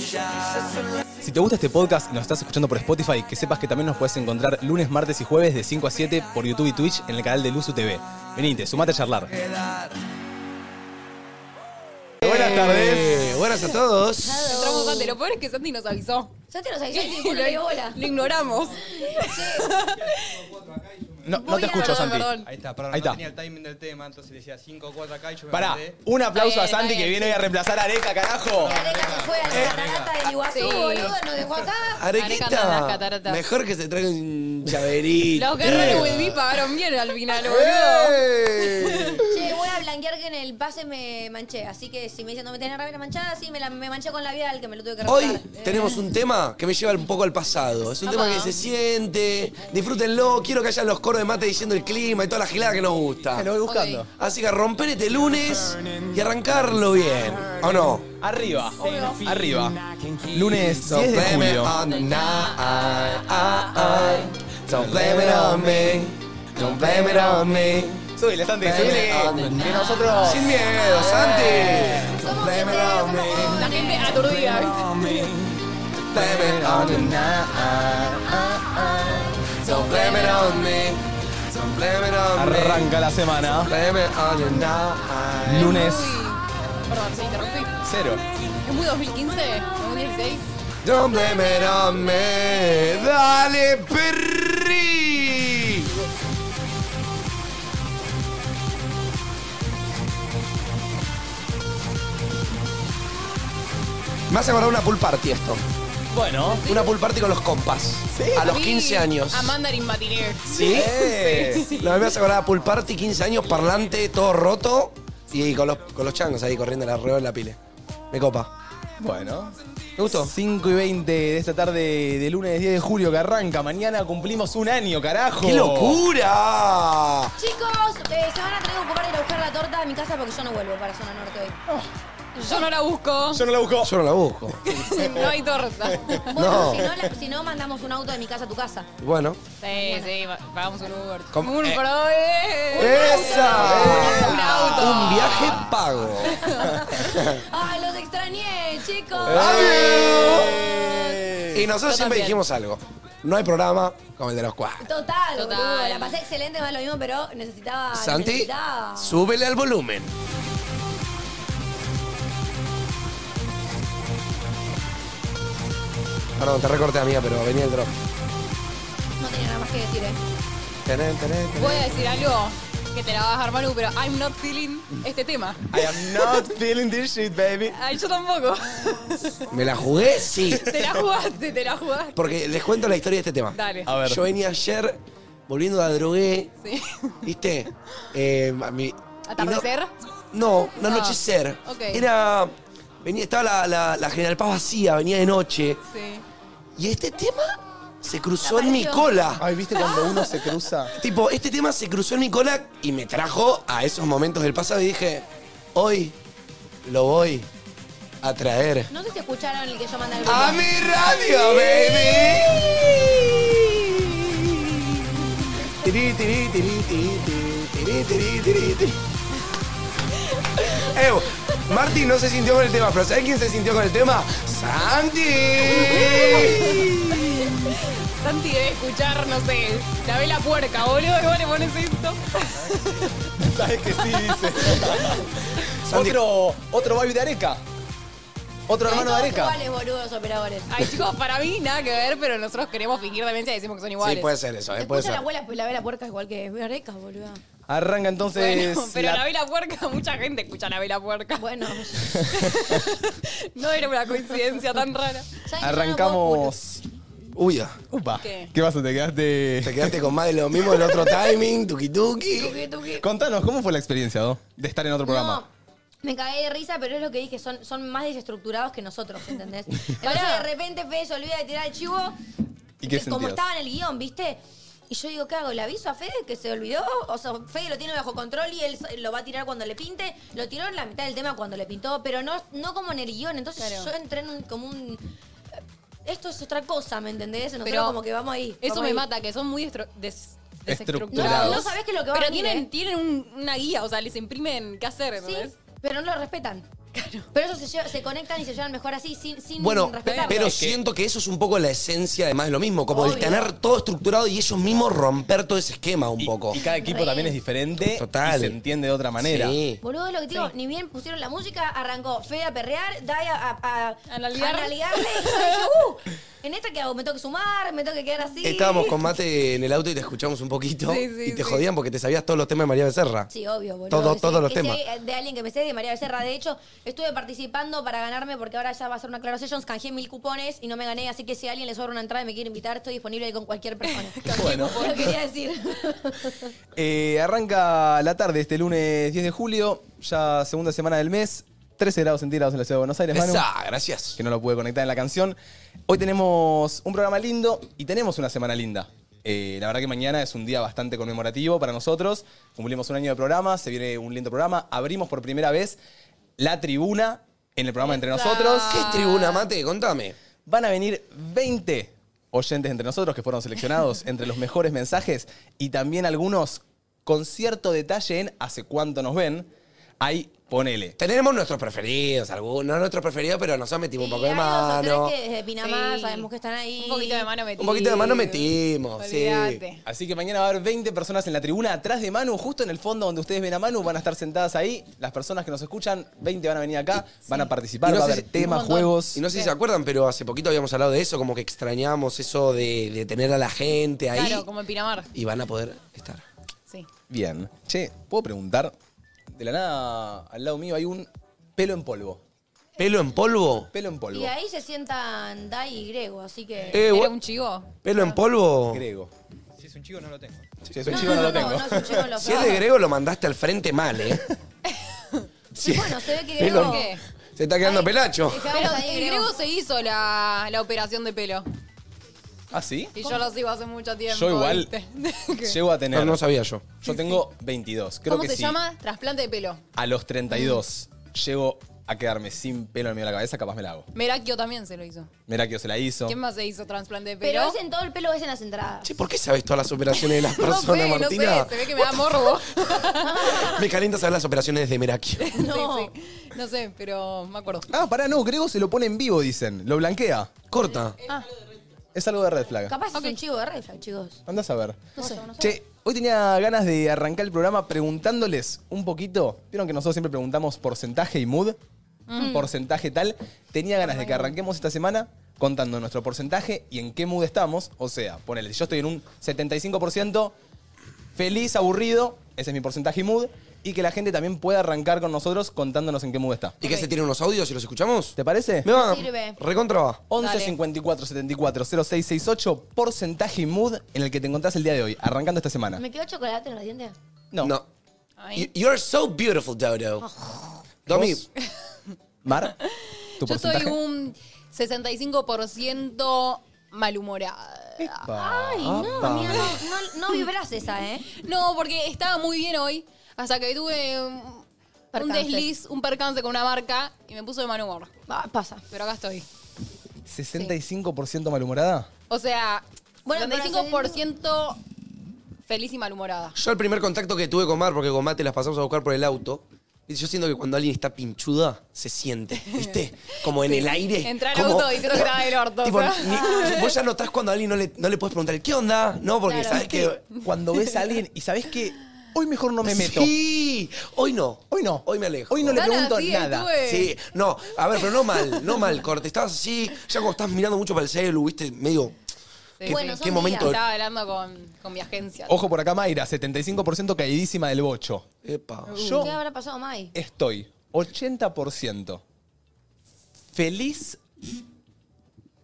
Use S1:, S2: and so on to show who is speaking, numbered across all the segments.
S1: Si te gusta este podcast y nos estás escuchando por Spotify, que sepas que también nos puedes encontrar lunes, martes y jueves de 5 a 7 por YouTube y Twitch en el canal de Luzu TV. Venite, sumate a charlar.
S2: Buenas tardes.
S3: Buenas a todos.
S4: Entramos Santi. Lo peor es que Santi nos avisó.
S5: Santi nos avisó y tipo, no le dio bola.
S4: Lo ignoramos.
S1: No, no
S4: Voy
S1: te
S4: a-
S1: escucho,
S4: perdón,
S1: Santi.
S4: perdón.
S2: Ahí está, perdón,
S1: Ahí
S2: no
S1: está.
S2: tenía el timing del tema, entonces decía 5, 4 acá y yo me
S1: Pará,
S2: mandé.
S1: un aplauso
S4: Está
S1: a
S4: bien,
S1: Santi que
S4: está bien,
S1: viene hoy a reemplazar a Areca, carajo.
S5: Areca se fue a
S3: Eh,
S5: la catarata del Iguazú,
S4: Sí.
S5: boludo, nos dejó acá.
S4: Areca no, las
S3: Arequita.
S4: cataratas.
S3: Mejor que se traiga un llaverito.
S4: Los guerreros Wilby pagaron bien al final, boludo.
S3: ¡Eh!
S5: Che, voy a blanquear que en el pase me manché. Así que si me dicen no me tenés la remera manchada, sí, me, la, me manché con la vial que me lo tuve que
S3: Hoy
S5: reparar.
S4: eh.
S3: tenemos un tema que me lleva un poco al pasado. Es un tema que se siente. Disfrútenlo. Quiero que haya los coros de mate diciendo el clima y toda la gilada que nos gusta.
S1: Lo voy buscando.
S4: Ok.
S3: Así que romper este lunes y arrancarlo bien. ¿O no?
S1: Arriba, arriba. Lunes 10 de
S3: blame it
S1: julio.
S3: on the night, I, I. Don't blame it on me. Don't blame it on me.
S1: Subile, Santi,
S3: Blame
S1: subile.
S3: it on the
S1: Que nosotros...
S3: Sin miedo, Santi. Don't
S5: Eh, Somos
S3: blame it on
S5: siempre,
S3: me.
S5: somos-
S4: La gente aturdida, ¿viste?
S3: Blame it on the night. Don't blame it on me. Don't blame it on me.
S1: Arranca la semana.
S3: Blame it on the night.
S1: Lunes
S4: Uy. Perdón, se interrumpí.
S1: cero.
S4: Es muy 2015, 2016.
S3: Don't blame it on me. Dale, perri. Me hace acordar una pool party esto.
S1: Bueno.
S3: Una pool party con los compas. A los 15 años.
S4: A Mandarin Matiné.
S3: ¿Sí? La me hace acordar a pool party, 15 años, parlante, todo roto. Y con los, con los changos ahí corriendo alrededor de la pile. Me copa.
S1: Bueno.
S3: ¿Te gustó?
S1: 5 y 20 de esta tarde de lunes 10 de julio que arranca. Mañana cumplimos un año, carajo.
S3: ¡Qué locura!
S5: Chicos, eh, se van a tener que ocupar de ir a buscar la torta a mi casa porque yo no vuelvo para Zona Norte hoy.
S4: Yo no la busco.
S1: Yo no la busco.
S3: Yo no la busco.
S4: No hay torta.
S3: No.
S5: Bueno, si, no, la- si no, mandamos un auto de mi casa a tu casa.
S3: Bueno.
S4: Sí, sí, va- pagamos un Uber.
S3: ¿Cómo?
S4: Un
S3: Eh.
S4: pro- eh.
S3: ¡Esa!
S4: Un auto.
S3: Un viaje pago.
S5: ¡Ay, los extrañé, chicos!
S3: Eh. Y nosotros
S4: Yo
S3: siempre
S4: también.
S3: dijimos algo. No hay programa como el de los cuatro.
S5: Total, boludo,
S4: Total.
S5: La pasé excelente, más lo mismo, pero necesitaba.
S3: Santi,
S5: necesitaba.
S3: súbele al volumen. Perdón, te recorté a mía, pero venía el drop.
S5: No tenía nada más que decir, eh.
S3: Tenés, tenés, tenés.
S4: Voy a decir algo que te la vas a dejar, Manu, pero I'm not feeling este tema.
S1: I am not feeling this shit, baby.
S4: Ay, yo tampoco.
S3: ¿Me la jugué? Sí.
S4: Te la jugaste, te la jugaste.
S3: Porque les cuento la historia de este tema.
S4: Dale.
S1: A ver.
S3: Yo venía ayer volviendo a drogué,
S4: Sí.
S3: ¿viste? Eh, a mi- y no-
S4: ¿Atardecer?
S3: No, no
S4: Ah,
S3: anochecer.
S4: ok.
S3: Era. Venía, estaba la, la, la General Paz vacía, venía de noche.
S4: Sí.
S3: Y este tema se cruzó en mi
S5: Apareció.
S3: cola.
S1: Ay, ¿viste cuando uno se cruza?
S3: Tipo, este tema se cruzó en mi cola y me trajo a esos momentos del pasado y dije, hoy lo voy a traer
S5: No sé si escucharon el que yo mandé al grupo.
S3: a mi radio, baby. Tiri, tiri, tiri, tiri, tiri, tiri, tiri, tiri, tiri. Ew, Martín no se sintió con el tema, pero ¿sabes quién se sintió con el tema? ¡Santi!
S4: Santi debe escuchar, no sé, la vela puerca, boludo, que vos le pones esto.
S1: Sabes que sí, dice.
S3: Santi.
S1: otro, otro baby de Areca. Otro
S5: Son
S1: hermano de
S5: todos
S1: Areca.
S5: iguales, boludo, los operadores.
S4: Ay, chicos, para mí nada que ver, pero nosotros queremos fingir demencia y decimos que son iguales.
S3: Sí, puede ser eso, eh, puede
S5: Escucha la
S3: ser.
S5: abuela, pues, la vela puerca igual que Areca, boludo.
S1: Arranca entonces.
S4: Bueno, pero la...
S1: la-
S4: vela puerca, mucha gente escucha la vela puerca.
S5: Bueno, ¿saben
S4: No era una coincidencia tan rara.
S5: que yo no puedo-
S1: Arrancamos.
S3: Uy, ah,
S1: Upa.
S4: ¿Qué?
S1: ¿Qué pasa? ¿Te
S3: te
S1: quedaste?
S3: quedaste con más de lo mismo en otro timing, tuki tuki.
S5: Tuki, tuki.
S1: Contanos, ¿cómo fue la experiencia, Do? De estar en otro programa.
S5: No, me cagué de risa, pero es lo que dije, son, son más desestructurados que nosotros, ¿entendés? Entonces
S4: Pará.
S5: de repente Fede se olvida de tirar el chivo,
S1: ¿Y qué
S5: que- como
S1: sentías?
S5: estaba en el guión, ¿viste? Y yo digo, ¿qué hago? ¿Le aviso a Fede que se olvidó? O sea, Fede lo tiene bajo control y él lo va a tirar cuando le pinte. Lo tiró en la mitad del tema cuando le pintó, pero no, no como en el guión. Entonces
S4: Claro.
S5: yo entré en un- como un... eh, Esto es otra cosa, ¿me entendés? Nosotros
S4: Pero
S5: como que vamos ahí.
S4: Eso
S5: vamos
S4: me
S5: ahí.
S4: mata, que son muy estro- des-
S1: Estructurados.
S4: desestructurados.
S1: No, no
S5: sabés qué es lo que va a
S4: Pero
S5: venir,
S4: tienen,
S5: ¿eh?
S4: tienen un- una guía, o sea, les imprimen qué hacer,
S5: Sí,
S4: ¿entendés?
S5: pero no lo respetan. Pero ellos se, llevan- se conectan y se llevan mejor así, sin, sin
S3: Bueno,
S5: respetarlo.
S3: pero siento que eso es un poco la esencia, además de lo mismo, como el
S5: Obvio.
S3: tener todo estructurado y ellos mismos romper todo ese esquema un poco.
S6: Y cada equipo
S5: Re.
S6: también es diferente.
S3: Total.
S6: Y se entiende de otra manera.
S3: Sí.
S5: Boludo, es lo que te digo, ni bien pusieron la música, arrancó Fede a perrear, Dai a, a, a,
S4: A nalguear.
S5: a nalguearle, y yo dije, "Uh, ¿en esta qué hago? ¿Me tengo que sumar? ¿Me tengo que quedar así?
S3: Estábamos con Mate en el auto y te escuchamos un poquito
S4: Sí, sí,
S3: y te
S4: sí.
S3: jodían porque te sabías todos los temas de María Becerra.
S5: Sí, obvio, boludo.
S3: Todo-
S5: Que
S3: todos los
S5: que
S3: temas.
S5: si hay de alguien que me sé, de María Becerra. De hecho, estuve participando para ganarme, porque ahora ya va a ser una Claro Sessions, canjeé mil cupones y no me gané, así que si a alguien le sobra una entrada y me quiere invitar, estoy disponible ahí con cualquier persona.
S6: Bueno.
S5: Lo quería decir.
S6: Eh, arranca la tarde este lunes 10 de julio, ya segunda semana del mes, 13 grados centígrados en la ciudad de Buenos Aires, Manu,
S3: Esa, gracias.
S6: que no lo pude conectar en la canción. Hoy tenemos un programa lindo y tenemos una semana linda. Eh, la verdad que mañana es un día bastante conmemorativo para nosotros. Cumplimos un año de programa, se viene un lindo programa. Abrimos por primera vez la tribuna en el programa Entre
S4: Esa.
S6: Nosotros.
S3: ¿Qué es tribuna, Mate? Contame.
S6: Van a venir 20 oyentes entre nosotros que fueron seleccionados entre los mejores mensajes y también algunos con cierto detalle en hace cuánto nos ven. Ahí ponele.
S3: Tenemos nuestros preferidos, algunos, no nuestros preferidos, pero nosotros metimos un poco de
S5: Y hay dos o tres
S3: mano.
S5: que desde Pinamar
S4: Sí.
S5: sabemos que están ahí.
S4: Un poquito de mano metimos.
S3: Un poquito de mano metimos, sí.
S6: Así que mañana va a haber 20 personas en la tribuna atrás de Manu, justo en el fondo donde ustedes ven a Manu, van a estar sentadas ahí. Las personas que nos escuchan, 20 van a venir acá, van a participar,
S3: Y no
S6: va a
S3: sé
S6: haber
S3: si-
S6: temas,
S3: un montón.
S6: juegos.
S3: Y no sé si se acuerdan, pero hace poquito habíamos hablado de eso, como que extrañamos eso de, de tener a la gente ahí.
S4: Claro, como en Pinamar.
S3: Y van a poder estar.
S4: Sí.
S6: Bien. Che, ¿puedo preguntar? De la nada, al lado mío hay un pelo en polvo.
S3: ¿Pelo en polvo?
S6: Pelo en polvo.
S5: Y ahí se sientan Dai y Grego, así que...
S3: Eh,
S4: Era
S3: gua-
S4: un chivo.
S3: ¿Pelo en polvo?
S6: Grego.
S1: Si es un chico, no lo tengo.
S6: Si es un chivo, no, lo tengo.
S5: No, no, es un chico, lo
S3: Si es de Grego, lo mandaste al frente mal, ¿eh?
S5: Y bueno, se ve que
S3: Pelo-
S5: Grego...
S4: ¿Qué?
S3: Se está quedando pelacho.
S5: Dejamos
S4: Pero
S5: ahí,
S4: el griego se hizo la, la operación de pelo.
S6: ¿Ah, sí?
S4: Y yo lo sigo hace mucho tiempo.
S6: Yo igual
S4: ¿viste?
S6: llego a tener.
S3: No, no sabía yo.
S6: Yo tengo 22. Creo
S4: ¿Cómo
S6: que
S4: se
S6: sí.
S4: llama? Mm. Trasplante de pelo.
S6: A los 32 llego a quedarme sin pelo en medio de la cabeza, capaz me la hago.
S4: Merakio también se lo hizo.
S6: Mirá que yo se la hizo.
S4: ¿Quién más se hizo trasplante de
S5: Pero
S4: pelo?
S5: es en todo el pelo, es en las entradas.
S3: Che, ¿por qué sabes todas las operaciones de las
S4: no
S3: personas,
S4: sé, no
S3: Martina?
S4: sé, se ve que me da morbo.
S3: Me calienta saber las operaciones de Merakio.
S4: no. Sí, sí. No sé, pero me acuerdo.
S6: Ah, pará, no, Grego se lo pone en vivo, dicen. Lo blanquea.
S3: Corta.
S6: Es algo de red flag.
S5: Capaz es un chivo de red flag, chicos.
S6: Andás a ver.
S5: No sé.
S6: Che, hoy tenía ganas de arrancar el programa preguntándoles un poquito. Vieron que nosotros siempre preguntamos porcentaje y mood.
S5: Mm.
S6: Porcentaje tal. Tenía ganas de que arranquemos esta semana contando nuestro porcentaje y en qué mood estamos. O sea, ponele, si yo estoy en un 75% feliz, aburrido, ese es mi porcentaje y mood. Y que la gente también pueda arrancar con nosotros contándonos en qué mood está.
S3: ¿Y qué se tiene unos audios y los escuchamos?
S6: ¿Te parece?
S3: Me va.
S5: Sirve.
S3: Recontra va.
S6: 11
S4: Dale.
S6: 54 74 0668, porcentaje y mood en el que te encontrás el día de hoy, arrancando esta semana.
S5: ¿Me quedó chocolate en los dientes?
S6: No.
S3: No.
S4: Ay.
S3: You- You're so beautiful, Dodo. Domi,
S6: ¿Vos? Mar, tu
S4: Yo soy
S6: porcentaje.
S4: un 65% malhumorada.
S6: Pa,
S5: Ay, no,
S6: pa.
S5: amiga, no, no, no vibrás esa, ¿eh?
S4: No, porque estaba muy bien hoy, hasta que tuve un, un
S5: Percances.
S4: desliz, un percance con una marca y me puso de mal humor.
S5: Va, Ah, pasa.
S4: Pero acá estoy.
S6: 65% malhumorada.
S4: O sea,
S5: Bueno, pero
S4: 75% feliz y malhumorada.
S3: yo el primer contacto que tuve con Mar, porque con Mate las pasamos a buscar por el auto, y yo siento que cuando alguien está pinchuda, se siente, ¿viste? Como en el aire.
S4: Entra al
S3: como-
S4: auto diciendo que estaba del orto.
S3: Tipo,
S4: o sea.
S3: ni- vos ya notás cuando a alguien no le, no le puedes preguntar, ¿qué onda? No, porque sabes que...
S6: Cuando ves a alguien y sabes que hoy mejor no me meto.
S3: Sí, hoy no.
S6: Hoy no.
S3: Hoy me alejo.
S6: Hoy no le
S4: Dana,
S6: pregunto
S4: sí,
S6: nada.
S4: estuve-
S3: Sí, no, a ver, pero no mal, no mal, corte. Estabas así, ya cuando estás mirando mucho para el celu, viste, medio.
S4: Sí,
S3: ¿Qué,
S5: Bueno,
S3: qué
S5: son
S3: momento?
S4: Estaba hablando con, con mi agencia.
S6: Ojo por acá, Mayra, 75% caidísima del bocho.
S3: Epa.
S6: Yo
S5: ¿Qué habrá pasado, Mai?
S6: estoy 80% feliz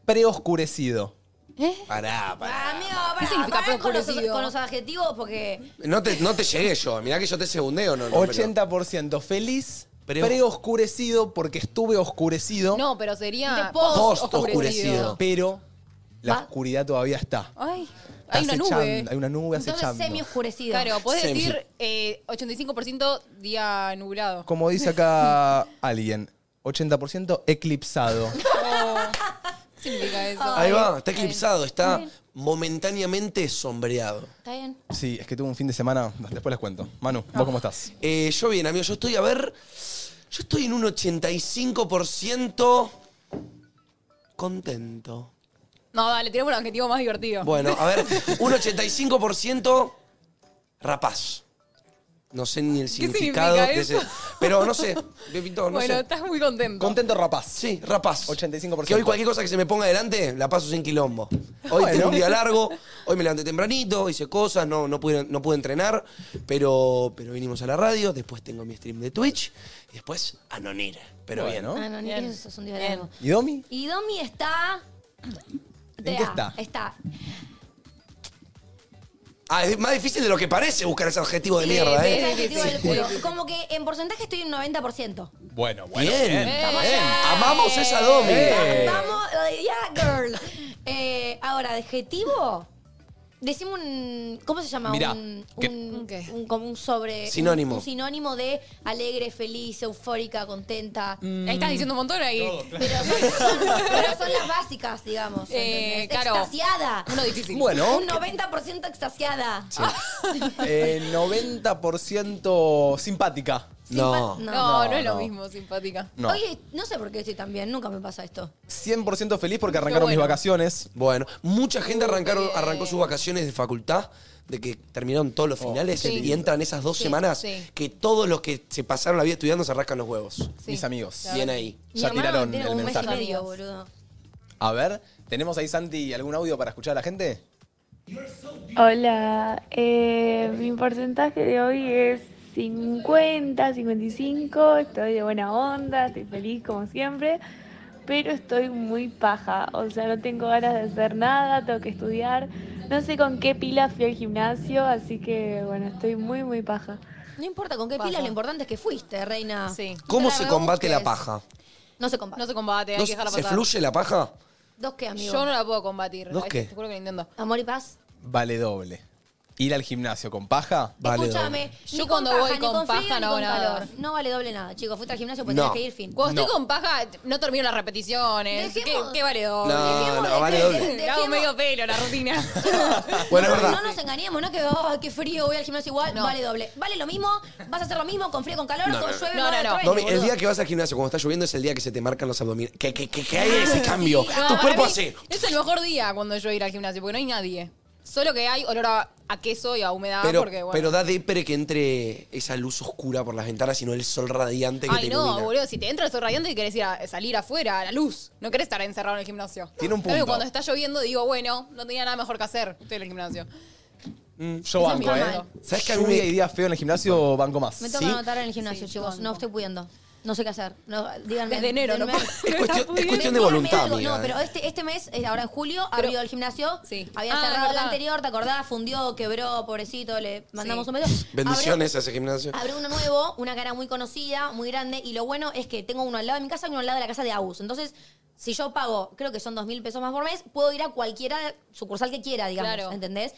S6: preoscurecido.
S3: Pará, pará.
S5: Ah, Amigo, para,
S4: significa
S5: con, los,
S4: preocurecido?
S5: con los adjetivos porque
S3: No te, no te llegué yo, mirá que yo te segundeo, no, no. pero-
S6: 80% feliz
S3: Preo-
S6: preoscurecido porque estuve oscurecido,
S4: No, pero sería
S5: De post
S3: Post oscurecido.
S4: oscurecido.
S6: pero la
S5: Va.
S6: oscuridad todavía está.
S4: Ay,
S6: Está
S4: hay una nube.
S6: acechando, Hay una nube
S5: entonces
S6: acechando.
S5: semi oscurecido.
S4: Claro, podés
S3: Semi.
S4: decir eh, 85% día nublado.
S6: Como dice acá alguien, 80% eclipsado.
S4: Oh, ¿Qué significa eso?
S5: Ah.
S3: Ahí va,
S4: eh,
S3: está eclipsado, está momentáneamente sombreado.
S5: ¿Está bien?
S6: Sí, es que tuve un fin de semana, después les cuento. Manu, ¿vos cómo estás?
S3: Eh, yo bien, amigo, yo estoy a ver. Yo estoy en un 85% contento.
S4: No, dale, tiremos un objetivo más divertido.
S3: Bueno, a ver, un 85% rapaz. No sé ni el significado
S4: significa
S3: de ese.
S4: eso?
S3: Pero no sé, me pintó, no
S4: bueno,
S3: sé.
S4: estás muy contento.
S1: Contento rapaz.
S3: Sí, rapaz.
S1: 85%.
S3: Que hoy cualquier cosa que se me ponga adelante, la paso sin quilombo. Hoy tengo un día largo, hoy me levanté tempranito, hice cosas, no, no, pude, no pude entrenar, pero, pero vinimos a la radio, después tengo mi stream de Twitch y después a Nonir. Pero bien,
S1: Bueno.
S5: Ah, no, ni
S4: Bien.
S5: eso es un día
S4: Bien.
S5: largo.
S1: ¿Y Domi?
S5: Y Domi está.
S1: qué está?
S5: Está.
S3: Ah, es más difícil de lo que parece buscar ese objetivo de
S4: Sí,
S3: mierda,
S4: sí,
S3: ¿eh?
S5: está el
S4: sí,
S5: objetivo
S4: sí,
S5: del
S4: sí.
S5: culo. Como que en porcentaje estoy en un 90%.
S1: Bueno,
S3: bien,
S4: estamos
S3: bien.
S4: allá.
S3: ¿Eh? Amamos esa Domi.
S1: Eh.
S5: Vamos, eh, ya, girl. Eh, ahora, adjetivo. Decimos un. ¿Cómo se llama?
S1: Mirá,
S5: un,
S1: que-
S5: un,
S4: ¿Un qué?
S5: un- como un sobre.
S3: Sinónimo.
S5: Un, un sinónimo de alegre, feliz, eufórica, contenta.
S1: Mm.
S4: Ahí estás diciendo un montón ahí.
S2: Todo, claro.
S5: Pero, son, pero son las básicas, digamos.
S4: Eh,
S5: ¿entendés?
S4: claro.
S5: Extasiada.
S4: Uno difícil.
S1: Bueno,
S5: Un 90% extasiada.
S1: eh, 90% simpática.
S3: No.
S4: no,
S5: Simpa-
S4: no,
S1: no,
S4: es lo
S1: no.
S4: mismo, simpática.
S1: No.
S5: Oye, no sé por qué estoy tan bien, nunca me pasa esto.
S1: 100% feliz porque arrancaron mis
S4: bueno.
S1: vacaciones.
S3: Bueno, mucha gente arrancaron, arrancó sus vacaciones de facultad, de que terminaron todos los finales
S4: sí.
S3: y entran esas dos
S4: Sí,
S3: semanas
S4: sí.
S3: que todos los que se pasaron la vida estudiando se arrancan los huevos.
S4: Sí.
S1: Mis amigos.
S3: Bien ahí.
S1: Ya
S5: Mi hermano
S1: tiraron
S5: tiene
S1: el
S5: como un mes y
S1: mensaje.
S5: medio, boludo.
S1: A ver, ¿tenemos ahí, Santi, algún audio para escuchar a la gente?
S7: Hola, eh, mi porcentaje de hoy es 50, 55, estoy de buena onda, estoy feliz como siempre, pero estoy muy paja, o sea, no tengo ganas de hacer nada, tengo que estudiar, no sé con qué pila fui al gimnasio, así que bueno, estoy muy, muy paja.
S5: No importa con qué
S4: Pasa.
S5: pilas, lo importante es que fuiste, reina.
S4: Sí.
S3: ¿Cómo
S5: Te
S3: se
S5: la
S3: combate la
S5: rebusques.
S3: paja?
S5: No se comparte.
S4: No se combate, hay
S3: ¿No
S4: que dejarla
S3: ¿Se
S4: pasar.
S3: fluye la paja?
S5: ¿Dos qué, amigo?
S4: Yo no la puedo combatir.
S3: ¿Dos
S4: A
S3: qué?
S4: veces Te juro que lo intento.
S5: Amor y paz.
S1: Vale doble. Ir al gimnasio con paja.
S3: Vale,
S5: Escúchame.
S3: doble.
S5: ni
S4: Yo
S5: con
S4: cuando
S5: paja,
S4: voy
S5: ni
S4: con
S5: frío,
S4: paja
S5: ni
S4: no
S5: con
S4: hago nada.
S5: calor. No vale doble nada, chicos. Fuiste al gimnasio pues
S3: No.
S5: tenés que ir, fin.
S4: Cuando
S1: No.
S4: estoy con paja, no termino las repeticiones. ¿Qué,
S5: Dejemos-
S4: qué vale doble?
S3: No,
S5: Dejemos
S3: no,
S5: de-
S3: vale
S5: de-
S3: doble.
S5: de-
S4: Le hago
S5: dejemos-
S4: medio pelo la rutina.
S3: Bueno, es
S5: no,
S3: verdad.
S5: no nos engañemos, no que, oh, qué frío, voy al gimnasio igual,
S4: No.
S5: vale doble. Vale lo mismo, vas a hacer lo mismo con frío, con calor, con llueve,
S4: No, no,
S5: al
S4: no.
S5: trueno,
S3: Domi, el
S5: boludo.
S3: día que vas al gimnasio cuando está lloviendo es el día que se te marcan los abdominales. ¿Qué, qué, qué, qué hay de ese cambio?
S5: sí, ah,
S3: tu
S4: para
S3: cuerpo
S4: mí
S3: hace...
S4: Es el mejor día cuando yo ir al gimnasio, porque no hay nadie. Solo que hay olor a, a queso y a
S5: Ah,
S4: humedad,
S3: Pero,
S4: porque bueno.
S3: pero da depre que entre esa luz oscura por las ventanas y no el sol radiante que
S4: Ay,
S3: te
S4: no,
S3: ilumina.
S4: boludo, si te entra el sol radiante y querés ir a, salir afuera, a la luz. No querés estar encerrado en el gimnasio.
S1: Tiene un
S4: Claro que
S1: punto.
S4: cuando está lloviendo digo, bueno, no tenía nada mejor que hacer. Estoy en el gimnasio.
S1: Yo banco,
S5: mi
S1: ¿eh?
S5: mamá.
S1: ¿Sabes que a mí me idea feo en el gimnasio? Banco más.
S5: Me toca
S3: ¿Sí?
S5: anotar en el gimnasio,
S4: Sí,
S5: chicos.
S4: banco.
S5: No estoy pudiendo. No sé qué hacer. No, díganme.
S4: Desde enero, no
S5: denme-
S4: puedo.
S3: Es cuestión, es cuestión de
S5: Díganme
S3: voluntad,
S5: algo.
S3: amiga.
S5: No, pero este, este mes, eh, ahora en julio,
S4: Pero-
S5: abrió el gimnasio.
S4: Sí.
S5: Había
S4: Ah, es
S5: cerrado el
S4: verdad.
S5: anterior, ¿te acordás? Fundió, quebró, pobrecito, le mandamos
S4: Sí.
S5: un beso.
S3: Bendiciones a ese gimnasio.
S5: Abrió- Abrió uno nuevo, una cara muy conocida, muy grande, y lo bueno es que tengo uno al lado de mi casa y uno al lado de la casa de Agus. Entonces, si yo pago, creo que son dos mil pesos más por mes, puedo ir a cualquiera sucursal que quiera, digamos,
S4: Claro.
S5: ¿entendés?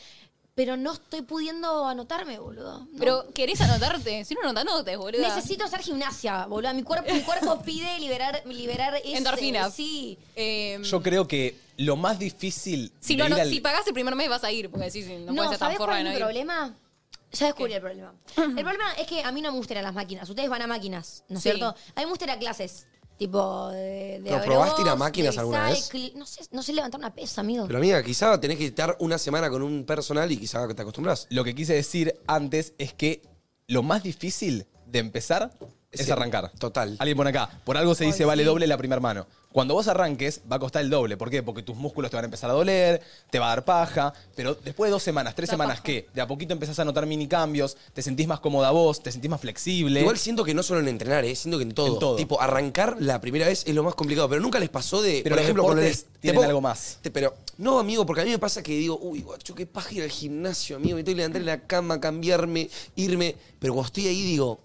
S5: Pero no estoy pudiendo anotarme, boludo. No.
S4: Pero querés anotarte. Si no, no te anotes, boludo.
S5: Necesito hacer gimnasia, boludo. Mi cuerpo, mi cuerpo pide liberar, liberar ese-
S4: Endorfinas.
S5: Sí.
S4: Eh,
S1: Yo creo que lo más difícil
S4: si,
S1: de
S4: lo
S1: ir
S4: ano-
S1: al-
S4: si pagás el primer mes vas a ir, porque decís, no,
S5: No,
S4: puedes ser tan
S5: ¿sabés
S4: forra
S5: cuál
S4: de
S5: es
S4: no
S5: mi
S4: ir.
S5: problema? Ya descubrí el problema. El problema es que a mí no me gustan las máquinas. Ustedes van a máquinas, ¿no es
S4: Sí.
S5: cierto? A mí me gustan las clases. Tipo de, de
S3: ¿Pero
S5: aerobox,
S3: probaste ir a máquinas
S5: de
S3: alguna vez?
S5: cycli- No sé, no sé levantar una pesa, amigo.
S3: Pero amiga, quizá tenés que estar una semana con un personal y quizá te acostumbras.
S1: Lo que quise decir antes es que lo más difícil de empezar es
S3: Sí,
S1: arrancar.
S3: total.
S1: Alguien pone acá, por algo se dice vale doble la primera mano. Cuando vos arranques, va a costar el doble. ¿Por qué? Porque tus músculos te van a empezar a doler, te va a dar paja. Pero después de dos semanas, tres
S4: Da
S1: semanas,
S4: paja.
S1: que de a poquito empezás a notar mini cambios, te sentís más cómoda vos, te sentís más flexible.
S3: Igual siento que no solo en entrenar, eh, siento que en todo.
S1: En todo.
S3: Tipo, arrancar la primera vez es lo más complicado, pero nunca les pasó de,
S1: Pero
S3: por
S1: los
S3: ejemplo, con el
S1: deportes tienen algo más.
S3: te- pero no, amigo, porque a mí me pasa que digo, uy, guacho, qué paja ir al gimnasio, amigo, me tengo que levantar de la cama, cambiarme, irme, pero cuando estoy ahí digo,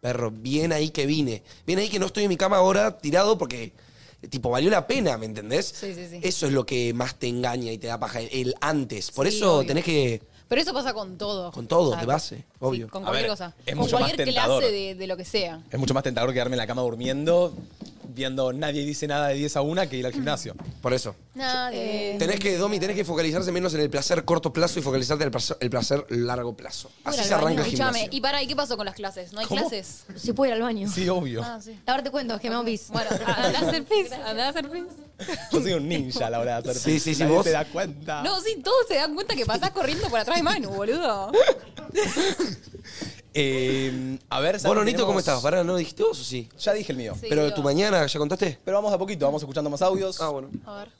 S3: perro, bien ahí que vine. Bien ahí que no estoy en mi cama ahora tirado porque eh, tipo valió la pena, ¿me entendés?
S4: Sí, sí, sí.
S3: Eso es lo que más te engaña y te da paja el, el antes. Por
S4: Sí,
S3: eso
S4: obvio.
S3: tenés que
S4: Pero eso pasa con todo.
S3: Con todo,
S4: O sea,
S3: de base, obvio.
S4: Sí, con
S1: A ver,
S4: cualquier cosa.
S1: es
S4: con
S1: mucho más
S4: cualquier
S1: tentador.
S4: clase de, de lo que sea.
S1: Es mucho más tentador quedarme en la cama durmiendo
S6: viendo nadie dice nada de 10 a 1 que ir
S4: Mm.
S6: al gimnasio.
S3: Por eso.
S4: Nadie.
S3: Tenés que, Domi, tenés que focalizarse menos en el placer corto plazo y focalizarte en el placer, el placer largo plazo.
S4: Puedo
S3: Así
S4: ir al
S3: se
S4: baño.
S3: arranca el
S4: Escuchame,
S3: gimnasio.
S4: Y para, ¿y qué pasó con las clases? ¿No hay
S3: ¿Cómo?
S4: clases?
S5: Si puedo ir al baño.
S6: Sí, obvio.
S4: Ah, sí.
S5: Ahora te cuento, que me hago pis.
S4: Bueno, andá a hacer pis, andá a hacer pis.
S6: Yo soy un ninja a la hora de hacer
S3: Sí,
S6: pis.
S3: sí, sí,
S6: Nadie
S3: vos-
S6: te das cuenta.
S4: No, sí, todos se dan cuenta que pasás corriendo por atrás de Manu, boludo.
S6: Eh, a ver, Santi,
S3: Vos, Nonito,
S6: tenemos-
S3: ¿cómo estás? Pará, ¿no dijiste vos o sí?
S6: Ya dije el mío.
S4: Sí,
S3: Pero
S4: yo.
S3: tu mañana, ¿ya contaste?
S6: Pero vamos a poquito, vamos escuchando más audios.
S3: Ah, bueno.
S4: A ver.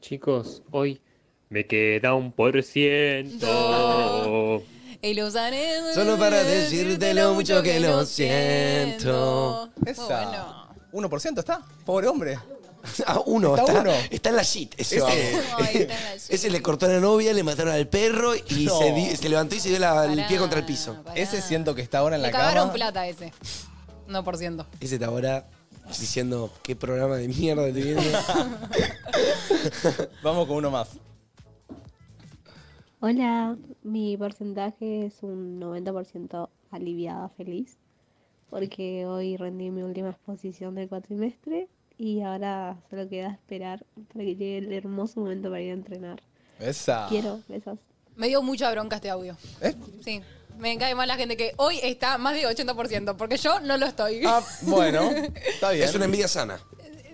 S8: Chicos, hoy me queda un por ciento.
S4: Y lo usaré.
S3: Solo para decirte lo mucho que lo siento.
S4: Muy
S6: Esa.
S4: Oh, bueno.
S6: 1% está. Pobre hombre.
S3: Ah, uno.
S6: Está
S3: Está,
S6: uno.
S3: está en la shit. Ese,
S6: Ese-
S3: vago.
S4: Ay, está en la shit.
S3: Ese le cortó a la novia, le mataron al perro y
S6: No.
S3: se, di- se levantó y se dio la- el pie
S4: Pará,
S3: contra el piso.
S4: pará.
S6: Ese siento que está ahora en
S4: Le
S6: la
S4: cagaron
S6: cama.
S4: plata ese. No por ciento.
S3: Ese está ahora diciendo qué programa de mierda te viene.
S6: Vamos con uno más.
S9: Hola, mi porcentaje es un 90% aliviada feliz porque hoy rendí mi última exposición del cuatrimestre y ahora solo queda esperar para que llegue el hermoso momento para ir a entrenar.
S6: Esa.
S9: Quiero, besos.
S4: Me dio mucha bronca este audio.
S6: ¿Eh?
S4: Sí. Me cae mal la gente que hoy está más de 80%, porque yo no lo estoy.
S6: Ah, bueno, está bien.
S3: Es una envidia sana.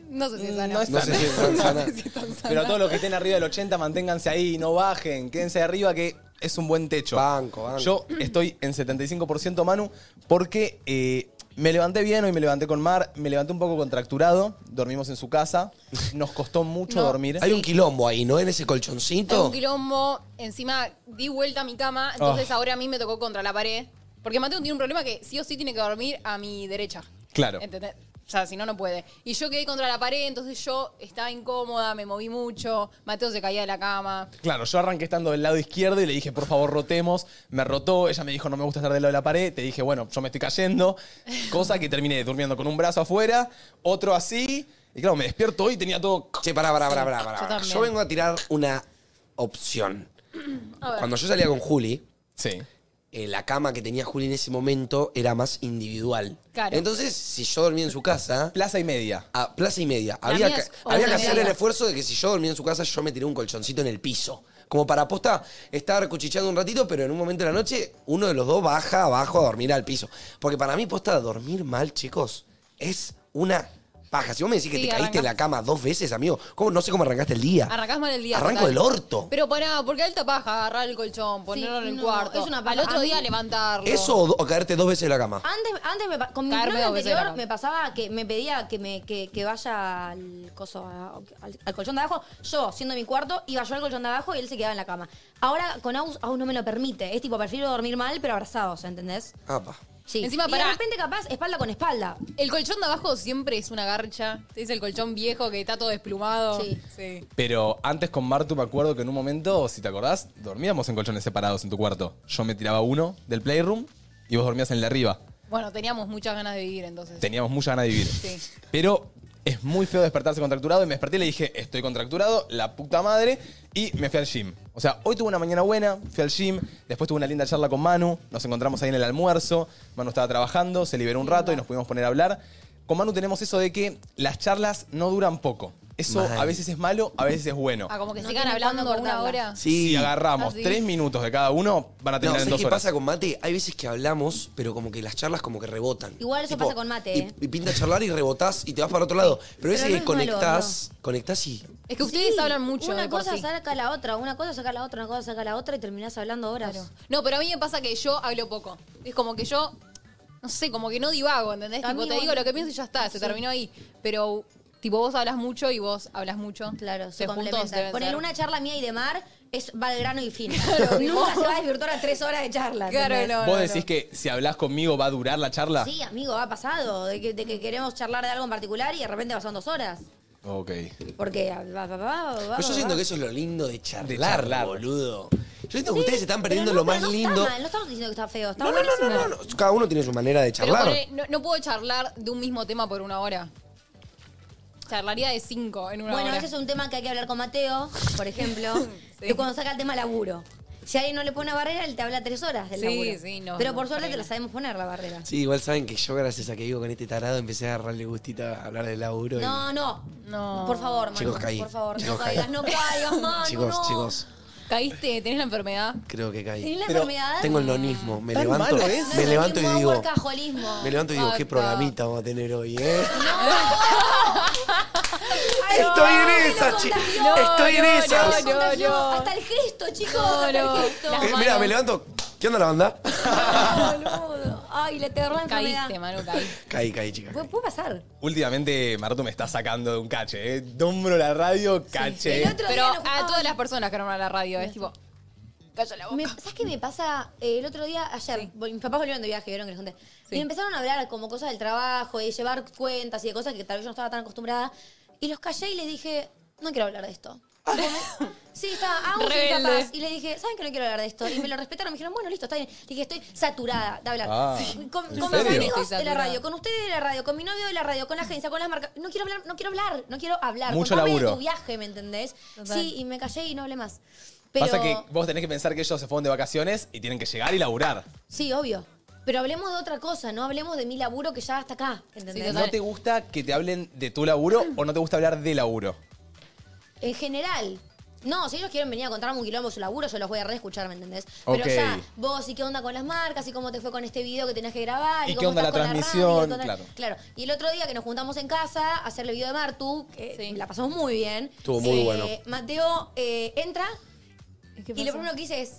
S4: No sé si es sana.
S6: Mm, No es
S3: No sé si es tan sana.
S4: si es tan sana.
S6: Pero a todos los que estén arriba del 80, manténganse ahí, no bajen, quédense arriba que es un buen techo.
S3: Banco, banco.
S6: Yo estoy en 75% Manu porque eh, me levanté bien, hoy me levanté con Mar, me levanté un poco contracturado, dormimos en su casa, nos costó mucho
S4: No.
S6: dormir.
S3: Hay un quilombo ahí, ¿no? En ese
S4: Hay
S3: colchoncito.
S4: un quilombo, encima di vuelta a mi cama, entonces
S3: Ah.
S4: ahora a mí me tocó contra la pared. Porque Mateo tiene un problema que sí o sí tiene que dormir a mi derecha.
S6: Claro.
S4: ¿Entendés? O sea, si no, no puede. Y yo quedé contra la pared, entonces yo estaba incómoda, me moví mucho, Mateo se caía de la cama.
S6: Claro, yo arranqué estando del lado izquierdo y le dije, por favor, rotemos. Me rotó, ella me dijo, no me gusta estar del lado de la pared. Te dije, bueno, yo me estoy cayendo. Cosa que terminé durmiendo con un brazo afuera, otro así. Y claro, me despierto hoy y tenía todo...
S3: Che, pará, pará, pará, pará.
S4: yo
S3: pará.
S4: también.
S3: Yo vengo a tirar una opción.
S4: A ver.
S3: Cuando yo salía con Juli,
S6: Sí.
S3: eh, la cama que tenía Juli en ese momento era más individual.
S4: Claro.
S3: Entonces, si yo dormía en su casa,
S6: Plaza y media.
S3: a plaza y media,
S4: La
S3: había
S4: mía
S3: que,
S4: es once
S3: había
S4: y
S3: que hacer
S4: media.
S3: el esfuerzo de que si yo dormía en su casa, yo me tiré un colchoncito en el piso. Como para aposta estar cuchicheando un ratito, pero en un momento de la noche, uno de los dos baja abajo a dormir al piso. Porque para mí, posta, dormir mal, chicos, es una paja. Si vos me decís que
S4: Sí,
S3: te caíste
S4: arrancás.
S3: en la cama dos veces, amigo, ¿cómo, no sé cómo arrancaste el día.
S4: Arrancás mal el día.
S3: Arranco
S4: total.
S3: el orto.
S4: Pero pará, porque alta paja agarrar el colchón, ponerlo en el
S5: no,
S4: cuarto.
S5: es una
S4: Al
S5: paja.
S4: otro
S5: A mí-
S4: día levantarlo.
S3: ¿Eso o, do- o caerte dos veces en la cama?
S5: Antes, antes me, pa- con mi
S4: Caerme
S5: novio
S4: dos veces de la
S5: anterior
S4: cama.
S5: me pasaba que me pedía que me que, que vaya al coso a- al, al colchón de abajo. Yo, siendo mi cuarto, iba yo al colchón de abajo y él se quedaba en la cama. Ahora con Aus, Aus no me lo permite. Es tipo, prefiero dormir mal, pero abrazados, ¿entendés?
S4: Ah.
S3: Apa.
S5: Sí.
S4: Encima,
S5: y
S4: pará.
S5: de repente capaz, espalda con espalda.
S4: El colchón de abajo siempre es una garcha. Es el colchón viejo que está todo desplumado.
S5: Sí.
S4: sí.
S6: Pero antes con Martu me acuerdo que en un momento, si te acordás, dormíamos en colchones separados en tu cuarto. Yo me tiraba uno del playroom y vos dormías en el de arriba.
S4: Bueno, teníamos muchas ganas de vivir entonces.
S6: Teníamos mucha ganas de vivir.
S4: Sí.
S6: Pero es muy feo despertarse contracturado y me desperté y le dije, estoy contracturado, la puta madre, y me fui al gym. O sea, hoy tuve una mañana buena, fui al gym, después tuve una linda charla con Manu, nos encontramos ahí en el almuerzo, Manu estaba trabajando, se liberó un rato y nos pudimos poner a hablar. Con Manu tenemos eso de que las charlas no duran poco. Eso
S3: Mal.
S6: a veces es malo, a veces es bueno.
S4: Ah, como que
S5: No
S4: sigan
S5: tiene
S4: hablando
S5: cuándo
S4: una
S5: cortarla.
S4: hora.
S6: Si agarramos
S4: Así.
S6: tres minutos de cada uno, van a
S3: No,
S6: terminar en
S3: ¿sabes
S6: dos
S3: qué
S6: horas.
S3: pasa con mate? Hay veces que hablamos, pero como que las charlas como que rebotan.
S5: Igual eso pasa con mate,
S3: Y,
S5: ¿eh?
S3: y pinta charlar y rebotás y te vas para otro lado. Pero a veces
S5: Pero no
S3: que
S5: es
S3: conectás, conectás y...
S4: Es que ustedes
S5: Sí,
S4: hablan mucho
S5: Una
S4: de por
S5: cosa
S4: sí.
S5: saca la otra, una cosa saca la otra, una cosa saca la otra y terminás hablando horas.
S4: Claro. No, pero a mí me pasa que yo hablo poco. Es como que yo, no sé, como que no divago, ¿entendés?
S5: A
S4: Tipo,
S5: mí
S4: te
S5: vos-
S4: digo lo que pienso y ya está, se terminó ahí. Pero, tipo, vos hablas mucho y vos hablas mucho.
S5: Claro,
S4: se
S5: se
S4: juntos deben
S5: complementan. Poner
S4: ser.
S5: una charla mía y de mar es va de grano y fin. Nunca se va a desvirtuar a tres horas de charla.
S4: Claro,
S5: ¿entendés?
S4: no.
S6: ¿Vos
S4: no, no.
S6: decís que si hablas conmigo va a durar la charla?
S5: Sí, amigo, ha pasado. De que, de que queremos charlar de algo en particular y de repente pasan dos horas.
S6: Ok.
S5: Porque va, va, va, va, va,
S3: Pero yo
S5: va.
S3: siento que eso es lo lindo de charlar,
S6: De charlar.
S3: boludo. Yo siento que
S5: Sí,
S3: ustedes se están
S5: pero
S3: perdiendo
S5: no,
S3: lo
S5: pero
S3: más
S5: no está
S3: lindo.
S5: mal, no estamos diciendo que está feo. Está
S3: No, no, no,
S5: buenísimo.
S3: no, no, no. Cada uno tiene su manera de
S4: Pero
S3: charlar.
S4: ponele, no, no puedo charlar de un mismo tema por una hora. Charlaría de cinco en una
S5: Bueno,
S4: hora.
S5: ese es un tema que hay que hablar con Mateo, por ejemplo,
S4: Sí.
S5: de cuando saca el tema laburo. Si alguien no le pone una barrera, él te habla tres horas del
S4: Sí,
S5: laburo.
S4: sí, no,
S5: Pero
S4: no,
S5: por suerte
S4: horrible.
S5: te la sabemos poner la barrera.
S3: Sí, igual saben que yo, gracias a que vivo con este tarado, empecé a agarrarle gustito a hablar del laburo. y-
S5: No, no.
S4: No.
S5: Por favor, Manu.
S3: Chicos, caí.
S5: Por favor,
S3: Chicos,
S5: no
S3: caí.
S5: caigas, no caigas, Manu.
S3: chicos,
S5: no.
S3: chicos,
S4: ¿Caíste? ¿Tenés la enfermedad?
S3: creo que caí.
S5: ¿Tenés la
S6: Pero
S5: enfermedad?
S3: Tengo el nonismo. Me
S6: ¿Tan
S3: levanto,
S6: malo es?
S3: me levanto y digo.
S5: Workaholismo.
S3: Me levanto y digo, qué
S4: Basta.
S3: programita vamos a tener hoy, ¿eh?
S5: Ay,
S3: Estoy
S5: no,
S3: en
S5: me lo
S3: esa,
S5: contagió,
S3: chi-
S5: me lo
S3: estoy en
S4: no,
S3: esas.
S4: no, no.
S5: contagió. Hasta el gesto, chicos, hasta
S4: No, no.
S5: el gesto.
S4: Las
S3: Eh, mira,
S4: manos.
S3: me levanto. ¿Qué onda la banda?
S5: Ay, boludo. Ay, la terror enfermedad.
S4: Caíste, Manu, caíste.
S3: Caí, caí, chicas.
S5: Pu- Puede pasar.
S6: Últimamente, Martu me está sacando de un cache, ¿eh? Nombro la radio, cache.
S5: El otro
S4: Pero
S5: día nos-
S4: a
S5: ay.
S4: todas las personas que nombran la radio, es tipo... Calla la boca.
S5: Me- ¿Sabes qué me pasa? Eh, el otro día, ayer, vol- mis papás volvieron de viaje, vieron que les conté. Y me empezaron a hablar como cosas del trabajo, de llevar cuentas y de cosas que tal vez yo no estaba tan acostumbrada. Y los callé y les dije, no quiero hablar de esto. Tipo, me- sí, estaba "Ah, aún soy
S4: Rebelde.
S5: capaz. Y les dije, ¿saben que no quiero hablar de esto? Y me lo respetaron, me dijeron, bueno, listo, está bien. Les dije, estoy saturada de hablar.
S6: Ah,
S5: Sí. Con,
S6: ¿en
S5: con mis
S6: serio?
S5: amigos
S4: Estoy
S5: de la
S4: saturada.
S5: radio, con ustedes de la radio, con mi novio de la radio, con la agencia, con las marcas. No quiero hablar, no quiero hablar, no quiero hablar.
S6: Mucho
S5: Contame de
S6: laburo.
S5: tu viaje, ¿me entendés?
S4: Total.
S5: Sí, y me callé y no hablé más. Pero...
S6: Pasa que vos tenés que pensar que ellos se fueron de vacaciones y tienen que llegar y laburar.
S5: Sí, obvio. Pero hablemos de otra cosa, no hablemos de mi laburo que ya está acá, ¿entendés?
S4: Sí,
S6: ¿No te gusta que te hablen de tu laburo o no te gusta hablar de laburo?
S5: En general. No, si ellos quieren venir a contarme un quilombo su laburo, yo los voy a reescuchar, ¿me entendés? Pero
S6: Ok.
S5: ya, vos, ¿y qué onda con las marcas? ¿Y cómo te fue con este video que tenías que grabar?
S6: ¿Y qué
S5: cómo
S6: onda
S5: estás
S6: la
S5: con
S6: transmisión?
S5: radio? ¿Y qué onda- Claro. Y el otro día que nos juntamos en casa a hacerle video de Martu, que
S4: Sí.
S5: la pasamos muy bien. Eh,
S3: Estuvo muy bueno.
S5: Mateo eh, entra y lo primero que hice es...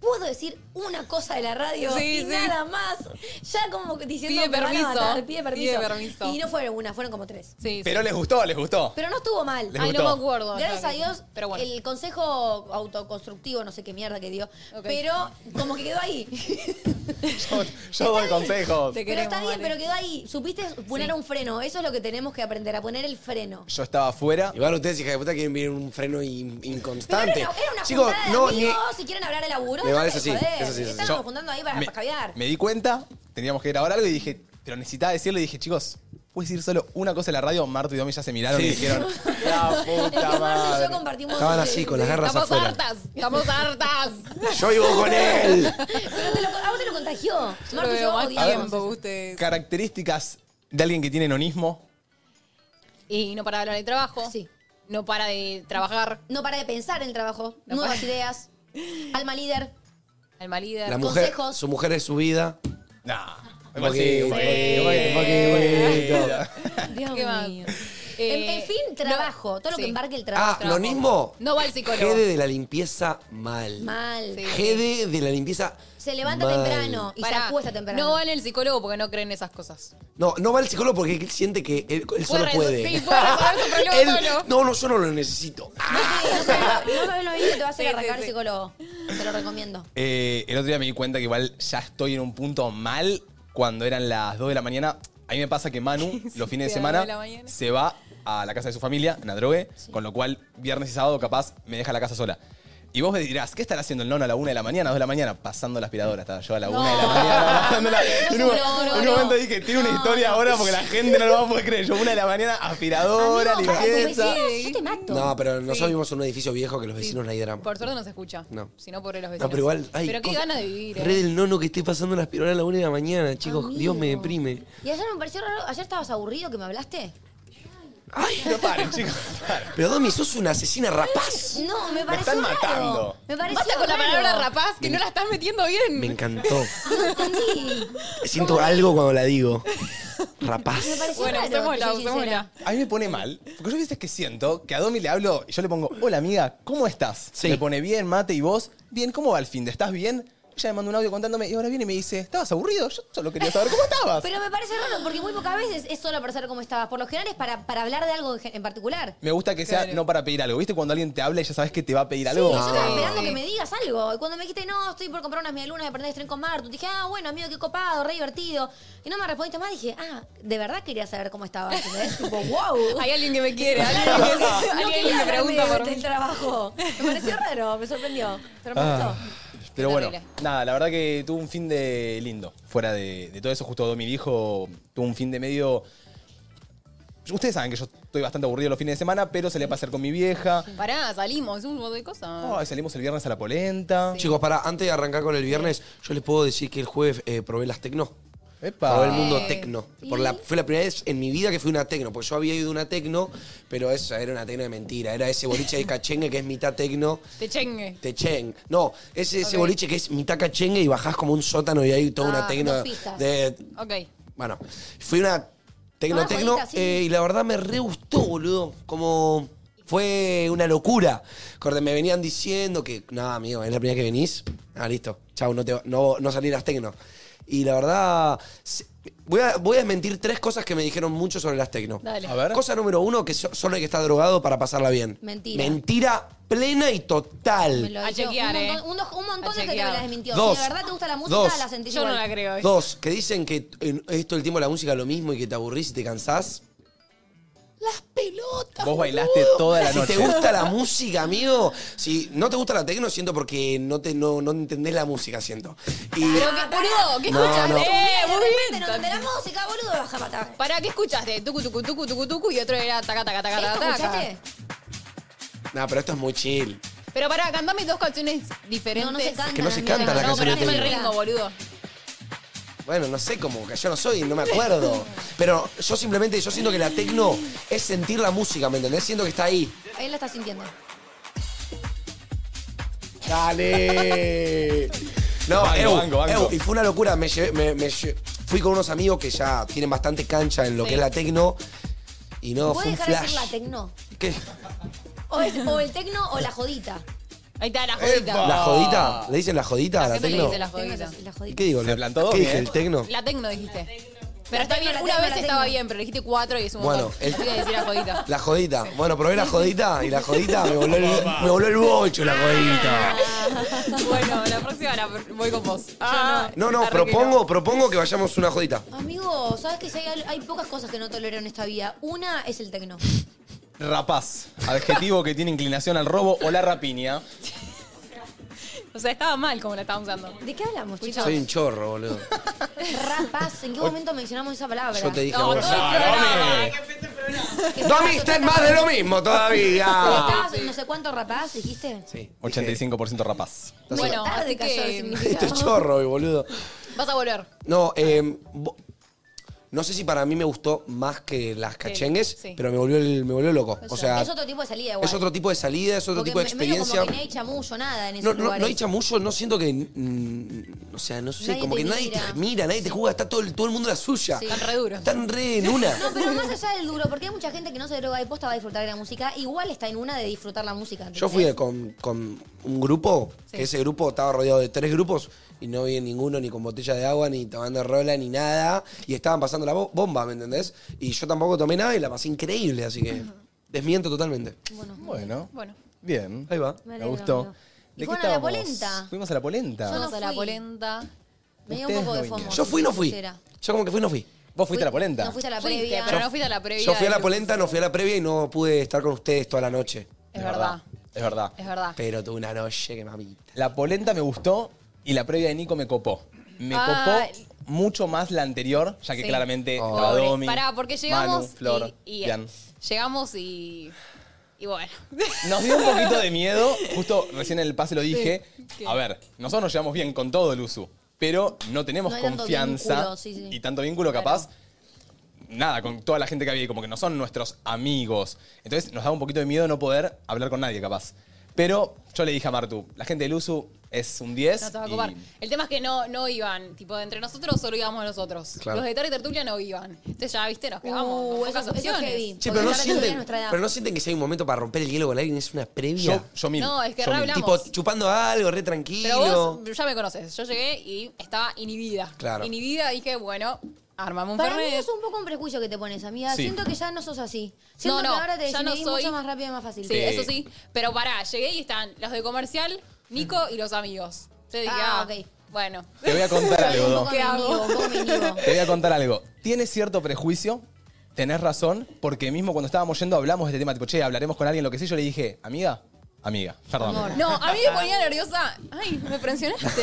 S5: ¿Puedo decir una cosa de la radio
S4: Sí,
S5: y
S4: sí.
S5: nada más? Ya como que diciendo...
S4: Pide
S5: "Me van a
S4: permiso,
S5: matar", Pide permiso.
S4: pide permiso.
S5: Y no fueron una, fueron como tres.
S4: Sí,
S6: Pero les gustó, les gustó.
S5: Pero no estuvo mal.
S6: Les
S4: Ay,
S6: gustó.
S4: no me acuerdo.
S5: Gracias
S4: Ya,
S5: a Dios,
S4: Pero bueno.
S5: el consejo autoconstructivo, no sé qué mierda que dio,
S4: Ok.
S5: pero como que ququedó ahí.
S6: Yo, yo doy consejos.
S4: Te
S5: pero está
S4: queremos,
S5: bien,
S4: Ale.
S5: pero quedó ahí. Supiste poner un freno, eso es lo que tenemos que aprender, a poner el freno.
S6: Yo estaba afuera.
S3: Igual ustedes, hija de puta, quieren vivir un freno in-
S5: Pero
S3: inconstante.
S5: Era una, era una
S3: Chicos,
S5: juntada de
S3: no, ni-
S5: amigos, si quieren hablar de laburo,
S3: Me vale,
S5: déjate
S3: eso sí,
S5: de joder.
S3: eso sí, eso sí.
S5: Estamos
S6: Yo-
S5: juntando ahí para,
S6: me,
S5: para caviar.
S6: me di cuenta, teníamos que grabar algo y dije, pero necesitaba decirlo y dije, chicos, ¿puedes decir solo una cosa en la radio? Marto y Domi ya se miraron y
S3: Sí.
S6: dijeron, la
S5: Es que
S6: puta
S5: Martu y yo
S6: madre.
S5: compartimos...
S3: Estaban así, con las garras
S4: Estamos
S3: afuera.
S4: hartas, estamos hartas.
S3: Yo vivo con él.
S5: Pero te lo, a vos te lo contagió.
S4: Yo lo
S5: Martu y
S4: veo
S5: yo
S4: más
S5: odiamos
S4: tiempo que
S5: eso.
S4: ustedes.
S6: Características de alguien que tiene nonismo.
S4: Y no para de hablar de trabajo.
S5: Sí.
S4: No para de trabajar.
S5: No para de pensar en el trabajo,
S4: No
S5: nuevas
S4: para-
S5: ideas, alma líder.
S4: Alma líder.
S3: La mujer,
S5: consejos.
S3: su mujer es su vida.
S6: Nah. me
S3: Ok,
S6: parece-
S3: ok,
S6: ok, ok, ok.
S5: Dios
S4: ¿Qué más?
S5: mío.
S4: Eh,
S5: en, en fin, trabajo, todo lo que
S4: sí.
S5: embarque el
S3: Ah,
S5: trabajo.
S3: lo mismo.
S4: No va al psicólogo.
S3: Gede de la limpieza mal.
S5: Mal.
S4: Sí.
S3: Gede de la limpieza.
S5: Se levanta
S3: mal.
S5: temprano y se
S4: Pará,
S5: acuesta temprano.
S4: No van al psicólogo porque no creen esas cosas.
S3: No, no va al psicólogo porque él siente que él, él solo
S4: resol-
S3: puede.
S4: sí, puede resolver su problema
S3: Él-
S4: solo.
S3: No, no, yo no lo necesito. Ah,
S5: Sí, o sea, no sabes lo bien que te va a hacer
S4: Sí, sí,
S5: arrancar
S4: sí.
S5: el psicólogo. Te lo recomiendo.
S6: Eh, el otro día me di cuenta que igual ya estoy en un punto mal cuando eran las 2 de la mañana. A mí me pasa que Manu, los fines de
S4: a las dos
S6: semana,
S4: de la mañana.
S6: se va a la casa de su familia, en Adrogué, con lo cual viernes y sábado capaz me deja la casa sola. Y vos me dirás, ¿qué estará haciendo el nono a la 1 de la mañana, 2 de la mañana? Pasando la aspiradora, estaba yo a la 1 de la mañana pasándola. En un,
S5: No, no,
S6: en un
S5: no.
S6: momento dije, tiene una historia ahora porque la gente no lo va a poder creer. Yo 1 de la mañana, aspiradora,
S4: Ah,
S5: Amigo, para tus
S6: limpieza.
S5: vecinos, yo te mato.
S3: No, pero nosotros vivimos en un edificio viejo que los
S4: Sí.
S3: vecinos no hay drama.
S4: Por suerte no se escucha.
S3: No.
S4: Si no, por los vecinos.
S3: No, pero igual. Ay,
S4: pero qué
S3: cosa-
S4: ganas de vivir.
S3: Re
S4: eh.
S3: del nono que estoy pasando la aspiradora a la una de la mañana, chicos.
S5: Amigo.
S3: Dios me deprime.
S5: Y ayer me pareció raro, ayer estabas aburrido que me hablaste.
S3: Ay,
S6: No paren, chicos, paren.
S3: pero Domi, sos una asesina rapaz.
S5: No, me pareció
S6: están
S5: raro.
S6: matando.
S5: Me pareció
S4: Basta con la
S5: raro.
S4: palabra rapaz, que no la estás metiendo bien.
S3: Me encantó.
S5: No entendí.
S3: Siento algo cuando la digo. Rapaz.
S5: Me pareció
S4: Bueno,
S5: raro. te
S4: usémosla,
S5: soy sincera.
S4: usémosla.
S6: A mí me pone mal, porque yo a veces que siento que a Domi le hablo y yo le pongo, hola amiga, ¿cómo estás?
S3: Sí.
S6: Me pone bien, mate y vos, bien, ¿cómo va el fin de? ¿Estás bien? Ella me manda un audio contándome y ahora viene y me dice, ¿estabas aburrido? Yo solo quería saber cómo estabas.
S5: Pero me parece raro porque muy pocas veces es solo para saber cómo estabas. Por lo general es para, para hablar de algo en gen- en particular.
S6: me gusta que sea
S4: Claro.
S6: no para pedir algo. ¿Viste cuando alguien te habla y ya sabes que te va a pedir
S5: Sí,
S6: algo?
S5: yo
S4: Ah,
S5: estaba
S3: No.
S5: esperando
S4: Sí.
S5: que me digas algo. Y cuando me dijiste, no, estoy por comprar unas medialunas de aprender tren con Martu, dije, ah, bueno, amigo, qué copado, re divertido. Y no me respondiste más, dije, ah, de verdad quería saber cómo estabas. ¿entendés? tipo, wow.
S4: Hay alguien que me quiere, hay
S5: Claro,
S4: alguien que,
S5: no
S4: hay alguien que
S5: quería
S4: me pregunta
S5: hablarme
S4: por
S5: del
S4: mí.
S5: trabajo. Me pareció raro, me sorprendió. Pero me
S6: Ah,
S5: gustó.
S6: pero bueno,
S4: terrible.
S6: nada, la verdad que tuvo un fin de lindo. Fuera de, de todo eso, justo Domi dijo, tuvo un fin de medio Ustedes saben que yo estoy bastante aburrido los fines de semana, pero salí a pasar con mi vieja.
S4: Pará, salimos, un montón de cosas.
S6: Ay, salimos el viernes a la polenta.
S3: Chicos, para, antes de arrancar con el viernes, yo les puedo decir que el jueves eh, probé las tecno.
S6: Epa.
S3: Probé el mundo tecno. Por la, fue la primera vez en mi vida que fui a una tecno, porque yo había ido a una tecno, pero eso era una tecno de mentira. Era ese boliche de cachengue que es mitad tecno,
S4: Te chengue.
S3: techeng. No, es ese boliche que es mitad cachengue y bajás como un sótano y hay toda una
S5: Ah,
S3: tecno
S5: dos pistas.
S3: de
S4: Ok.
S3: Bueno, fui una tecno
S5: Ah,
S3: tecno
S5: Juanita, sí.
S3: eh, y la verdad me re gustó, boludo. Como fue una locura. Corte, me venían diciendo que, no, amigo, es la primera que venís. Ah, listo. Chau, no, te, no, no salí las tecno. Y la verdad, se- voy a, voy a desmentir tres cosas que me dijeron mucho sobre las tecno.
S4: Dale.
S6: A ver.
S3: Cosa número uno, que so- solo hay que estar drogado para pasarla bien.
S5: Mentira.
S3: Mentira plena y total.
S5: Me lo
S4: A
S5: desmintió.
S4: chequear,
S5: un
S4: eh.
S5: montón, un, do- un montón
S4: A
S5: de gente que
S4: chequear.
S5: me la desmintió.
S3: Dos.
S5: Si de verdad te gusta la música,
S3: Dos.
S5: la sentís
S4: Yo no
S5: igual.
S4: la creo. esa.
S3: Dos, que dicen que en es todo el tiempo la música lo mismo y que te aburrís y te cansás. Las pelotas.
S6: Vos bailaste toda la
S3: Si
S6: noche.
S3: te gusta la música, amigo, si no te gusta la tecno, siento porque no, te, no, no entendés la música, siento. Y
S4: Pero que, boludo, ¿qué
S3: No,
S4: escuchas?
S3: no.
S4: Eh,
S5: De
S4: muy
S5: repente
S4: bien.
S5: no entendés la música, boludo, baja patada.
S4: Pará, ¿qué escuchaste? Tucu, tucu, tucu, tucu, tucu, y otro era taca, taca, taca,
S5: ¿Esto
S4: taca, taca.
S5: escuchaste?
S3: No, pero esto es muy chill.
S4: Pero pará, cantame dos canciones diferentes.
S5: No, no se canta.
S3: que no se canta la
S4: No,
S3: canción
S4: pero
S3: de
S4: haceme el
S3: Taylor.
S4: ritmo, boludo.
S3: Bueno, no sé cómo, que yo no soy, no me acuerdo. Pero yo simplemente, yo siento que la tecno es sentir la música, ¿me entendés? Siento que está ahí.
S5: Él la está sintiendo.
S3: Dale. No,
S6: Banco,
S3: eu,
S6: banco, banco.
S3: eu, y fue una locura. Me llevé- me- me lle- fui con unos amigos que ya tienen bastante cancha en lo
S4: Sí.
S3: que es la tecno. Y no, fue
S5: ¿Puedes
S3: un
S5: dejar de decir
S3: flash.
S5: la tecno?
S3: ¿Qué?
S5: O, es- o el tecno o la jodita.
S4: Ahí está, la jodita.
S3: ¿La jodita? ¿Le dicen la jodita a la
S4: gente le
S3: tecno?
S4: dice la
S5: Tecno es
S4: jodita.
S5: así, La
S3: ¿Y
S5: jodita.
S3: qué digo?
S6: Se plantó dos,
S3: ¿Qué dije?
S6: bien.
S3: ¿El tecno?
S4: La tecno dijiste. Pero
S5: La
S4: está
S5: tecno,
S4: bien,
S5: la
S4: una
S5: tecno,
S4: vez
S5: la
S4: estaba
S5: tecno.
S4: bien, pero dijiste cuatro y es un
S3: Bueno,
S4: montón.
S3: el-
S4: Así que decir la jodita.
S3: La jodita. Bueno, probé la jodita y la jodita me voló el, me voló el bocho la jodita.
S4: bueno, la próxima la voy con vos.
S3: Ah. No, no, propongo, propongo que vayamos una jodita.
S5: Amigo, ¿sabes que si hay, al- hay pocas cosas que no tolero en esta vida? Una es el tecno.
S6: Rapaz, adjetivo que tiene inclinación al robo o la rapiña.
S4: O sea, estaba mal como la estaba usando.
S5: ¿De qué hablamos, chicos?
S3: Soy un chorro, boludo.
S5: Rapaz, ¿en qué momento mencionamos esa palabra?
S3: Yo te dije a
S4: No,
S3: vos.
S4: todo el programa.
S5: Que
S3: Domi,
S5: estaba
S3: está en más de lo mismo todavía.
S5: Estabas en no sé cuánto rapaz, dijiste.
S3: Sí.
S6: 85% rapaz.
S4: Bueno,
S5: Tarde
S4: así
S5: cayó el
S4: que
S5: significado.
S3: Esto es Este chorro hoy, boludo.
S4: vas a volver.
S3: No, eh, bo- no sé si para mí me gustó más que las cachengues,
S4: sí.
S3: pero me volvió, el- me volvió loco. O sea,
S5: es otro tipo de salida igual.
S3: es otro tipo de salida, es otro
S5: Porque
S3: tipo de
S5: me- medio
S3: experiencia.
S5: Como que no hay chamullo, nada en esos
S3: No, no,
S5: lugares.
S3: no hay chamullo, no siento que. mm, o sea, no sé,
S5: Nadie
S3: como
S5: te
S3: que nadie te
S5: mira.
S3: mira, nadie te juega, está todo el, todo el mundo en la suya.
S5: Sí.
S4: Tan re duro.
S3: Están re en una.
S5: No, pero más allá del duro, porque hay mucha gente que no se droga de posta va a disfrutar de la música, igual está en una de disfrutar la música.
S3: Yo
S5: ¿entendés?
S3: fui con, con un grupo, que ese grupo estaba rodeado de tres grupos y no vi ninguno ni con botella de agua, ni tomando rola, ni nada. Y estaban pasando la bo- bomba, ¿me entendés? Y yo tampoco tomé nada y la pasé increíble, así que desmiento totalmente.
S6: Bueno,
S4: Bueno.
S6: bien.
S3: Ahí va.
S5: Me
S6: Me
S5: alegro,
S6: gustó.
S5: amigo. ¿Y fueron a la polenta?
S6: Fuimos a la polenta.
S5: Yo no
S4: Vamos a la
S5: fui.
S4: polenta.
S5: Me dio un
S6: Ustedes
S5: poco de
S6: no
S5: fomo.
S6: vinieron.
S3: Yo fui no fui.
S5: sincera.
S3: Yo como que fui no fui.
S6: ¿Vos fuiste a la polenta?
S5: No fuiste a la
S4: Fuiste,
S5: previa.
S4: pero no fuiste a la previa.
S3: Yo fui a la
S4: del grupo.
S3: polenta, no fui a la previa y no pude estar con ustedes toda la noche.
S4: Es verdad.
S6: Es verdad.
S4: Es verdad.
S3: Pero tuve una noche que mamita.
S6: La polenta me gustó y la previa de Nico me copó. Me
S4: Ah.
S6: copó mucho más la anterior, ya que
S4: Sí.
S6: claramente
S3: Oh.
S6: estaba
S4: Pobre.
S6: Domi,
S4: Pará, porque
S6: Manu,
S4: llegamos
S6: Flor,
S4: y, y-
S6: Bian.
S4: llegamos y y bueno.
S6: Nos dio un poquito de miedo, justo recién en el pase lo dije.
S4: ¿Qué?
S6: A ver, nosotros nos llevamos bien con todo el uso, pero no tenemos
S5: No hay tanto
S6: confianza
S5: vínculo, sí, sí.
S6: y tanto vínculo capaz. Nada, con toda la gente que había ahí, como que no son nuestros amigos. Entonces nos daba un poquito de miedo no poder hablar con nadie capaz. Pero yo le dije a Martu, la gente del USU es un 10.
S4: No se va a
S6: y-
S4: copar. El tema es que no, no iban, tipo, entre nosotros solo íbamos nosotros.
S3: Claro.
S4: Los de Tarde Tertulia no iban. Entonces ya, viste, nos quedamos.
S5: Uh,
S4: con pocas
S5: eso- eso es
S4: opciones.
S5: heavy.
S3: Che,
S5: Porque
S3: pero no,
S5: ahora tendría
S3: sienten,
S5: nuestra edad.
S3: pero no sienten que si hay un momento para romper el hielo con alguien, es una previa.
S6: Yo, yo mil,
S4: No, es que
S6: yo
S4: re
S6: mil.
S4: hablamos.
S3: tipo, chupando algo, re tranquilo.
S4: Pero vos ya me conoces. Yo llegué y estaba inhibida.
S3: Claro.
S4: Inhibida, dije, bueno, armame un
S5: Para mí
S4: fernet.
S5: es un poco un prejuicio que te pones, amiga.
S6: Sí.
S5: Siento que ya no sos así. Siento
S4: No, no,
S5: que ahora te
S4: ya no
S5: decidís
S4: soy-
S5: mucho más rápido y más fácil.
S4: Sí, eso sí. Pero pará, llegué y están los de comercial, Nico y los amigos. Te dije,
S5: Ah,
S4: ah,
S5: ok.
S4: bueno.
S6: Te voy a contar algo,
S5: Un
S6: Do.
S5: poco
S4: ¿Qué
S5: me
S4: hago?
S5: inhibo, un poco me inhibo.
S6: Te voy a contar algo. Tienes cierto prejuicio, tenés razón, porque mismo cuando estábamos yendo hablamos de este tema, tipo, che, hablaremos con alguien, lo que sé, yo le dije, amiga, Amiga, perdón.
S4: No, a mí me ponía nerviosa. Ay, me presionaste.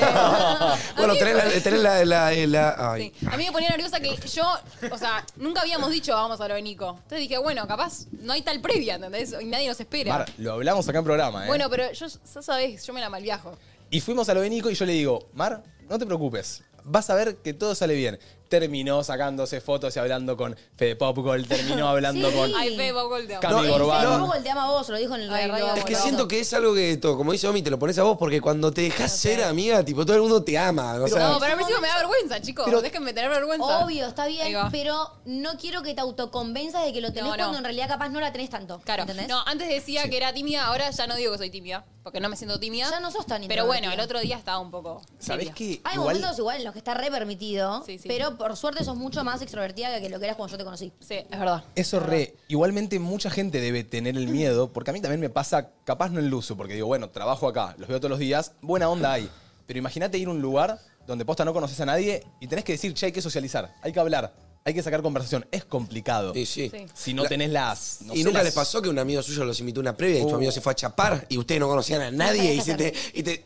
S3: bueno, tenés la... Tenés la, la- la- ay.
S4: A mí me ponía nerviosa que yo, o sea, nunca habíamos dicho vamos a lo de Nico. Entonces dije, bueno, capaz no hay tal previa, ¿entendés? Y nadie nos espera.
S6: Mar, lo hablamos acá en programa, ¿eh?
S4: Bueno, pero yo, ya sabés, yo me la malviajo.
S6: Y fuimos a lo de Nico y yo le digo, Mar, no te preocupes. Vas a ver que todo sale bien. Terminó sacándose fotos y hablando con Fede Popgol, terminó hablando
S5: Sí.
S6: con...
S4: Ay, Febo, golda.
S6: Cami
S3: No, y
S6: Gorbán.
S5: No, Google te ama a vos, lo dijo en la
S4: Ay,
S5: radio.
S4: no,
S3: Es que
S4: no.
S3: siento que es algo que, todo, como dice Omi, te lo pones a vos porque cuando te dejas ser amiga, tipo, todo el mundo te ama. O sea,
S4: No, pero al principio me da vergüenza, chicos. Déjenme tener vergüenza.
S5: Obvio, está
S4: Ahí
S5: bien,
S4: va.
S5: pero no quiero que te autoconvenzas de que lo tenés
S4: No, no.
S5: cuando en realidad capaz no la tenés tanto.
S4: Claro.
S5: ¿Entendés?
S4: No, antes decía que era tímida, ahora ya no digo que soy tímida, porque no me siento tímida.
S5: Ya no sos tan
S4: Pero bueno,
S5: introvertida.
S4: el otro día estaba un poco.
S6: ¿Sabés
S4: tibia.
S6: qué?
S5: Hay
S6: Igual-
S5: momentos igual en los que está re permitido,
S4: Sí, sí.
S5: pero por suerte sos mucho más extrovertida que lo que eras cuando yo te conocí.
S4: Sí, es verdad.
S6: Eso re. Igualmente mucha gente debe tener el miedo, porque a mí también me pasa, capaz no en Luzu, porque digo, bueno, trabajo acá, los veo todos los días, buena onda hay. Pero imagínate ir a un lugar donde posta no conoces a nadie y tenés que decir, che, hay que socializar, hay que hablar, hay que sacar conversación. Es complicado.
S3: sí, sí.
S4: Sí.
S6: Si no tenés las... no
S3: y
S6: sé,
S3: nunca
S6: las-
S3: les pasó que un amigo suyo los invitó a una previa y tu
S6: Oh.
S3: amigo se fue a chapar y ustedes no conocían a nadie y, se te, y te,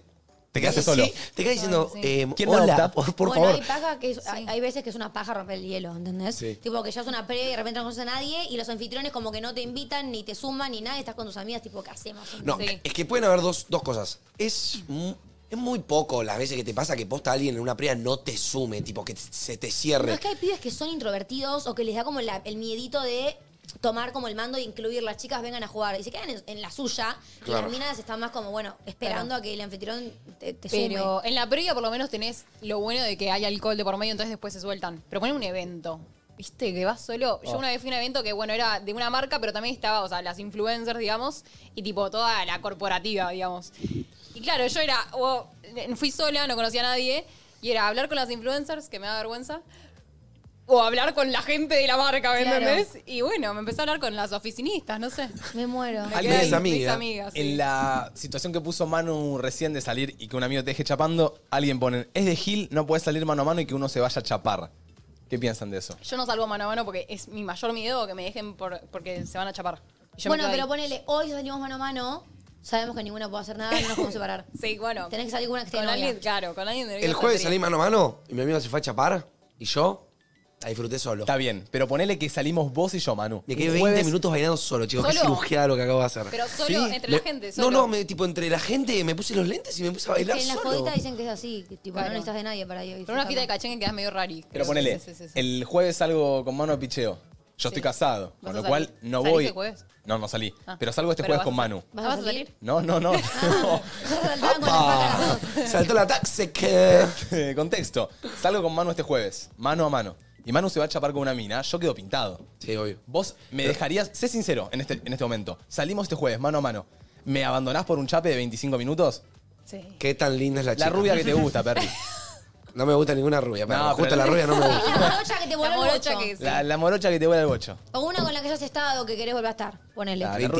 S3: te quedaste
S6: Sí, solo.
S3: Sí, te quedas diciendo,
S4: sí.
S3: eh,
S6: ¿Quién me
S3: hola,
S6: adopta?
S3: por, por
S5: bueno,
S3: favor.
S5: hay paja que es- hay, hay veces que es una paja romper el hielo, ¿entendés?
S3: Sí.
S5: Tipo que ya es una previa y de repente no conoces a nadie y los anfitriones como que no te invitan, ni te suman, ni nada, y estás con tus amigas, tipo, ¿qué hacemos?
S3: No,
S4: Sí.
S3: es que pueden haber dos, dos cosas. Es, mu- es muy poco las veces que te pasa que posta alguien en una previa no te sume, tipo que se te cierre.
S5: No es que hay pibes que son introvertidos o que les da como la- el miedito de tomar como el mando e incluir las chicas vengan a jugar y se quedan en, en la suya y
S3: Claro.
S5: las minas están más como bueno esperando a que el anfitrión te, te sume
S4: Pero en la previa por lo menos tenés lo bueno de que hay alcohol de por medio, entonces después se sueltan. Pero ponen un evento. ¿Viste? Que vas solo.
S5: Oh.
S4: Yo una vez fui a un evento que, bueno, era de una marca, pero también estaba, o sea, las influencers, digamos, y tipo toda la corporativa, digamos. Y claro, yo era, o, fui sola, no conocía a nadie, y era hablar con las influencers, que me da vergüenza, o hablar con la gente de la marca, ¿me
S5: Claro.
S4: entendés? Y bueno, me empecé a hablar con las oficinistas, no sé.
S5: me muero
S4: Me
S3: Al
S4: quedé
S3: menos
S4: ahí,
S3: amiga.
S4: mis amigas, sí.
S6: En la situación que puso Manu recién de salir y que un amigo te deje chapando, alguien pone, es de Gil, no puedes salir mano a mano y que uno se vaya a chapar. ¿Qué piensan de eso?
S4: Yo no salgo mano a mano porque es mi mayor miedo que me dejen por- porque se van a chapar. Y yo me
S5: bueno
S4: quedo
S5: pero
S4: ahí.
S5: ponele hoy salimos mano a mano sabemos que ninguno puede hacer nada no nos podemos separar
S4: Sí, bueno.
S5: tenés que salir con una que esté
S4: con
S5: novia.
S4: alguien, claro, con alguien de
S3: El jueves salí mano a mano y mi amigo se fue a chapar y yo la disfruté solo.
S6: Está bien, pero ponele que salimos vos y yo, Manu.
S3: Me quedé
S6: Un
S3: 20
S6: jueves-
S3: minutos bailando solo, chicos. Qué
S4: ¿Solo?
S3: cirugía lo que acabo de hacer.
S4: Pero solo entre la
S3: Me-
S4: gente, solo.
S3: No, no, me, tipo entre la gente me puse los lentes y me puse a
S5: Que
S3: bailar
S5: en la
S3: solo.
S5: jodita dicen que es así que tipo
S4: Claro.
S5: no necesitas de nadie para ir
S4: Pero una fiesta de cachengue quedas medio rari.
S6: Pero ponele,
S4: Sí, sí, sí, sí.
S6: el jueves salgo con Manu a picheo. Yo estoy casado,
S4: ¿Vas
S6: con
S4: a
S6: lo
S4: salir?
S6: cual no
S4: ¿Salís
S6: voy.
S4: el jueves?
S6: No, no salí.
S4: Ah.
S6: Pero salgo este
S4: Pero
S6: jueves
S4: vas
S6: con
S4: a- Ah.
S6: Manu.
S5: ¿Vas a salir?
S6: No, no, no.
S5: saltaban con la faca las dos.
S3: Saltó la taxi que...
S6: Eh, Contexto. Salgo con Manu este jueves, mano a mano. Y Manu se va a chapar con una mina, yo quedo pintado.
S3: Sí, obvio.
S6: Vos me dejarías, sé sincero en este, en este momento. Salimos este jueves, mano a mano. ¿Me abandonás por un chape de 25 minutos?
S4: Sí.
S3: Qué tan linda es la chica.
S6: La rubia que te gusta, Perry.
S3: No me gusta ninguna rubia, pero
S6: No,
S3: justo
S6: pero-
S3: la rubia no me gusta.
S5: la morocha que te
S4: La
S5: voló el
S4: morocha
S5: bocho.
S4: que-
S6: La, la morocha que te vuela el bocho.
S5: O una con la que hayas estado que querés volver a estar. Ponele.
S6: La, la ru-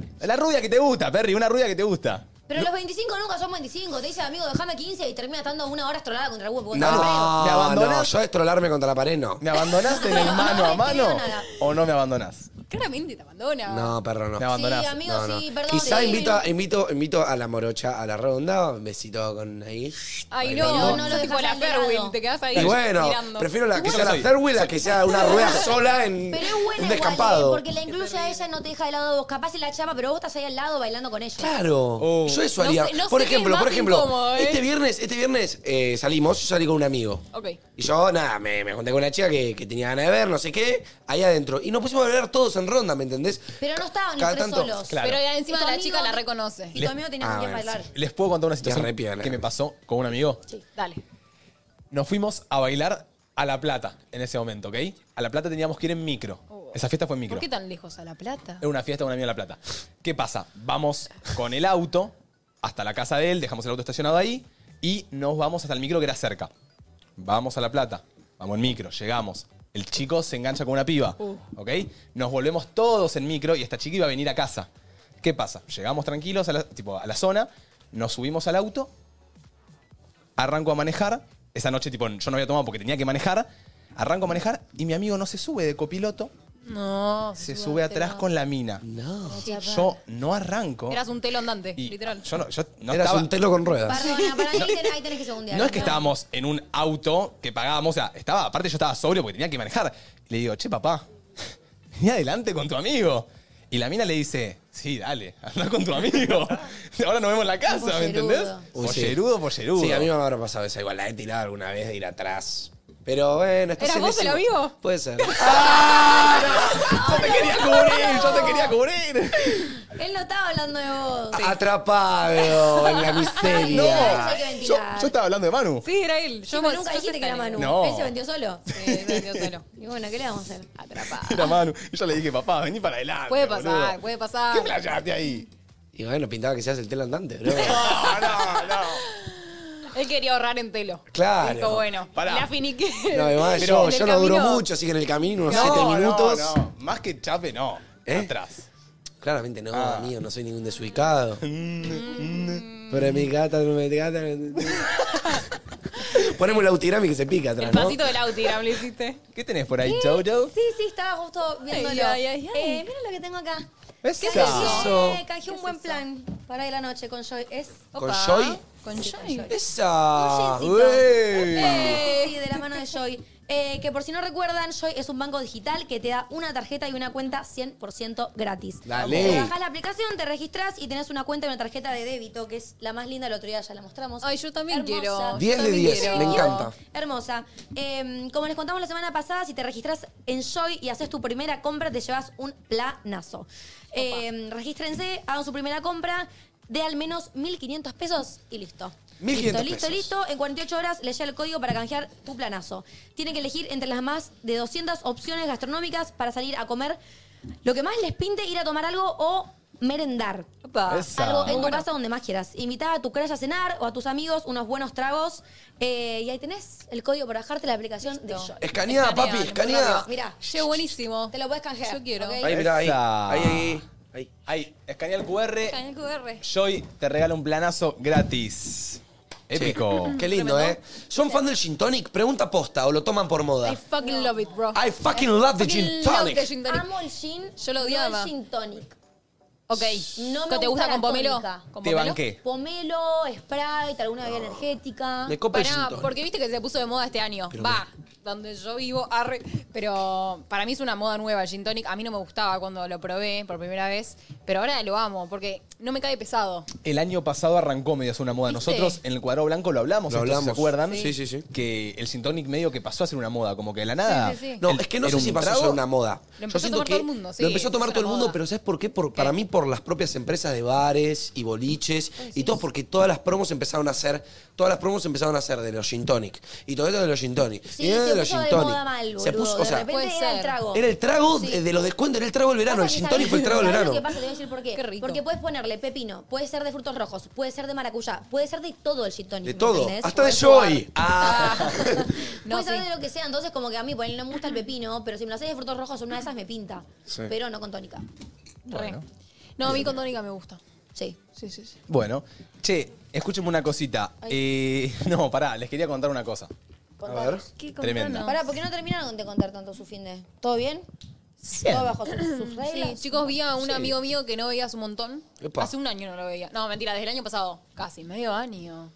S3: 20.
S6: la rubia que te gusta, Perry, una rubia que te gusta.
S5: Pero los 25 nunca son 25. Te dice, amigo, dejame 15 y termina estando una hora estrolada contra el huevo. porque
S3: No,
S5: te
S6: ¿Me
S3: no,
S6: abandonás?
S3: no, yo destrolarme contra la pared no.
S6: ¿Me abandonás en el
S5: No,
S6: mano
S5: no
S6: a
S5: te
S6: mano
S5: creo nada.
S6: o no me abandonás?
S4: Claramente te abandona.
S3: No, perro, no.
S6: Me
S5: creo.
S6: abandonás.
S5: Sí, amigo,
S3: No, no.
S5: sí, perdón. eh,
S3: Quizá
S5: sí.
S3: invito, a, invito, invito a la morocha, a la redonda, un besito con ahí.
S4: Ay,
S3: bailando.
S4: no,
S5: No,
S4: no,
S5: no lo
S4: sos tipo
S5: dejás
S4: la
S5: al lado.
S4: Fairwill, te quedas ahí
S3: Y bueno,
S4: mirando.
S3: prefiero la, que
S6: Igual
S3: sea la
S6: soy-
S3: Fairwheel a que sea una rueda sola en
S5: Pero es buena
S3: un
S5: igual,
S3: descampado.
S5: eh, porque la incluye a ella, no te deja de lado de vos. Capaz se la chapa, pero vos estás ahí al lado bailando con ella.
S3: Claro.
S6: Oh.
S3: Yo eso
S4: No
S3: haría.
S4: sé- no
S3: por
S4: sé qué
S3: ejemplo,
S4: es
S3: por
S4: más
S3: ejemplo,
S4: incómodo, ¿eh?
S3: este viernes, este viernes eh, salimos, yo salí con un amigo.
S4: Ok.
S3: Y yo, nada, me, me junté con una chica que, que tenía ganas de ver, no sé qué, ahí adentro. Y nos pusimos a hablar todos en ronda, ¿me entendés?
S5: Pero no estaban los
S3: Cada
S5: tres
S3: tanto-
S5: solos.
S6: Claro.
S4: Pero encima
S5: Y tu
S4: la
S5: amigo
S4: chica la
S5: te-
S4: reconoce.
S5: Y tu amigo tenía
S3: Ah,
S5: con quién
S3: bueno,
S5: bailar.
S6: Les puedo contar una situación
S3: re piola.
S6: que me pasó con un amigo.
S4: Dale.
S6: Nos fuimos a bailar a La Plata en ese momento, ¿ok? A La Plata teníamos que ir en micro. Esa fiesta fue en micro.
S4: ¿Por qué tan lejos a La Plata?
S6: Era una fiesta con un amigo de La Plata. ¿Qué pasa? Vamos con el auto hasta la casa de él, dejamos el auto estacionado ahí y nos vamos hasta el micro que era cerca. Vamos a La Plata, vamos en micro, llegamos. El chico se engancha con una piba, ¿ok? Nos volvemos todos en micro y esta chica iba a venir a casa. ¿Qué pasa? Llegamos tranquilos a la, tipo, a la zona, nos subimos al auto, arranco a manejar. Esa noche, tipo, yo no había tomado porque tenía que manejar. Arranco a manejar y mi amigo no se sube de copiloto
S4: No.
S6: se sube atrás con la mina.
S3: No.
S6: Yo no arranco.
S4: Eras un telo andante,
S6: Y
S4: literal.
S6: Yo no, yo no
S3: Eras
S6: estaba-
S3: un telo con ruedas.
S5: Perdona, para mí ahí tenés- ahí tenés que segundear.
S6: No es que estábamos en un auto que pagábamos, o sea, estaba, aparte yo estaba sobrio porque tenía que manejar. Y le digo, che, papá, vení adelante con tu amigo. Y la mina le dice, sí, dale, anda con tu amigo. Ahora nos vemos en la casa, ¿me
S5: Pollerudo.
S6: entendés?
S3: Uy, sí.
S6: Pollerudo, pollerudo.
S3: Sí, a mí me habrá pasado esa. Igual la he tirado alguna vez de ir atrás. Pero bueno, estás
S4: ¿Eras
S3: en
S4: vos
S3: ese
S4: el
S3: mo-
S4: amigo?
S3: Puede ser. Ah,
S6: Yo te quería cubrir, yo te quería cubrir.
S5: Él no estaba hablando de
S3: Ah,
S5: vos.
S3: Atrapado en la
S5: No,
S3: miseria.
S5: eso hay que
S6: Yo,
S5: ventilar.
S6: yo estaba hablando de Manu.
S4: Sí, era él.
S5: Sí, pero nunca dijiste que era Manu.
S6: No.
S5: Él se vendió solo.
S4: Sí, vendió solo.
S5: Y bueno, ¿qué le vamos a hacer? Atrapado.
S6: Era Manu. Y yo le dije, papá, vení para adelante.
S4: Puede pasar,
S6: Ah, boludo.
S4: puede pasar.
S6: ¿Qué playaste ahí?
S3: Y bueno, pintaba que seas el telo andante, bro.
S6: No, no, no.
S4: Él quería ahorrar en telo.
S3: Claro.
S4: Dijo, bueno,
S6: Pará.
S4: la finiqué.
S3: No, además, yo,
S6: Pero-
S4: En el
S3: yo no duró
S4: camino-
S3: mucho, así que en el camino, unos
S6: No,
S3: 7
S6: no,
S3: minutos.
S6: no. Más que chape, no.
S3: ¿Eh?
S6: Atrás.
S3: Claramente no, amigo, no soy ningún desubicado. Pero mi gata, mi gata. Ponemos la utirami que se pica atrás,
S4: El
S3: ¿no?
S4: pasito del Autiram le hiciste.
S6: ¿Qué tenés por ahí, Jojo?
S5: Sí, sí, estaba justo viéndolo.
S4: Ay, ay, ay.
S5: Eh, mira lo que tengo acá.
S6: Esa.
S5: ¿Qué es eso? Canjeé un buen plan para ir la noche con Joy. Es
S3: ¿Con Joy?
S4: Oh, Con Joy.
S3: Esa.
S5: Un jeansito. Eh, sí, de la mano de Joy. Eh, que por si no recuerdan, Joy es un banco digital que te da una tarjeta y una cuenta 100% gratis.
S3: Dale.
S5: Te bajás la aplicación, te registras y tenés una cuenta y una tarjeta de débito, que es la más linda, la otro día ya la mostramos.
S4: Ay, yo también
S5: Hermosa.
S3: 10
S4: quiero.
S3: de
S4: Yo también
S3: 10,
S4: quiero.
S3: me encanta.
S5: Hermosa. Eh, como les contamos la semana pasada, si te registras en Joy y haces tu primera compra, te llevas un planazo. Eh, regístrense, hagan su primera compra de al menos 1.500 pesos y listo.
S3: 1.500
S5: listo, listo,
S3: pesos.
S5: listo. En 48 horas les llega el código para canjear tu planazo. Tienen que elegir entre las más de 200 opciones gastronómicas para salir a comer lo que más les pinte, ir a tomar algo o merendar.
S4: Opa.
S6: Esa.
S5: Algo en tu
S4: Bueno.
S5: casa donde más quieras. Invita a tu crush a cenar o a tus amigos unos buenos tragos. Eh, y ahí tenés el código para bajarte la aplicación de Joy.
S3: Escaneada, papi, escaneada.
S5: Mirá,
S4: Che, buenísimo.
S5: te lo puedes canjear.
S4: Yo quiero.
S5: ¿ok?
S3: Ahí, mirá, ahí.
S6: Esa.
S3: Ahí, ahí. ahí.
S6: Ahí, escanea el QR.
S5: Canjear QR.
S6: Joy te regala un planazo gratis. Épico.
S3: Qué lindo, ¿eh? ¿Son fan del gin tonic? Pregunta posta o lo toman por moda.
S4: I fucking love it, bro.
S3: I fucking love the
S4: Fucking
S3: gin
S4: love the
S3: tonic.
S4: gin tonic.
S5: Amo el gin.
S4: Yo lo
S5: no
S4: odiaba.
S5: el gin tonic.
S4: Ok.
S5: No me
S4: ¿Te
S5: gusta
S4: gusta
S5: la
S4: con pomelo?
S5: tónica.
S4: ¿Con
S6: Te
S4: pomelo?
S6: banqué.
S5: Pomelo, Sprite, alguna bebida energética.
S3: Me copa el gin
S4: Pará,
S3: tonic.
S4: porque viste que se puso de moda este año. Va, donde yo vivo, arre. Pero para mí es una moda nueva el gin tonic. A mí no me gustaba cuando lo probé por primera vez. Pero ahora lo amo porque no me cae pesado.
S6: El año pasado arrancó medio hacer una moda.
S4: ¿Viste?
S6: Nosotros en el cuadro blanco lo hablamos,
S3: Lo
S6: esto, si
S3: hablamos.
S6: ¿se acuerdan?
S3: Sí, sí, sí.
S6: Que el Sintonic medio que pasó a ser una moda, como que de la nada.
S4: Sí, sí, sí.
S3: No,
S6: El-
S3: es que no
S6: era
S3: sé
S6: un
S3: si pasó a
S6: trago.
S3: ser una moda.
S4: Lo empezó a tomar todo el mundo, sí,
S3: Lo empezó a tomar
S4: es
S3: todo el
S4: una
S3: mundo,
S4: moda.
S3: pero ¿sabes por qué? Por- para mí, por las propias empresas de bares y boliches y todo, porque todas las promos empezaron a hacer, todas las promos empezaron a hacer de los gin tonic. Y todo esto de los gin tonic.
S5: Sí,
S3: y era
S5: se
S3: de los
S5: puso
S3: gin
S5: de
S3: tonic.
S5: moda mal, boludo.
S3: se puso, o sea,
S5: de repente
S4: Puede
S5: era el
S4: ser.
S5: trago.
S3: era el trago de, de los descuentos, era el trago del verano. El
S5: Pasa que
S3: gin tonic
S5: sabés-
S3: fue el trago del
S5: ¿sabés
S3: verano.
S5: lo que pasa? Te voy a decir por qué.
S4: Qué rico.
S5: Porque puedes ponerle pepino, puede ser de frutos rojos, puede ser de maracuyá, puede ser de todo el gin tonic,
S3: De
S5: ¿me
S3: todo.
S5: entendés?
S3: Hasta de
S5: Podés
S3: Joy. Ah.
S4: No,
S5: puede ser
S4: sí.
S5: de lo que sea, entonces como que a mí por ahí no me gusta el pepino, pero si me lo haces de frutos rojos, una de esas me pinta.
S3: Sí.
S5: Pero no con tónica.
S4: Re. No, a mí con tónica me gusta.
S5: Sí.
S4: Sí, sí, sí.
S6: Bueno, che, escúchenme una cosita. Eh, no, pará, les quería contar una cosa.
S5: Contanos.
S4: ¿Qué
S6: Tremenda.
S5: Pará, ¿por qué no terminaron de contar tanto su fin de? ¿Todo bien? ¿Todo bajo sus, sus
S4: Sí,
S5: reglas?
S4: chicos, vi a un amigo mío que no veía hace un montón.
S3: Epa.
S4: Hace un año no lo veía. No, mentira, desde el año pasado. Casi, medio año.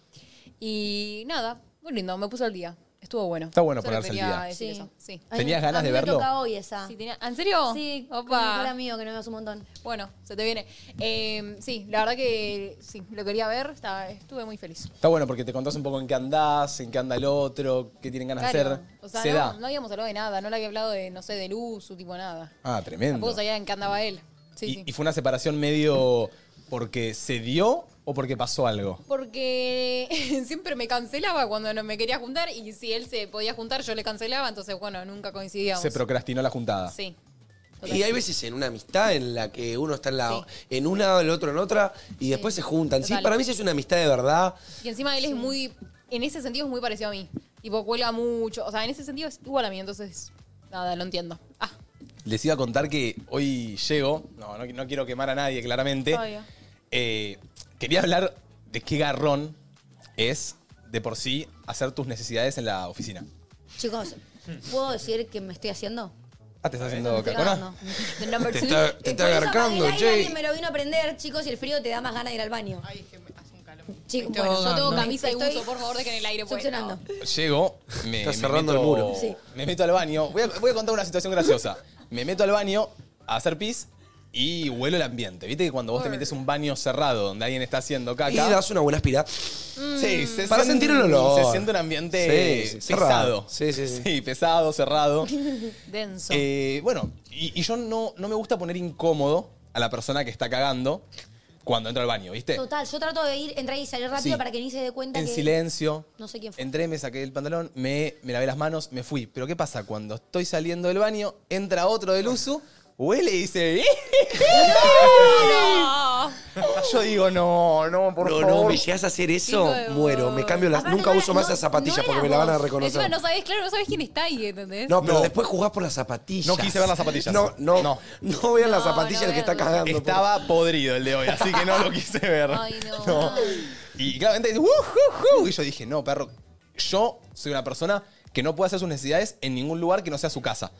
S4: Y nada, muy lindo, me puso al día. Estuvo bueno.
S6: Está bueno
S4: Solo
S6: ponerse al
S4: quería
S6: día.
S4: decir
S5: Sí.
S4: eso, sí.
S5: Ay,
S6: ¿Tenías
S5: a
S6: ganas
S5: mí
S6: de
S5: me
S6: verlo?
S5: toca hoy esa.
S4: Sí, tenía- ¿En serio?
S5: Sí, con mi mejor
S4: Opa.
S5: amigo que no veo hace un montón.
S4: Bueno, se te viene. Eh, sí, la verdad que sí, lo quería ver, estaba- estuve muy feliz.
S6: Está bueno porque te contás un poco en qué andás, en qué anda el otro, qué tienen ganas de
S4: Claro,
S6: hacer.
S4: o sea,
S6: Se
S4: no,
S6: da.
S4: no habíamos hablado de nada, no le había hablado de, no sé, de luz o tipo nada.
S6: Ah, tremendo.
S4: Tampoco sabía en qué andaba él. Sí,
S6: y,
S4: sí.
S6: y fue una separación medio porque se dio o porque pasó algo.
S4: Porque siempre me cancelaba cuando no me quería juntar y si él se podía juntar yo le cancelaba, entonces bueno, nunca coincidíamos.
S6: Se procrastinó la juntada.
S4: Sí.
S3: Y hay veces en una amistad en la que uno está en, la,
S4: Sí.
S3: en una, el otro en otra, y después se juntan. Sí,
S4: Total.
S3: para mí sí es una amistad de verdad.
S4: Y encima él es muy, en ese sentido es muy parecido a mí. Tipo, cuelga mucho. O sea, en ese sentido es igual a mí, entonces nada, lo entiendo. Ah,
S6: Les iba a contar que hoy llego, no, no, no quiero quemar a nadie claramente.
S4: Obvio.
S6: Eh, quería hablar de qué garrón es de por sí hacer tus necesidades en la oficina.
S5: Chicos, ¿puedo decir que me estoy haciendo?
S6: Ah, te está haciendo
S4: Estoy
S6: cacona.
S4: ganando. The number
S3: Te
S4: two.
S3: está, te está agarcando, che.
S5: Alguien me lo vino a aprender, chicos, y el frío te da más ganas de ir al baño. Ay, es que hace un calor. Chicos,
S4: Bueno,
S5: bueno,
S4: yo tengo
S5: no.
S4: camisa de
S5: Estoy
S4: uso, por favor, de que en el aire pueda.
S5: succionando.
S6: Llego, me,
S3: Está
S6: me
S3: cerrando
S6: meto,
S3: el muro.
S5: Sí.
S6: Me meto al baño. Voy a, voy a contar una situación graciosa. Me meto al baño a hacer pis y huelo el ambiente. Viste que cuando vos te metes un baño cerrado donde alguien está haciendo caca.
S3: Y das una buena aspirada.
S6: Sí, se
S3: Para
S6: sien-
S3: sentir el olor.
S6: Se siente un ambiente
S3: Sí, sí,
S6: pesado.
S3: cerrado. Sí, sí, sí.
S6: pesado, cerrado.
S4: Denso.
S6: Eh, bueno, y, y yo no, no me gusta poner incómodo a la persona que está cagando cuando entra al baño, ¿viste?
S5: Total, yo trato de ir, entrar y salir rápido
S6: Sí.
S5: para que ni se dé cuenta
S6: En
S5: que...
S6: silencio.
S5: No sé quién fue.
S6: Entré, me saqué el pantalón, me, me lavé las manos, me fui. Pero ¿qué pasa? Cuando estoy saliendo del baño, entra otro del uso, huele y dice... "¿Eh?". Yo digo, no, no, por
S3: no, no,
S6: favor.
S3: me llegas a hacer eso,
S4: Hijo de
S3: muero. Me cambio las.
S5: Aparte,
S3: Nunca
S5: no
S3: uso
S5: era-
S3: más
S5: no-
S3: esas zapatillas
S5: no
S3: porque
S5: era
S3: me la van a
S5: vos.
S3: reconocer.
S4: Encima no sabes, claro, no sabes quién está ahí, ¿entendés?
S3: No, pero
S6: No.
S3: después jugás por las zapatillas.
S6: No quise ver las zapatillas.
S3: No, no.
S6: No.
S3: No, vean las
S4: No,
S3: zapatillas
S4: no
S3: el que está
S4: vean.
S3: cagando. por-
S6: Estaba podrido el de hoy, así que no lo quise ver.
S4: Ay, no.
S6: Y claramente dice, "Uh, uh, uh", y yo dije, no, perro, yo soy una persona que no puede hacer sus necesidades en ningún lugar que no sea su casa.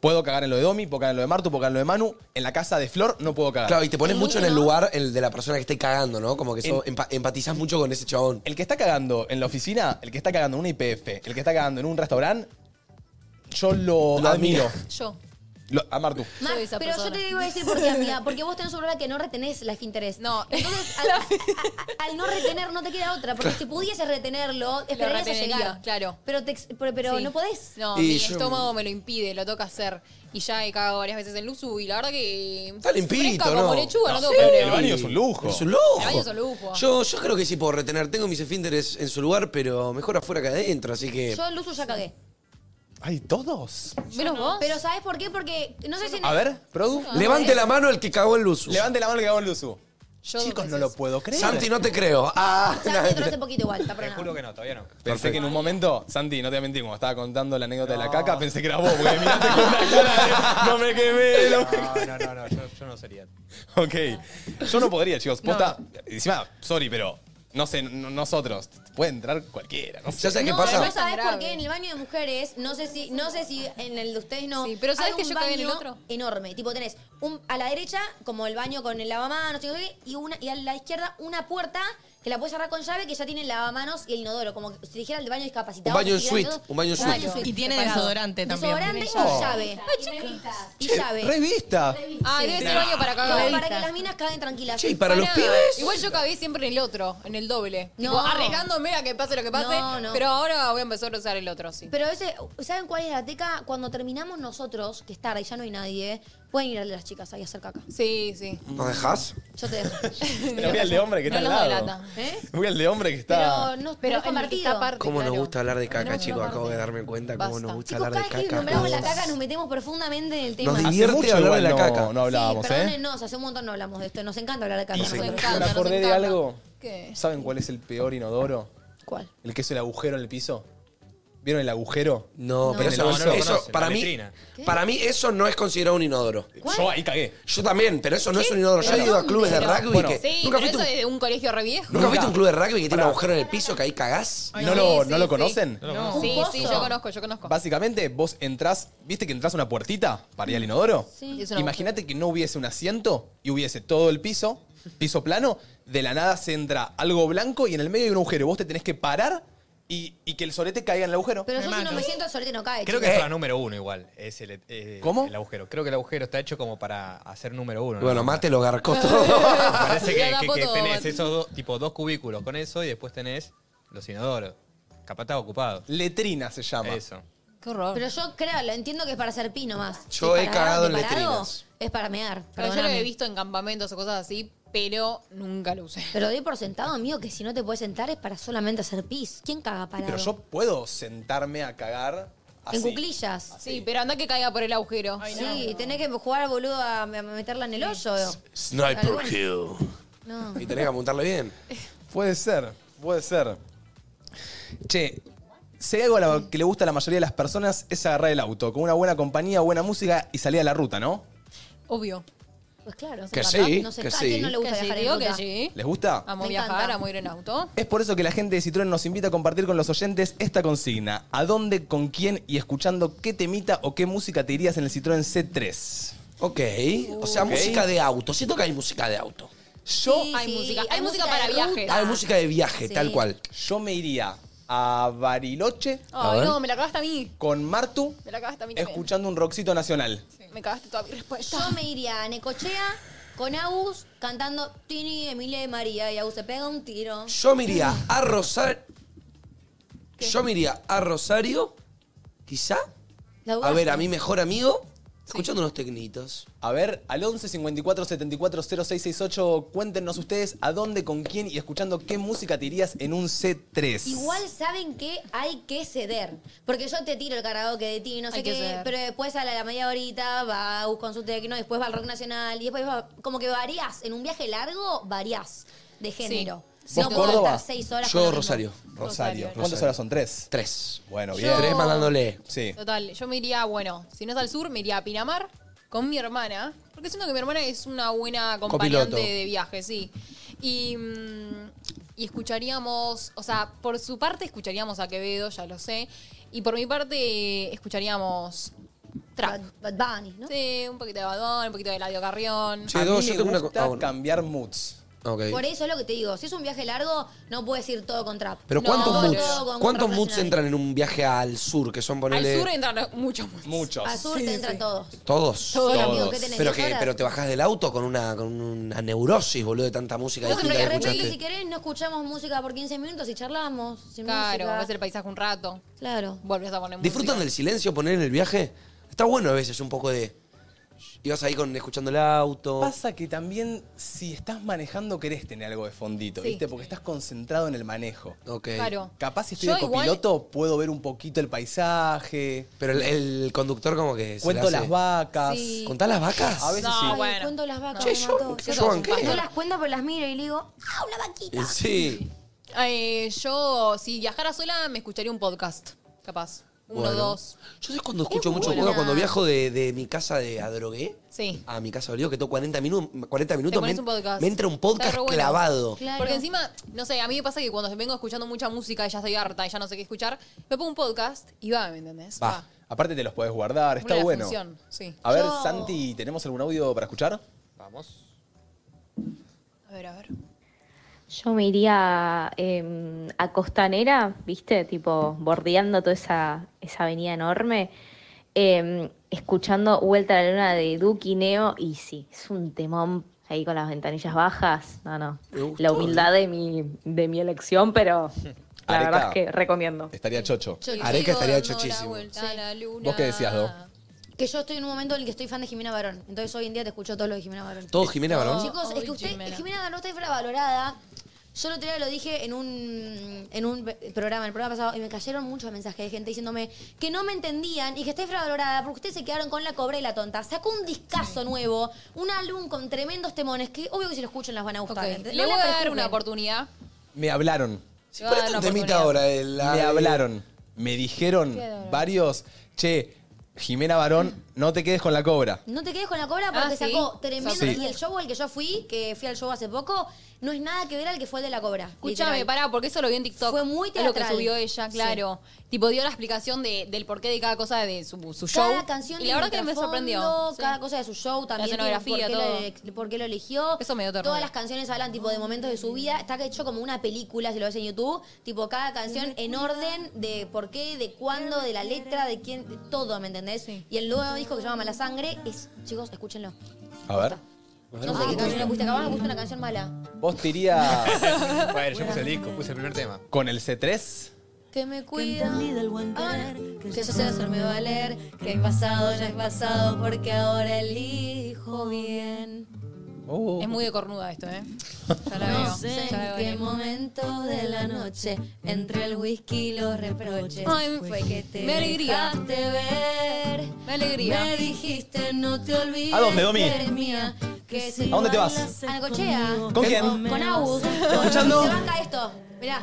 S6: Puedo cagar en lo de Domi, puedo cagar en lo de Martu, puedo cagar en lo de Manu, en la casa de Flor no puedo cagar.
S3: Claro, y te pones
S4: Sí,
S3: mucho en el
S4: ¿no?
S3: lugar el de la persona que esté cagando, ¿no? Como que eso
S6: En-
S3: empa- empatizás mucho con ese chabón.
S6: El que está cagando en la oficina, el que está cagando en una IPF, el que está cagando en un restaurante, yo lo,
S3: Lo
S6: admiro.
S3: admiro.
S4: Yo.
S6: Lo- a Martu.
S5: Mar,
S4: Soy esa
S5: pero
S4: persona.
S5: yo te digo decir por qué, amiga, porque vos tenés un problema que no retenés life interés.
S4: No.
S5: Entonces, al, a- a- al no retener, no te queda otra, porque si pudieses retenerlo, esperarías a
S4: retenería,
S5: llegar.
S4: claro.
S5: Pero, te ex- pero, pero
S4: Sí.
S5: no podés.
S4: No,
S3: Y
S4: mi
S3: yo-
S4: estómago me lo impide, lo toca hacer. Y ya he cagado varias veces en Luzu y la verdad que.
S3: Está limpito,
S4: fresca
S3: ¿no?
S4: como lechuga, no,
S6: No,
S4: tengo
S6: sí.
S4: problema.
S6: El baño es un lujo.
S3: Es un lujo.
S4: El baño es un lujo.
S3: Yo, yo creo que sí puedo retener. Tengo mis esfínteres en su lugar, pero mejor afuera que adentro, así que.
S5: Yo en Luzu ya cagué.
S6: Ay, todos.
S4: Menos vos.
S5: Pero ¿sabes por qué? Porque no sé si... en-
S6: A ver, Produ.
S3: Levante la mano el que cagó el luz.
S6: Levante la mano que hago el Luzu.
S4: Yo
S6: Chicos,
S4: dos
S6: no
S4: veces.
S6: lo puedo creer.
S3: Santi, no te creo. Ah,
S5: Santi
S3: no,
S5: entró hace poquito igual, está
S1: Te juro
S5: perdonado.
S1: que no, todavía no.
S6: Pensé que en un momento, Santi, no te voy a mentir, cuando estaba contando la anécdota de la caca, pensé que era vos, porque miraste con una cara de, no me quemé, no me
S1: No, no, no, no, yo, yo no sería.
S6: quemé". Ok. Yo no podría, chicos. Posta, encima, sorry, pero no sé, no- nosotros, puede entrar cualquiera, no sé.
S3: Ya sé qué
S5: no,
S3: pasa.
S5: pero no sabes
S4: Grave.
S5: por qué en el baño de mujeres, no sé si, no sé si en el de ustedes no.
S4: Sí, pero ¿sabes
S5: hay
S4: que
S5: un
S4: yo cagué en el
S5: baño
S4: otro?
S5: Enorme. Tipo, tenés un, a la derecha, como el baño con el lavamanos, chico, chico, y una, y a la izquierda una puerta que la puedes cerrar con llave que ya tiene el lavamanos y el inodoro. Como que si dijera el de baño discapacitado.
S3: Un baño en suite, un baño en suite.
S10: Y tiene desodorante también.
S5: Desodorante y
S6: Oh.
S5: llave. Y llave.
S6: Revista.
S4: Ah, debe ser baño para
S5: Como
S4: cagar.
S5: para que las minas caguen tranquilas.
S3: Che, y para los
S4: Pará.
S3: pibes.
S4: Igual yo cagué siempre en el otro, en el doble.
S5: No.
S4: Tipo, arriesgándome a que pase lo que pase.
S5: No, no.
S4: Pero ahora voy a empezar a usar el otro, sí.
S5: Pero a veces, ¿saben cuál es la teca? Cuando terminamos nosotros, que es tarde y ya no hay nadie, pueden ir a las chicas ahí a hacer caca.
S4: Sí, sí.
S3: ¿Nos dejás?
S5: Yo te dejo.
S6: Pero voy al de hombre que
S4: No
S6: está
S4: los
S6: al lado.
S4: delata.
S5: ¿Eh?
S6: Voy al de hombre que está...
S5: Pero no
S4: Pero
S5: pero
S4: en el que está
S5: compartido.
S4: aparte,
S3: ¿Cómo nos
S4: claro.
S3: gusta hablar de caca,
S4: Tenemos que
S3: chicos? Acabo
S4: aparte.
S3: de darme cuenta cómo
S4: Basta.
S3: nos gusta
S5: Chicos,
S3: hablar
S5: cada
S3: de
S5: vez que
S3: caca.
S5: nombramos la
S3: todos.
S5: caca nos metemos profundamente en el tema.
S3: Nos
S5: Sí,
S3: divierte hablar de la
S6: no,
S3: caca.
S6: no hablábamos, ¿eh?
S5: perdónennos, hace un montón no hablamos de esto. Nos encanta hablar de caca.
S3: Nos
S5: nos
S3: encanta.
S5: encanta.
S4: encanta,
S6: Me acordé
S4: nos
S6: de
S4: encanta.
S6: algo.
S4: ¿Qué?
S6: ¿Saben cuál es el peor inodoro?
S5: ¿Cuál?
S6: El que es el agujero en el piso. ¿Vieron el agujero?
S3: No, pero eso,
S1: No, no lo
S3: eso-
S1: conocen,
S3: para
S1: la
S3: mí,
S1: letrina.
S3: para mí eso no es considerado un inodoro.
S6: Yo ahí cagué.
S3: Yo también, pero eso no es un inodoro. Yo he ido a clubes de rugby
S6: Bueno,
S3: que
S4: Sí,
S3: nunca
S4: pero
S3: fuiste
S4: eso
S3: un-
S4: es de un colegio re viejo.
S3: ¿Nunca fuiste a un club de rugby que tiene
S6: Pará.
S3: un agujero en el piso que ahí cagás?
S6: ¿No, lo,
S4: Sí,
S6: ¿no
S4: sí,
S6: lo
S4: sí.
S6: conocen?
S10: No.
S4: Sí,
S5: ¿Un
S4: sí,
S5: pozo?
S4: yo conozco, yo conozco.
S6: Básicamente, vos entrás, ¿viste que entras a una puertita para ir al inodoro?
S5: Sí.
S4: Es una
S6: Imagínate que no hubiese un asiento y hubiese todo el piso, piso plano, de la nada se entra algo blanco y en el medio hay un agujero. Vos te tenés que parar y, y que el sorete caiga en el agujero.
S5: Pero yo si
S10: mato.
S5: no me siento, solete no cae.
S1: Creo
S5: chicos.
S1: que es la número uno igual. Es el, eh,
S6: ¿Cómo?
S1: El agujero. Creo que el agujero está hecho como para hacer número uno.
S3: Y
S1: ¿no?
S3: Bueno, Mate lo garcó todo.
S1: Parece
S4: Ya
S1: que, que-
S4: tapó
S1: que
S4: todo,
S1: tenés
S4: Mati.
S1: esos dos, tipo dos cubículos con eso y después tenés los inodoros. Capaz está ocupado.
S6: Letrina se llama.
S1: Eso.
S4: Qué horror.
S5: Pero yo creo, lo entiendo que es para hacer pis nomás.
S3: Yo he cagado en letrinas.
S5: Es para mear.
S4: Claro, yo lo
S5: perdóname.
S4: he visto en campamentos o cosas así, pero nunca lo usé.
S5: Pero doy por sentado, amigo, que si no te puedes sentar es para solamente hacer pis. ¿Quién caga parado?
S6: Pero yo puedo sentarme a cagar así.
S5: En cuclillas.
S4: Sí, pero anda que caiga por el agujero.
S5: sí, tenés que jugar, boludo, a a meterla en el hoyo.
S3: Sniper kill. Y tenés que apuntarle bien.
S6: Puede ser, puede ser. Che, si hay algo a la que le gusta a la mayoría de las personas es agarrar el auto, con una buena compañía, buena música y salir a la ruta, ¿no?
S4: Obvio.
S5: Pues claro. nos
S3: Que
S5: encanta,
S3: sí,
S5: nos
S3: que
S5: encanta. ¿A
S3: sí.
S5: quién no le gusta
S4: Que sí,
S5: viajar en
S4: digo que
S5: ruta?
S4: sí.
S6: ¿Les gusta?
S4: Amo
S5: Me
S4: viajar,
S5: encanta.
S4: amo ir en auto.
S6: Es por eso que la gente de Citroën nos invita a compartir con los oyentes esta consigna. ¿A dónde, con quién y escuchando qué temita o qué música te irías en el Citroën C3?
S3: Ok. O sea, música de auto. Siento que hay música de auto.
S6: Yo,
S5: Sí,
S4: Hay
S5: sí,
S4: música, hay música para
S5: de
S4: viajes.
S6: Ah,
S5: ruta.
S3: Hay música de viaje,
S5: Sí.
S3: tal cual.
S6: yo me iría a Bariloche
S3: A
S4: Ay,
S3: ver.
S4: no, me la cagaste a mí.
S6: con Martu
S4: Me la cagaste a mí también.
S6: escuchando un rockcito nacional.
S4: Me cagaste toda mi respuesta.
S5: Yo me iría a Necochea con Agus cantando Tini, Emilia y María y Agus se pega un tiro.
S3: Yo me iría a Rosario. Yo me iría a Rosario, quizá.
S5: La
S3: A
S5: dudaste.
S3: ver, a mi mejor amigo, escuchando unos tecnitos.
S6: A ver, al 11 54 74 0668, cuéntenos ustedes a dónde, con quién y escuchando qué música te irías en un C3.
S5: Igual saben que hay que ceder. Porque yo te tiro el karaoke de ti, no sé
S4: Hay que
S5: qué,
S4: ceder.
S5: pero después a la, la media horita va Agus con su tecno, después va al rock nacional y después va- como que variás. En un viaje largo, variás de género.
S6: Sí.
S5: No
S6: ¿Vos,
S5: puedo
S6: Córdoba?
S5: estar seis horas con
S3: Yo,
S5: lo mismo.
S3: Rosario.
S6: Rosario. ¿Cuántas
S3: Rosario.
S6: horas son? ¿Tres?
S3: Tres.
S6: Bueno, bien.
S4: Yo-
S3: Tres mandándole.
S6: Sí.
S4: Total, yo me iría, bueno, si no es al sur, me iría a Pinamar con mi hermana. Porque siento que mi hermana es una buena acompañante
S3: Copiloto.
S4: de viaje, sí. Y, mm, y escucharíamos, o sea, por su parte escucharíamos a Quevedo, ya lo sé. Y por mi parte escucharíamos trap.
S5: Bad, Bad Bunny, ¿no?
S4: Sí, un poquito de Badón, un poquito de Eladio Carrión.
S3: Sí.
S6: a
S3: Che,
S6: mí
S3: dos, yo
S6: me
S3: tengo una co-
S6: gusta
S3: ah, bueno.
S6: cambiar moods.
S3: Ok.
S5: Por eso es lo que te digo. Si es un viaje largo, no puedes ir todo con trap.
S3: Pero
S4: No,
S3: ¿cuántos
S4: no,
S3: moods,
S5: no, con-
S3: ¿cuántos
S5: con
S3: moods
S5: Rosario.
S3: entran en un viaje al sur? Que son
S4: Al
S3: ponerle.
S4: sur entran muchos más.
S6: Muchos.
S5: Al sur te entran todos.
S3: Todos.
S5: Sí, amigo, ¿qué tenés?
S3: Pero,
S5: ¿Diez
S3: que,
S5: horas?
S3: pero te bajás del auto con una, con una neurosis, boludo, de tanta música
S5: No,
S3: distinta que
S5: pero de repente, si
S3: escuchaste.
S5: querés, no escuchamos música por 15 minutos y charlamos. Sin
S4: Claro,
S5: música.
S4: ves el paisaje un rato.
S5: Claro.
S4: Volvés a poner
S3: ¿Disfrutan del silencio poner en el viaje? Está bueno a veces un poco de. Ibas ahí con, escuchando el auto.
S6: Pasa que también si estás manejando querés tener algo de fondito,
S4: Sí.
S6: ¿viste? Porque estás concentrado en el manejo.
S3: Ok.
S4: Claro.
S6: Capaz si estoy
S4: Yo
S6: de
S4: igual-
S6: copiloto puedo ver un poquito el paisaje,
S3: Pero el, el conductor como que se
S6: cuento
S3: la
S6: las
S3: hace-
S6: vacas.
S4: Sí.
S3: ¿Contás las vacas?
S6: A veces
S4: No,
S6: sí.
S5: Ay,
S4: bueno.
S5: cuento las vacas.
S3: Che,
S5: me mató.
S3: yo,
S4: Yo
S3: yo
S4: soy un
S3: banqué.
S5: No las cuento, pero las miro y le digo, ¡ah, una vaquita!
S3: Sí.
S4: Eh, yo, si viajara sola, me escucharía un podcast, capaz. Uno,
S3: Bueno.
S4: dos.
S3: Yo sé cuando escucho mucho
S4: buena.
S3: juego, cuando viajo de, de mi casa de a Drogué
S4: Sí.
S3: a mi casa de Olivo, que tengo 40 minutos, 40
S4: Te
S3: minutos me,
S4: pones un podcast.
S3: me entra un podcast
S4: Está re bueno.
S3: clavado.
S5: Claro.
S4: Porque encima, no sé, a mí me pasa que cuando vengo escuchando mucha música y ya estoy harta y ya no sé qué escuchar, me pongo un podcast y va, ¿me entendés?
S6: Va. Aparte te los podés guardar, está
S4: Cumple la
S6: bueno.
S4: función, sí.
S6: A ver,
S5: Yo-
S6: Santi, ¿tenemos algún audio para escuchar?
S1: Vamos.
S4: A ver, a ver.
S7: Yo me iría eh, a Costanera, ¿viste? Tipo, bordeando toda esa, esa avenida enorme, eh, escuchando Vuelta a la Luna de Duki Neo y sí, es un temón ahí con las ventanillas bajas. No, no.
S3: Me gustó, ¿eh?
S7: La humildad de mi, de mi elección, pero la
S6: Areca.
S7: verdad es que recomiendo.
S6: Estaría chocho.
S5: Yo-
S3: Areca estaría
S4: Dando la
S3: chochísimo.
S4: vuelta a la luna.
S6: ¿Vos qué decías, Do?
S5: que yo estoy en un momento en el que estoy fan de Jimena Barón. Entonces hoy en día te escucho todo lo de Jimena Barón.
S3: Todo Jimena,
S4: Todo.
S3: varón.
S5: Chicos,
S4: Ay,
S5: es que usted,
S4: Jimena.
S5: Jimena, Barón está infravalorada. Yo el otro día lo dije en un, en un programa, el programa pasado, y me cayeron muchos mensajes de gente diciéndome que no me entendían y que está infravalorada porque ustedes se quedaron con la cobra y la tonta. Sacó un discazo nuevo, un álbum con tremendos temones que obvio que si lo escuchan las van a
S4: Ok,
S5: gustar. ¿entendés?
S4: Le
S5: No
S4: voy
S5: la
S4: a dar
S5: prejuzguen.
S4: una oportunidad.
S6: Me hablaron,
S4: Le voy a
S3: Ponete
S4: dar
S3: un
S4: una
S3: temita
S4: oportunidad.
S3: ahora. el- la-
S6: me hablaron, me dijeron varios, che, Jimena Barón, no te quedes con la cobra.
S5: No te quedes con la cobra porque
S4: Ah, ¿sí?
S5: sacó tremendo.
S6: Sí.
S5: Y el show al que yo fui, que fui al show hace poco, no es nada que ver al que fue el de la cobra.
S4: Escúchame,
S5: literal.
S4: pará, porque eso lo vi en TikTok.
S5: Fue muy
S4: Es lo que
S5: teatral.
S4: subió ella, claro. Tipo, dio la explicación de, del porqué de cada cosa de su, su show.
S5: Cada canción
S4: y la
S5: tiene
S4: verdad
S5: un
S4: que me sorprendió.
S5: trasfondo,
S4: Sí.
S5: Cada cosa de su show también. tiene un
S4: escenografía,
S5: por qué
S4: todo.
S5: Lo, por qué lo eligió.
S4: Eso me dio ternura.
S5: Todas las canciones hablan tipo de momentos de su vida. Está hecho como una película, si lo ves en YouTube. Tipo, cada canción en orden de por qué, de cuándo, de la letra, de quién, de todo, ¿me entendés? Y el nuevo disco que se llama Mala Sangre es, chicos, escúchenlo.
S6: A ver,
S5: No sé qué canción le pusiste acá, me pusiste una canción mala.
S6: vos te irías
S1: Bueno, yo puse el disco, puse el primer tema.
S6: con el C3.
S5: Que me cuida. Ah, que yo sé hacerme valer. Que el pasado ya es pasado porque ahora elijo bien.
S6: Uh.
S4: Es muy de cornuda esto, ¿eh? Ya la veo.
S5: No sé
S4: ya la
S5: en qué
S4: veo.
S5: momento de la noche entre el whisky y los reproches
S4: Ay,
S5: fue que te
S4: me alegría.
S5: dejaste ver.
S4: Me alegría.
S5: Me dijiste no te olvides.
S6: ¿A dónde, Domi?
S5: que eres mía, que si
S6: ¿A dónde te vas?
S5: bailas A Necochea.
S6: ¿Con quién?
S5: Con Agus.
S6: escuchando?
S5: Se banca esto. Mirá.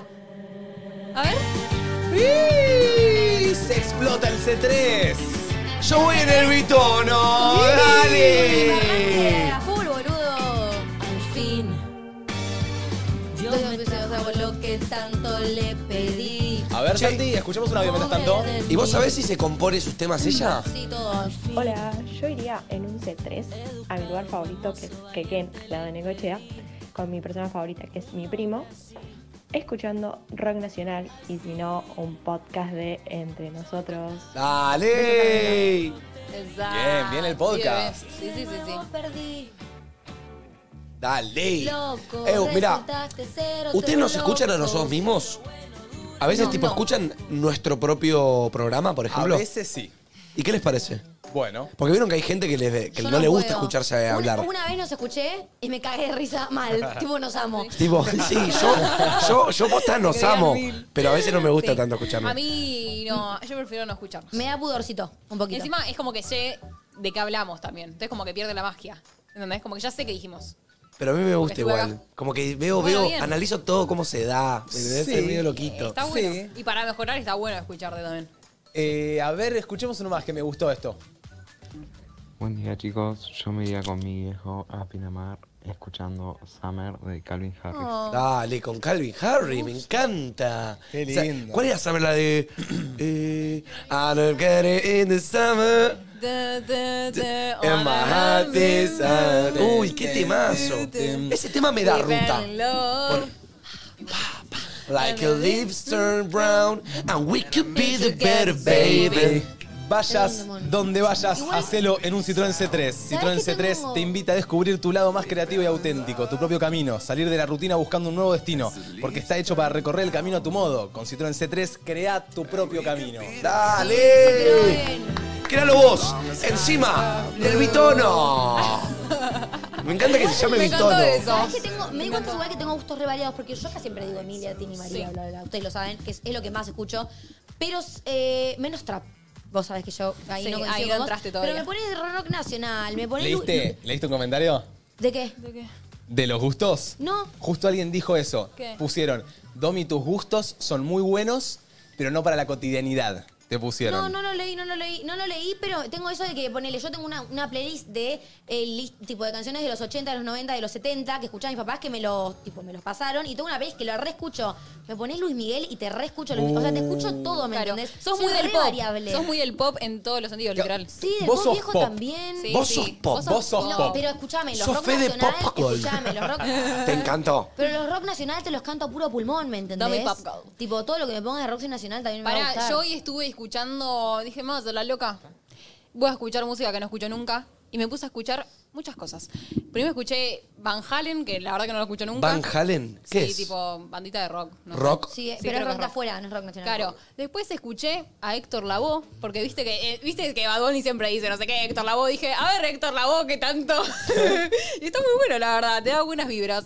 S4: A ver.
S6: ¡Y! Se explota el C3.
S3: Yo voy en el bitono.
S5: Me arranqué
S6: Eh.
S3: ¡Dale!
S5: A full voy Estoy ambiciosa por lo que tanto le pedí.
S1: A ver, Santi, escuchemos un audio mientras tanto.
S3: ¿Y vos sabés si se compone sus temas
S6: Ah.
S3: ella?
S5: Sí, todo.
S7: Hola, yo iría en un C3 a mi lugar favorito, que es Quequén, al lado de Necochea, con mi persona favorita, que es mi primo, escuchando rock nacional y si no, un podcast de Entre Nosotros.
S1: ¡Dale!
S4: Exacto.
S1: bien el podcast.
S4: Sí, sí, sí, sí.
S5: Yo perdí,
S3: Dale.
S5: loco.
S3: Eh, mirá,
S5: resultaste ser otro
S3: ¿ustedes nos escuchan a
S5: loco.
S3: nosotros mismos? A veces, tipo, escuchan nuestro propio programa, por
S1: A
S3: ejemplo.
S1: veces sí.
S3: ¿Y qué les parece?
S1: Bueno.
S3: Porque vieron que hay gente que, les ve- que
S5: Yo
S3: no, le gusta
S5: puedo.
S3: escucharse
S5: Una-
S3: hablar.
S5: Una, vez nos escuché y me cagué de risa mal. tipo, nos amo.
S3: Tipo, sí, yo, yo, yo posta nos amo, pero a veces no me gusta
S4: Sí.
S3: tanto
S4: A
S3: escucharme.
S4: mí no, yo prefiero no escucharnos.
S5: Me da pudorcito, un
S4: Y
S5: poquito.
S4: encima es como que sé de qué hablamos también. Entonces como que pierde la magia. ¿Entendés? Como que ya sé qué dijimos.
S3: Pero a mí me gusta
S4: Estuvo acá.
S3: igual. Como que veo,
S4: Bueno,
S3: veo,
S4: bien.
S3: analizo todo cómo se da. Me debe
S1: Sí.
S3: ser medio loquito.
S4: Está
S1: Sí.
S4: bueno. Y para mejorar está bueno escucharte también.
S1: Eh, a ver, escuchemos uno más que me gustó esto.
S8: Buen día chicos, yo me iría con mi viejo a Pinamar escuchando Summer de Calvin Harris.
S3: Dale, con Calvin Harry, me encanta.
S1: Qué
S3: O sea,
S1: lindo.
S3: ¿Cuál era esa la de. eh, I don't get it in the summer. In my heart is out. ah, Uy, qué temazo. Ese tema me da ruta. Like your leaves turn brown and we could be the better baby.
S1: Vayas donde vayas, hacelo en un Citroën C3. Citroën
S5: qué
S1: C3
S5: tengo?
S1: te invita a descubrir tu lado más creativo y auténtico, tu propio camino, salir de la rutina buscando un nuevo destino, porque está hecho para recorrer el camino a tu modo. Con Citroën C3 crea tu propio camino.
S3: Dale. Créalo vos. Encima del bitono. Me encanta que se llame
S4: Me encantó
S3: bitono.
S4: eso.
S5: ¿Sabés que tengo, me di cuenta igual que tengo gustos re variados, porque yo acá siempre digo Emilia, Tini, María,
S4: Sí.
S5: bla, bla, bla. Ustedes lo saben, que es, es lo que más escucho. Pero eh, menos trap. Vos sabés que yo ahí
S4: Sí,
S5: no coincido
S4: ahí no
S5: con vos.
S4: entraste
S5: Pero
S4: todavía.
S5: me pones rock nacional, me pones...
S1: ¿Leíste, ¿Leíste un comentario?
S5: ¿De qué?
S1: ¿De los gustos?
S5: No.
S1: Justo alguien dijo eso.
S4: ¿Qué?
S1: Pusieron, Domi, tus gustos son muy buenos, pero no para la cotidianidad. Te pusieron.
S5: No, no lo leí, no lo leí, no lo leí, pero tengo eso de que ponele, yo tengo una, una playlist de eh, lis- tipo de canciones de los 80, de los 90, de los 70, que escuchaban mis papás que me los, tipo, me los pasaron, y tengo una playlist que lo reescucho. Me pones Luis Miguel y te reescucho Luis Miguel. O sea, te
S1: Uh.
S5: escucho todo, ¿me
S4: Claro.
S5: entendés?
S4: Sos
S5: Soy
S4: muy del
S5: re
S4: pop.
S5: variable.
S4: Sos muy del pop en todos los sentidos, literal.
S5: Sí, del
S1: Vos
S5: pop
S1: sos
S5: viejo
S1: pop.
S5: también.
S4: Sí,
S3: Vos
S4: sí.
S3: sos pop.
S1: Vos sos
S5: No,
S1: pop.
S5: pero escúchame, los
S3: Sos
S5: rock
S3: fe de
S5: nacional,
S3: pop girl.
S5: escuchame, los rock
S3: Te encantó.
S5: Pero los rock nacional te los canto a puro pulmón, ¿me entendés?
S4: Dame pop girl.
S5: Tipo, todo lo que me pongas de rock nacional también me va a
S4: Pará,
S5: gustar.
S4: yo hoy estuve escuchando, dije, vamos a hacer la loca. Voy a escuchar música que no escucho nunca. Y me puse a escuchar muchas cosas. Primero escuché Van Halen, que la verdad que no lo escucho nunca.
S3: Van Halen, ¿qué
S4: Sí,
S3: es?
S4: tipo bandita de rock. no sé.
S3: Rock.
S5: Sí,
S4: Sí, creo
S5: pero es
S4: que
S5: rock
S4: es
S5: de
S4: rock.
S5: afuera, no es rock nacional.
S4: Claro. Después escuché a Héctor Lavoe, porque viste que eh, viste que Bad Bunny siempre dice, no sé qué, Héctor Lavoe. Dije, a ver, Héctor Lavoe, qué tanto. y está muy bueno, la verdad. Te da buenas vibras.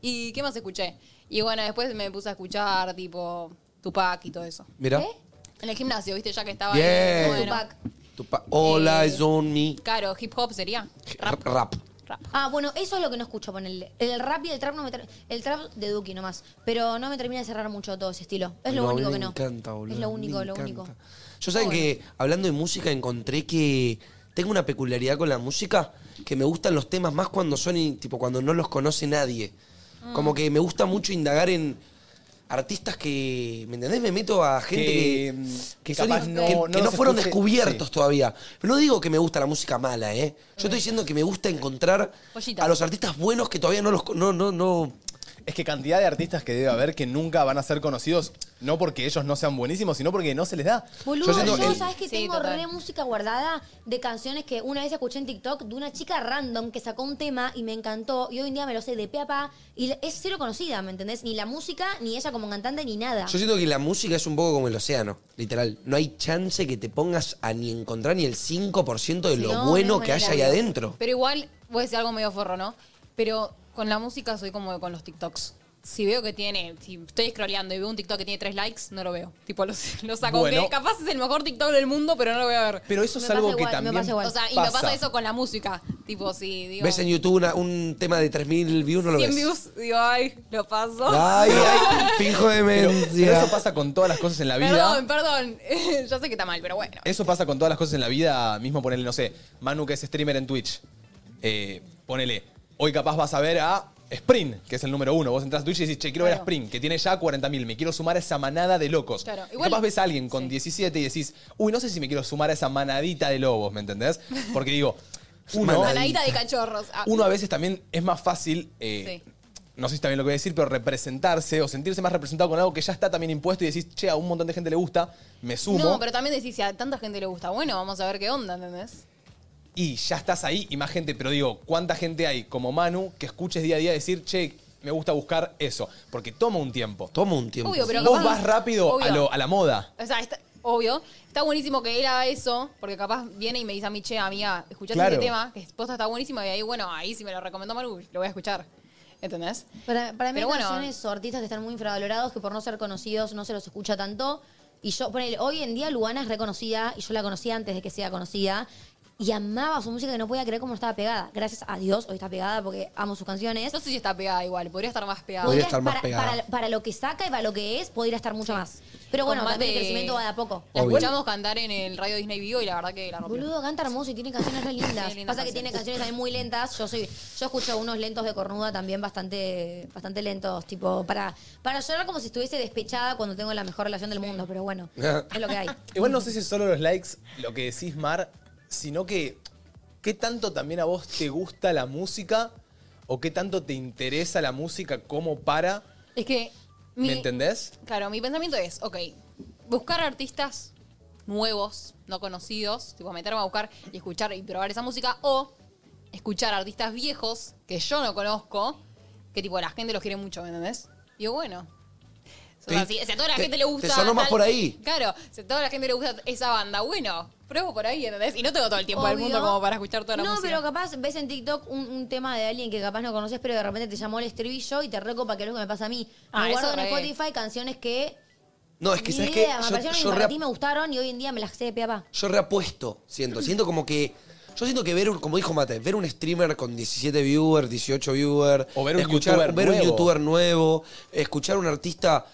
S4: ¿Y qué más escuché? Y bueno, después me puse a escuchar, tipo, Tupac y todo eso.
S3: Mira.
S5: ¿Eh?
S4: En el gimnasio, viste, ya que estaba
S3: Bien.
S4: ahí, bueno.
S5: Tupac.
S3: Tu pa- Hola,
S4: Eh,
S3: es on me.
S4: Claro, hip hop sería.
S3: Rap.
S4: Rap.
S5: Ah, bueno, eso es lo que no escucho, ponele. El rap y el trap no me ter- El trap de Duki nomás. Pero no me termina de cerrar mucho todo ese estilo. Es lo
S3: No, a mí
S5: único
S3: me
S5: que no.
S3: encanta, boludo.
S5: Es lo
S3: a mí
S5: único,
S3: me
S5: lo
S3: encanta.
S5: único.
S3: Yo saben que hablando de música encontré que tengo una peculiaridad con la música que me gustan los temas más cuando son in- tipo cuando no los conoce nadie.
S5: Mm.
S3: Como que me gusta mucho indagar en artistas que, ¿me entendés? Me meto a gente
S1: Que,
S3: que,
S1: mm, que
S3: son-
S1: capaz no-
S3: que-
S1: no
S3: que no
S1: los
S3: fueron
S1: escuche-
S3: descubiertos
S1: sí.
S3: todavía. Pero no digo que me gusta la música mala, ¿eh?
S5: Mm.
S3: Yo estoy diciendo que me gusta encontrar
S4: Joyitas.
S3: a los artistas buenos que todavía no los co- no no no
S1: Es que cantidad de artistas que debe haber que nunca van a ser conocidos, no porque ellos no sean buenísimos, sino porque no se les da.
S5: Boludo,
S3: Yo
S5: yo,
S3: siento el-
S5: sabes que
S4: Sí,
S5: tengo
S4: total.
S5: re música guardada de canciones que una vez escuché en TikTok de una chica random que sacó un tema y me encantó. Y hoy en día me lo sé de pe a pa. Y la- es cero conocida, ¿me entendés? Ni la música, ni ella como cantante, ni nada.
S3: Yo siento que la música es un poco como el océano, literal. No hay chance que te pongas a ni encontrar ni el 5% de lo
S5: No,
S3: bueno
S5: no hay
S3: que haya ahí
S5: manera.
S3: adentro.
S4: Pero igual, voy a decir algo medio forro, ¿no? Pero con la música soy como con los TikToks. Si veo que tiene, si estoy scrolleando y veo un TikTok que tiene tres likes, no lo veo. Tipo, lo, lo saco.
S1: Bueno.
S4: aunque capaz es el mejor TikTok del mundo, pero no lo voy a ver.
S1: Pero eso es
S5: Me
S1: algo
S5: pasa
S1: que
S5: igual, me
S1: también.
S5: pasa igual.
S4: O sea, y me pasa eso con la música. Tipo, si digo.
S3: ¿Ves en YouTube una- un tema de 3.000 views? No lo
S4: 100
S3: ves.
S4: views, digo, ay, lo paso.
S3: Ay, ay, finjo
S1: Pero,
S3: demencia.
S1: pero eso pasa con todas las cosas en la vida.
S4: Perdón, perdón. Yo sé que está mal, pero bueno.
S1: Eso pasa con todas las cosas en la vida. Mismo ponerle, no sé, Manu que es streamer en Twitch. Eh, ponele, hoy capaz vas a ver a Spring, que es el número uno. Vos entras a Twitch y decís, che, quiero ver a Spring, que tiene ya 40.000, me quiero sumar a esa manada de locos.
S4: Claro,
S1: Y
S4: igual-
S1: capaz ves a alguien con 17 y decís, uy, no sé si me quiero sumar a esa manadita de lobos, ¿me entendés? Porque digo, uno,
S4: Manadita de cachorros. Ah.
S1: uno a veces también es más fácil eh,
S4: Sí.
S1: no sé si está bien lo que voy a decir, pero representarse o sentirse más representado con algo que ya está también impuesto y decís, che, a un montón de gente le gusta, me sumo
S4: No, pero también decís, si a tanta gente le gusta, bueno, vamos a ver qué onda, ¿entendés?
S1: y ya estás ahí y más gente. Pero digo, ¿cuánta gente hay como Manu que escuches día a día decir, che, me gusta buscar eso? Porque toma un tiempo.
S3: Toma un tiempo.
S4: Obvio, pero
S1: Vos
S4: capaz-
S1: vas rápido a,
S4: obvio.
S1: lo- a la moda.
S4: O sea, está, obvio, está buenísimo que él haga eso, porque capaz viene y me dice a mí, che, amiga, escuchaste
S1: Claro.
S4: este tema, que posta está buenísimo, y ahí, bueno, ahí si me lo recomendó Maru, lo voy a escuchar. ¿Entendés?
S5: Para, para mí
S4: Pero
S5: hay
S4: bueno.
S5: canciones o artistas que están muy infravalorados, que por no ser conocidos no se los escucha tanto. Y yo, ponele, hoy en día Luana es reconocida, y yo la conocía antes de que sea conocida, y amaba su música que no podía creer cómo estaba pegada. Gracias a Dios hoy está pegada porque amo sus canciones.
S4: No sé si está pegada igual, podría estar más pegada.
S3: Podría estar más
S5: para,
S3: pegada.
S5: Para, para lo que saca y para lo que es, podría estar mucho más. Pero bueno,
S4: Con más
S5: también
S4: de-
S5: el crecimiento va de a poco.
S4: La
S3: Obvio.
S4: escuchamos cantar en el radio Disney Vivo y la verdad que la rompió.
S5: Boludo, canta hermoso y tiene canciones re lindas.
S4: Sí, lindas
S5: Pasa que
S4: canciones.
S5: tiene canciones también muy lentas. Yo soy, yo escucho unos lentos de cornuda también bastante, bastante lentos, tipo, para, para llorar como si estuviese despechada cuando tengo la mejor relación del mundo, pero bueno, es lo que hay.
S1: Igual no sé si es solo los likes lo que decís, Mar, sino que qué tanto también a vos te gusta la música o qué tanto te interesa la música como para,
S4: Es que. mi-
S1: ¿me entendés?
S4: Claro, mi pensamiento es, ok, buscar artistas nuevos, no conocidos, tipo meterme a buscar y escuchar y probar esa música, o escuchar artistas viejos que yo no conozco, que tipo la gente los quiere mucho, ¿me entendés? Y yo, bueno. o sea,
S3: Te-
S4: si, si a toda la
S3: te-
S4: gente le gusta.
S3: te sonó más por ahí.
S4: Claro, si a toda la gente le gusta esa banda, bueno, pruebo por ahí, ¿entendés? Y no tengo todo el tiempo del
S5: Obvio.
S4: mundo como para escuchar toda la
S5: No,
S4: música.
S5: pero capaz ves en TikTok un, un tema de alguien que capaz no conoces, pero de repente te llamó el estribillo y te recopa que es lo que me pasa a mí.
S4: Ah,
S5: me
S4: eso
S5: guardo en
S4: re.
S5: Spotify canciones que
S3: No, es que
S5: ni
S3: sabes que
S5: idea, me
S3: yo,
S5: aparecieron
S3: yo
S5: y
S3: re-
S5: para ti me gustaron y hoy en día me las sé de pe a pa.
S3: yo reapuesto, siento. Siento como que. Yo siento que ver, un, como dijo Mate, ver un streamer con 17 viewers, 18 viewers,
S1: O ver un youtuber
S3: ver un
S1: nuevo.
S3: youtuber nuevo, escuchar un artista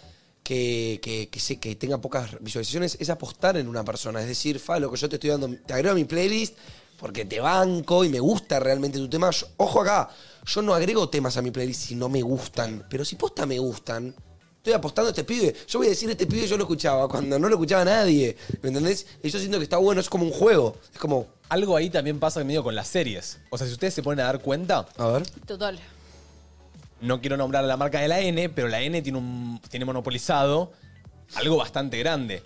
S3: que, que, que sé, que tenga pocas visualizaciones, es apostar en una persona. Es decir, fa, lo que yo te estoy dando, te agrego a mi playlist porque te banco y me gusta realmente tu tema. Yo- ojo acá, yo no agrego temas a mi playlist si no me gustan, pero si posta me gustan. Estoy apostando a este pibe. Yo voy a decir, este pibe yo lo escuchaba cuando no lo escuchaba nadie. ¿Me entendés? Y yo siento que está bueno, es como un juego. Es como,
S1: Algo ahí también pasa medio con las series. O sea, si ustedes se ponen a dar cuenta,
S3: a ver.
S4: Total.
S1: no quiero nombrar la marca de la N, pero la N tiene, un, tiene monopolizado algo bastante grande.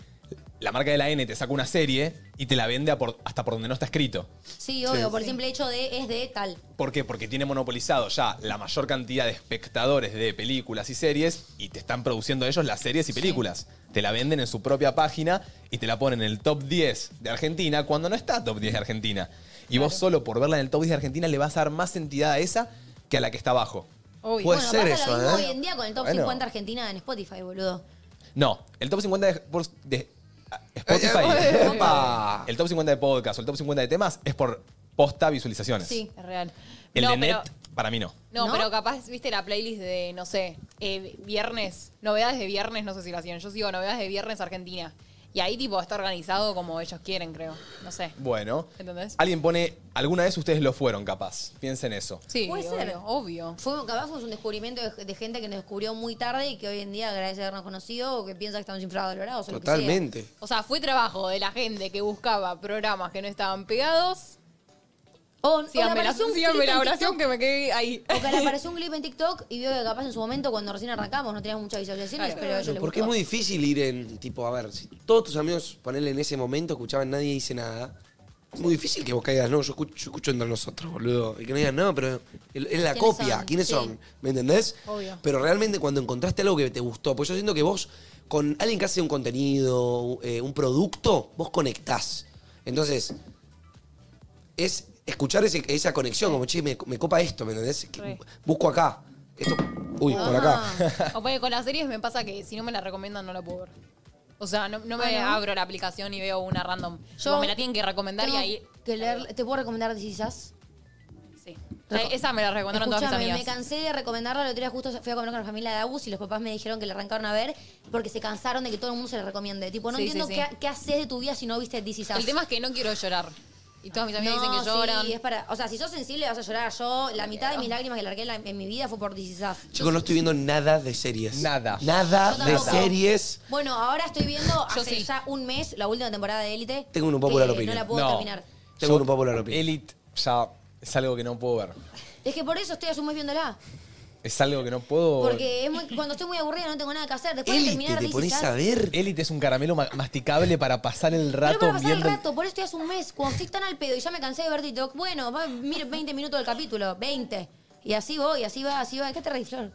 S1: La marca de la N te saca una serie y te la vende a por- hasta por donde no está escrito.
S5: Sí, obvio, por el simple hecho de es de tal.
S1: ¿Por qué? Porque tiene monopolizado ya la mayor cantidad de espectadores de películas y series y te están produciendo ellos las series y películas. Te la venden en su propia página y te la ponen en el top 10 de Argentina cuando no está top 10 de Argentina. Y vos solo por verla en el top 10 de Argentina le vas a dar más entidad a esa que a la que está abajo.
S4: Obvio.
S3: Puede
S5: bueno,
S3: ser
S5: pasa
S3: eso,
S5: lo mismo
S3: ¿eh?
S5: hoy en día con el top
S1: Bueno.
S5: 50 Argentina en Spotify, boludo.
S1: No, el top 50 de, por- de- ah, Spotify.
S4: Eh,
S3: Opa.
S1: El top 50 de podcast o el top 50 de temas es por posta visualizaciones.
S5: Sí.
S4: Es real.
S1: El
S4: No,
S1: de
S4: pero-
S1: net, para mí no.
S4: No,
S5: ¿No?
S4: pero capaz, viste la playlist de, no sé, eh, viernes, novedades de viernes, no sé si la hacían. Yo sigo novedades de viernes Argentina. Y ahí, tipo, está organizado como ellos quieren, creo. No sé.
S1: Bueno.
S4: ¿Entendés?
S1: Alguien pone, alguna vez ustedes lo fueron, capaz. Piensen eso.
S4: Sí,
S5: Puede
S4: obvio,
S5: ser.
S4: obvio.
S5: Fue, capaz fue un descubrimiento de, de gente que nos descubrió muy tarde y que hoy en día agradece habernos conocido o que piensa que estamos infravalorados. o lo que sea.
S3: Totalmente.
S4: O sea, fue trabajo de la gente que buscaba programas que no estaban pegados.
S5: O, o le
S4: Síganme la,
S5: apareció un
S4: síganme
S5: clip
S4: la
S5: en
S4: oración
S5: TikTok-
S4: que me quedé ahí.
S5: O que le apareció un clip en TikTok y vio que capaz en su momento, cuando recién arrancamos, no teníamos muchas visualizaciones,
S4: Claro.
S5: pero a ellos les
S3: Porque es
S5: gustó.
S3: muy difícil ir en, tipo, a ver, si todos tus amigos, ponerle en ese momento, escuchaban, nadie dice nada. Es muy difícil que vos caigas, no, yo escucho, yo escucho entre nosotros, boludo. Y que no digan, no, pero el- es la
S5: ¿Quiénes
S3: copia,
S5: son?
S3: ¿quiénes
S5: Sí.
S3: son? ¿Me entendés?
S4: Obvio.
S3: Pero realmente cuando encontraste algo que te gustó, pues yo siento que vos, con alguien que hace un contenido, eh, un producto, vos conectás. Entonces, es escuchar ese- esa conexión, como, che, me, me copa esto, ¿me entendés? Que-
S4: Re.
S3: Busco acá. Esto, uy, por
S5: Ah.
S3: acá.
S4: O porque con las series me pasa que si no me la recomiendan, no la puedo ver. O sea, no, no me
S5: Ah, ¿no?
S4: abro la aplicación y veo una random.
S5: Yo
S4: Como me la tienen que recomendar y
S5: Tengo
S4: ahí.
S5: que leer- ¿Te puedo recomendar This Is Us?
S4: Sí. Eh, Esa me la recomendaron todas mis
S5: Escuchame,
S4: amigas.
S5: me cansé de recomendarla. El otro día justo fui a comer con la familia de Agus y los papás me dijeron que la arrancaron a ver porque se cansaron de que todo el mundo se la recomiende. Tipo, no
S4: Sí, sí,
S5: entiendo
S4: sí.
S5: Qué, qué haces de tu vida si no viste This Is Us.
S4: El tema es que no quiero llorar. Y todos mis amigos dicen que lloran.
S5: Sí, es para, o sea, si sos sensible vas a llorar. Yo, la mitad de mis lágrimas que largué en, la- en mi vida fue por This Is Us.
S3: Chicos, no estoy viendo nada de series.
S1: Nada.
S3: Nada
S5: Yo
S3: Ah, de
S5: tampoco.
S3: series.
S5: Bueno, ahora estoy viendo hace ya un mes la última temporada de Élite.
S3: Tengo una popular
S5: que
S3: opinión.
S5: No la puedo terminar.
S3: Tengo una popular opinión.
S1: Elite ya es algo que no puedo ver.
S5: Es que por eso estoy hace un mes viéndola.
S1: Es algo que no puedo.
S5: Porque es muy- cuando estoy muy aburrida no tengo nada que hacer. Después de "Ah, terminar This Is Us-
S1: ver. Elite es un caramelo ma- masticable para pasar el
S5: Pero
S1: rato
S5: para pasar el
S1: viendo.
S5: rato, por eso estoy hace un mes. Cuando estoy tan al pedo y ya me cansé de ver TikTok, bueno, va, mire 20 minutos del capítulo, 20. Y así voy, así va, así va. ¿Qué te reís, Flor?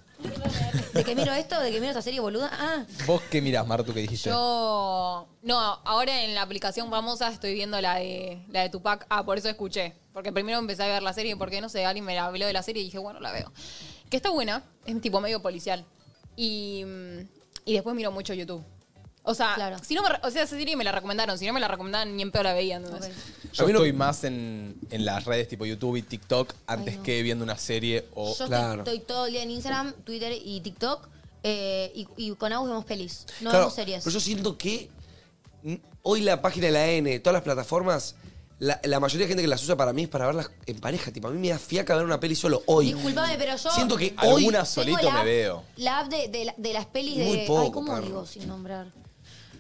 S5: ¿De que miro esto? ¿De que miro esta serie, boluda? Ah.
S1: ¿Vos qué mirás, Martu, que dijiste?
S4: Yo. No, ahora en la aplicación famosa estoy viendo la de, la de Tupac. Ah, por eso escuché. Porque primero empecé a ver la serie, porque no sé, alguien me la habló de la serie y dije, bueno, la veo. Que está buena, es tipo medio policial. Y, mm, y después miro mucho YouTube. O sea, si no me re- o sea, esa serie me la recomendaron. Si no me la recomendaban, ni en peor la veía. ¿entendés?
S1: Yo estoy más en, en las redes tipo YouTube y TikTok antes que viendo una serie
S3: Oh,
S1: o.
S5: Yo estoy, estoy todo el día en Instagram, Twitter y TikTok. eh, y, y con Agus vemos pelis. No
S3: Claro,
S5: vemos series.
S3: Pero yo siento que mm, hoy la página de la N, todas las plataformas, la, la mayoría de gente que las usa para mí es para verlas en pareja. Tipo, a mí me da fiaca ver una peli solo hoy.
S5: Disculpame, pero yo. Ah,
S3: Siento que
S5: tengo
S3: hoy-
S5: la-
S3: solito
S5: tengo la
S3: me
S5: app-
S3: veo.
S5: La app de, de la- de las pelis de.
S3: Muy poco,
S5: ay, ¿cómo
S3: perro.
S5: digo sin nombrar?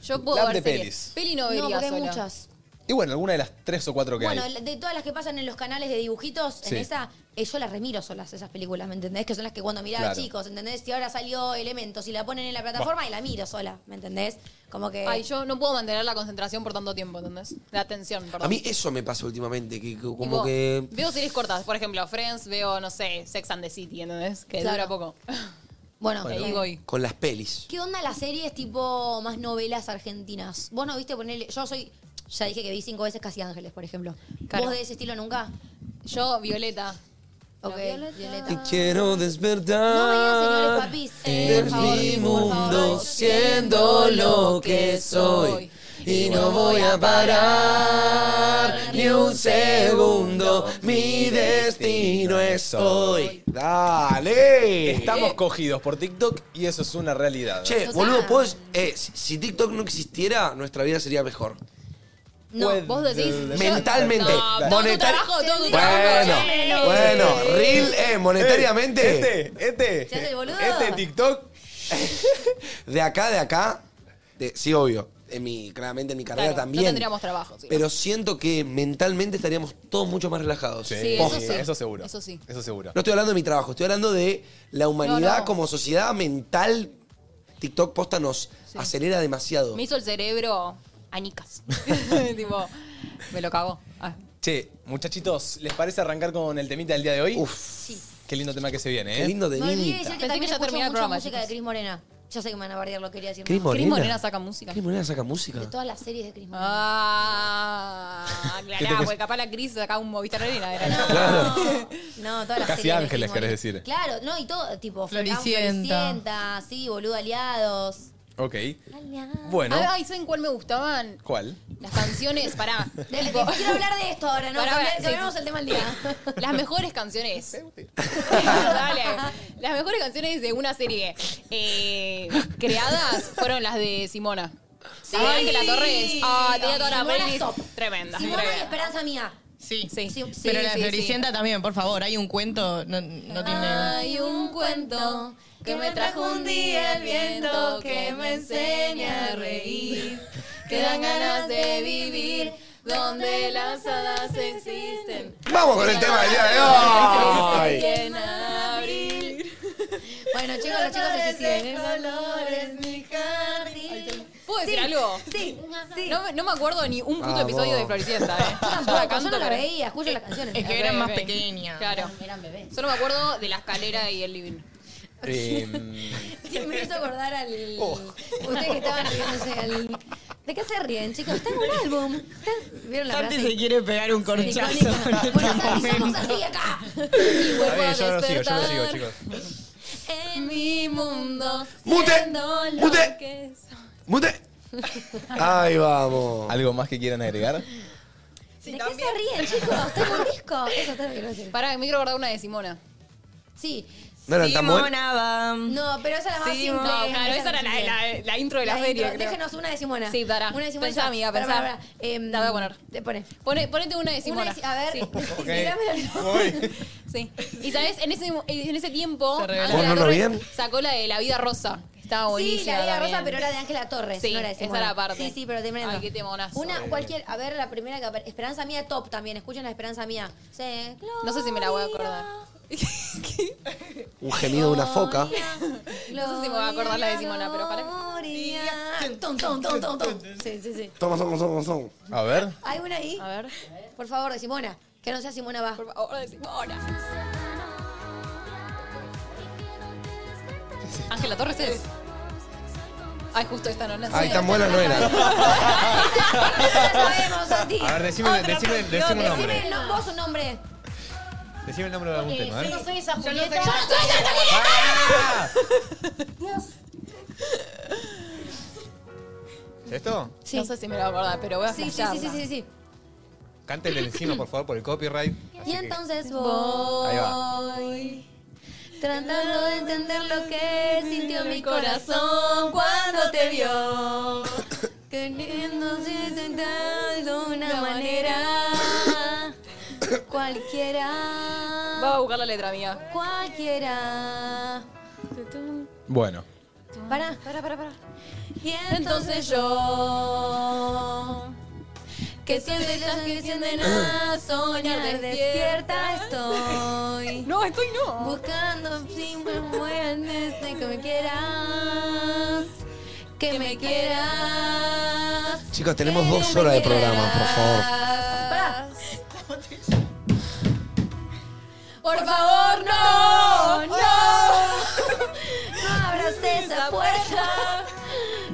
S4: Yo puedo
S1: La app de
S4: ver series.
S1: pelis.
S4: Peli no vería
S5: No, porque hay
S4: sola.
S5: muchas.
S1: Y bueno, alguna de las tres o cuatro que
S5: Bueno,
S1: hay.
S5: la- de todas las que pasan en los canales de dibujitos,
S1: Sí.
S5: en esa, eh, yo las remiro solas, esas películas, ¿me entendés? Que son las que cuando miraba
S1: Claro.
S5: chicos, ¿entendés? Si ahora salió Elementos y la ponen en la plataforma
S4: Buah.
S5: y la miro sola, ¿me entendés? Como que.
S4: Ay, yo no puedo mantener la concentración por tanto tiempo, ¿entendés? La atención, perdón.
S3: A mí eso me pasa últimamente, que, que como
S4: Tipo,
S3: que...
S4: Veo series cortas, por ejemplo, Friends, veo, no sé, Sex and the City, ¿entendés? Que
S5: Claro.
S4: dura poco.
S5: Bueno,
S4: ahí
S5: eh,
S4: voy.
S3: Con las pelis.
S5: ¿Qué onda las series tipo más novelas argentinas? Vos no viste ponerle. Yo soy. Ya dije que vi cinco veces Casi Ángeles, por ejemplo.
S4: Claro.
S5: ¿Vos de ese estilo nunca?
S4: Yo, Violeta.
S5: Ok, Violeta.
S3: Te quiero despertar.
S5: No veían señores papis.
S3: En mi mundo siendo lo que soy. Y no voy a parar ni un segundo. Mi destino es hoy. ¡Dale!
S5: Eh,
S1: Estamos cogidos por TikTok y eso es una realidad.
S3: Che, boludo, ¿puedes, eh, si- si TikTok no existiera, nuestra vida sería mejor.
S5: No, vos decís.
S3: Mentalmente,
S4: No, todo tu
S3: monetar-
S4: trabajo, todo
S3: Bueno,
S4: tu trabajo. che.
S3: bueno, real, eh, monetariamente.
S1: Este, este.
S5: ¿Se hace el boludo?
S1: Este TikTok.
S3: De acá, de acá, de- sí, obvio. En mi, claramente en mi carrera
S4: Claro, No
S3: también.
S4: tendríamos trabajo. sí.
S3: pero siento que mentalmente estaríamos todos mucho más relajados.
S4: Sí,
S3: Posta.
S4: eso sí.
S1: Eso seguro.
S4: Eso sí.
S1: Eso seguro.
S3: No estoy hablando de mi trabajo, estoy hablando de la humanidad
S4: No, no.
S3: como sociedad mental. TikTok posta nos acelera demasiado.
S4: Me hizo el cerebro anicas. tipo, me lo cagó. Ah.
S1: Che, muchachitos, ¿les parece arrancar con el temita del día de hoy?
S3: Uf.
S1: Qué lindo tema que se viene, ¿eh?
S3: Qué lindo de
S5: Me olvidé de
S3: niñita.
S5: decir que
S4: Pensé que
S5: también
S4: ya
S5: escucho
S4: terminaba el
S5: mucha
S4: programa,
S5: música
S4: chicos.
S5: de Cris Morena. Yo sé que me van a bardear, lo quería decir.
S3: Cris
S5: nomás.
S3: Morena.
S4: Cris Morena saca música.
S3: Cris Morena saca música.
S5: De todas las series de Cris Morena.
S4: Ah,
S1: ¿Qué te
S4: aclará,
S1: pensás?
S4: porque capaz la Cris saca un Movistar Arena. era. "Ah".
S5: No, todas las
S1: Casi
S5: series de
S1: ángeles, querés
S5: Cris Morena.
S1: decir.
S5: Claro, no, y todo, tipo,
S11: Floricienta.
S5: Floricienta, sí, boludo, aliados.
S1: Ok.
S5: Aliados.
S1: Bueno,
S4: Ah, Ay, ¿saben cuál me gustaban?
S1: ¿cuál?
S4: Las canciones, pará.
S5: De-
S4: tipo,
S5: de- quiero hablar de esto ahora, ¿no?
S4: Pará,
S5: Cambi-
S4: pará, sí,
S5: Cambiamos
S4: sí.
S5: el tema al día.
S4: las mejores canciones. Dale. Las mejores canciones de una serie eh, creadas fueron las de Simona. Sí. que la Torres. Ah, tenía toda la
S5: Simona
S4: playlist.
S5: Stop.
S4: Tremenda.
S5: Simona y
S4: tremenda.
S5: Esperanza Mía.
S11: Sí.
S4: Sí, sí,
S11: Pero la de
S4: sí,
S11: Floricienta también, por favor. Hay un cuento, no, no tiene...
S4: Hay un cuento que me trajo un día el viento que me enseña a reír, que dan ganas de vivir donde las hadas existen.
S3: Vamos con el tema del día de hoy.
S4: En abril.
S5: Bueno, chicos, los chicos se suiciden. ¿eh?
S4: ¿Puedo decir algo?
S5: Sí, sí.
S4: No, me- no me acuerdo ni un puto
S3: Vamos.
S4: episodio de Floricienta, eh. Yo la
S5: Tampoco, yo
S4: canto,
S5: no la
S4: pero-
S5: veía, escucho las canciones.
S11: Es que
S4: Ok,
S11: eran más
S4: ok.
S11: pequeñas.
S4: Claro.
S5: Eran bebés.
S4: Solo me acuerdo de la escalera y el living.
S1: Eh,
S5: Me hizo acordar al. Ustedes que estaban riéndose al. ¿De qué se ríen, chicos? Está en un álbum. Está- ¿Vieron la
S11: Santi
S5: frase?
S11: se quiere pegar un corchazo
S5: Icónica.
S11: en este
S5: Bueno, Santi, somos
S11: momento.
S5: así acá.
S4: Y vuelvo a
S2: Está bien, yo no sigo, yo no sigo,
S4: despertar
S2: chicos.
S5: En mi mundo.
S3: Mute,
S5: siendo lo
S3: mute.
S5: que soy.
S3: Mute. Ahí vamos.
S1: ¿Algo más que quieran agregar?
S5: ¿De qué se ríen, chicos? Tengo un disco. Eso está bien, gracias.
S4: Pará, me quiero acordar una de Simona.
S5: Sí,
S3: No eran tan buenas.
S11: Simona Bam.
S5: No, pero esa es la más simple.
S4: No, Ah, claro, esa era
S5: es
S4: la,
S5: simple.
S4: la- la intro de la, serie.
S5: intro.
S4: creo.
S5: Déjenos una de Simona.
S4: Sí, pará.
S5: Una de Simona.
S4: Pensá, amiga,
S5: Pará,
S4: pensá.
S5: pará, pará. Em,
S4: La voy a poner.
S5: Te pone.
S4: Pone- ponete una de Simona.
S5: Una de, a ver,
S4: Sí.
S5: tirámela.
S4: Sí. Y sabes, en ese, en ese tiempo,
S3: regaló.
S4: Ángela
S3: ¿Ponlo
S4: Torres
S3: bien?
S4: sacó la de La Vida Rosa. que Estaba
S5: Sí,
S4: buenísima.
S5: la vida
S4: también.
S5: rosa, pero era de Ángela Torres.
S4: Sí,
S5: no era de
S4: esa
S5: Simona.
S4: era la parte.
S5: Sí, sí, pero tremendo.
S4: Ay, qué temonazo.
S5: Una, cualquier. A ver, la primera que apare- Esperanza Mía Top también. Escuchen la Esperanza Mía. Se
S4: No sé si me la voy a acordar.
S3: Un gemido de una foca.
S4: No sé si me voy a acordar la de Simona, pero para
S5: Gloria. Tom, tom, tom, tom, tom. Sí, sí, sí.
S3: Toma, toma, toma, toma.
S1: A ver.
S5: ¿Hay una ahí?
S4: A ver.
S5: Por favor, de Simona. Que no sea Simona va.
S4: Por favor, de Simona. Ángela Torres es. Ay, justo esta no la sé.
S3: Ay, tan buena no era.
S5: sabemos, Santi.
S2: A ver, decime, decime, decime un nombre.
S5: Decime no, vos un nombre.
S2: Decime el nombre de algún
S1: ¿eh?
S2: tema. a ver.
S11: soy esa
S5: Yo no soy esa
S2: ¡Ah! ¿Esto?
S5: Sí.
S4: No sé si me lo voy a acordar, pero voy a
S5: Sí, sí, sí,
S4: flashearla.
S5: sí, sí, sí.
S2: Cántele encima, por favor, por el copyright. Así
S5: Y
S2: que-
S5: entonces
S2: Ahí
S5: voy. Tratando de entender lo que sintió mi corazón cuando te vio. Queriéndose intentar de una manera
S4: Voy a
S5: cualquiera.
S4: buscar la letra mía.
S5: Cualquiera.
S1: Bueno.
S5: Pará, pará, pará, pará. Y entonces yo, que soy de las que tienden a soñar despierta estoy.
S4: No, estoy no.
S5: Buscando siempre un buen desde que me quieras, que me quieras.
S3: Chicos, tenemos dos horas de programa, por favor.
S5: Pará. Por favor, no, no, no abras esa puerta,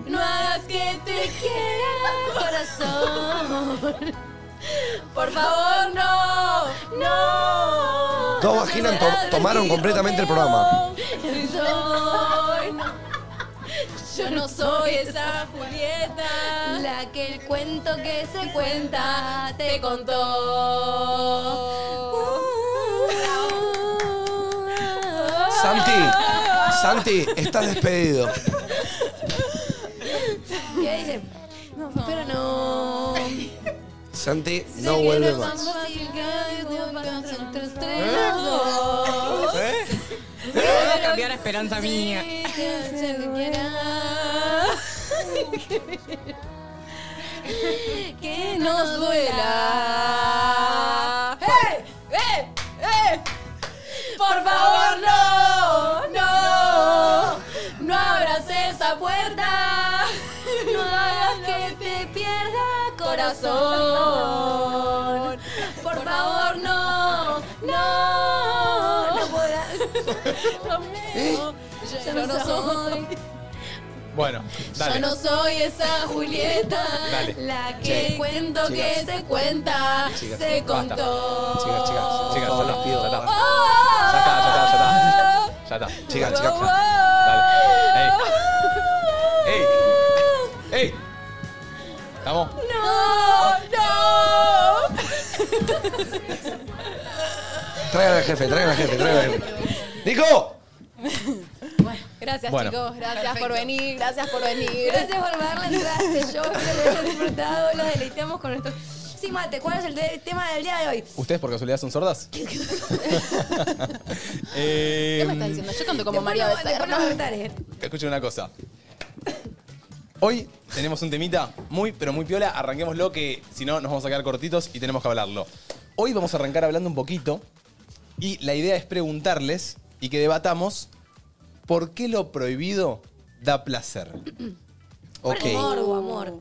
S5: no hagas que te quiera, corazón. Por favor, no, no.
S3: Dos vaginas to- tomaron completamente el programa.
S5: Soy
S4: Yo no soy esa Julieta.
S5: la que el cuento que se cuenta te contó.
S3: Santi, Santi, estás despedido.
S5: Y ahí dice, pero no.
S3: Santi, no vuelve más.
S2: ¿Eh?
S11: Voy a cambiar a Esperanza Mía.
S5: Que nos duela. ¡Eh! ¡Eh! ¡Eh! Por favor, no, no, no abras esa puerta, no hagas que te pierda corazón. Por favor, no, no, no podrás. Yo no soy,
S1: Bueno,
S5: yo
S1: dale.
S5: no soy esa Julieta,
S1: Dale.
S5: la que
S3: Sí.
S5: cuento que
S3: Chicas.
S5: se cuenta,
S3: Chicas,
S5: se
S1: basta.
S5: contó.
S3: Chicas, chicas,
S1: Chicas,
S3: chicas,
S1: ya
S3: por favor, les
S1: está,
S3: pido.
S1: ya está.
S5: Ah.
S1: Ya está, ya está, ya está. Ya está.
S3: Chicas, chicas,
S5: Por
S3: chicas.
S5: favor.
S1: Dale. ¡Ey! ¡Ey! ¡Ey! ¿Estamos?
S5: No, no.
S3: Traigan al jefe, traigan al jefe, traigan al jefe. ¡Nico!
S4: Gracias,
S1: Bueno.
S4: chicos. Gracias por venir. Gracias por venir.
S5: Gracias por ver la entrada de este show, espero que lo hayan disfrutado, los deleitemos con nuestro... Sí, Mate, ¿cuál es el de- tema del día de hoy?
S1: ¿Ustedes por casualidad son sordas? Eh,
S4: ¿Qué me estás diciendo? Yo canto como
S5: Después
S4: María
S5: no- después
S4: Becerra.
S5: nos preguntaré.
S1: Escuchen una cosa. Hoy tenemos un temita muy, pero muy piola. Arranquémoslo que si no nos vamos a quedar cortitos y tenemos que hablarlo. Hoy vamos a arrancar hablando un poquito y la idea es preguntarles y que debatamos por qué lo prohibido da placer.
S3: Ok.
S5: Amor o amor.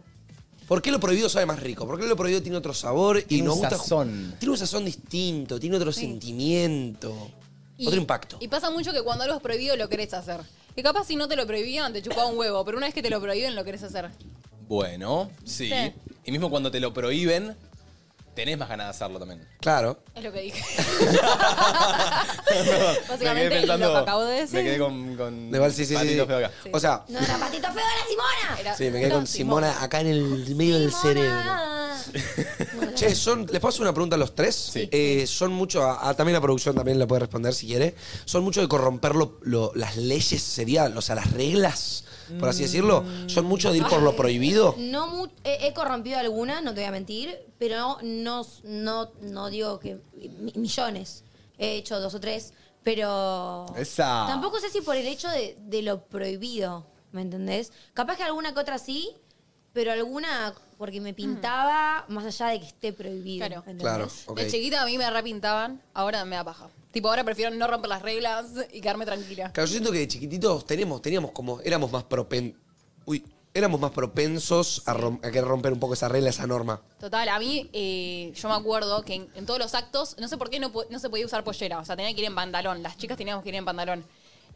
S3: ¿Por qué lo prohibido sabe más rico? ¿Por qué lo prohibido tiene otro sabor y
S1: Tiene un
S3: nos gusta?
S1: sazón.
S3: Tiene un sazón distinto, tiene otro sentimiento,
S4: Y-
S3: otro impacto.
S4: Y pasa mucho que cuando algo es prohibido lo querés hacer. Que capaz si no te lo prohibían te chupaba un huevo, pero una vez que te lo prohíben lo querés hacer.
S1: Bueno, sí.
S4: Sí.
S1: Y mismo cuando te lo prohíben, tenés más ganas de hacerlo también.
S3: Claro.
S4: Es lo que dije.
S1: me
S4: Básicamente
S1: quedé
S4: es lo que
S1: pensando,
S4: acabo de decir.
S1: Me quedé con, con
S3: De val- sí, sí, sí,
S1: patito
S3: sí.
S1: feo acá.
S3: O sea,
S5: No, era patito feo, era Simona.
S4: Era-
S3: sí, me quedé con
S4: No,
S3: Simona acá en el medio del cerebro.
S5: Ah.
S3: Che, son, ¿les puedo hacer una pregunta a los tres? Eh, son mucho, a- a- también la producción también la puede responder si quiere. Son mucho de corromper lo- lo- las leyes, sería, o sea, las reglas, por así decirlo. Son mucho de ir por lo prohibido.
S5: No mu- he, he corrompido algunas, no te voy a mentir, pero no, no, no digo que mi- millones. He hecho dos o tres, pero...
S6: Ah.
S1: Esa.
S5: Tampoco sé si por el hecho de, de lo prohibido, ¿me entendés? Capaz que alguna que otra sí, pero alguna porque me pintaba más allá de que esté prohibido.
S4: Claro.
S5: ¿entendés?
S3: Claro, ok.
S4: De chiquita a mí me repintaban, ahora me da paja. Tipo, ahora prefiero no romper las reglas y quedarme tranquila.
S3: Claro, yo siento que de chiquititos tenemos, teníamos como, éramos más propen, uy, éramos más propensos a, rom- a querer romper un poco esa regla, esa norma.
S4: Total, a mí eh, yo me acuerdo que en, en todos los actos, no sé por qué no, po- no se podía usar pollera, o sea, tenía que ir en pantalón, las chicas teníamos que ir en pantalón.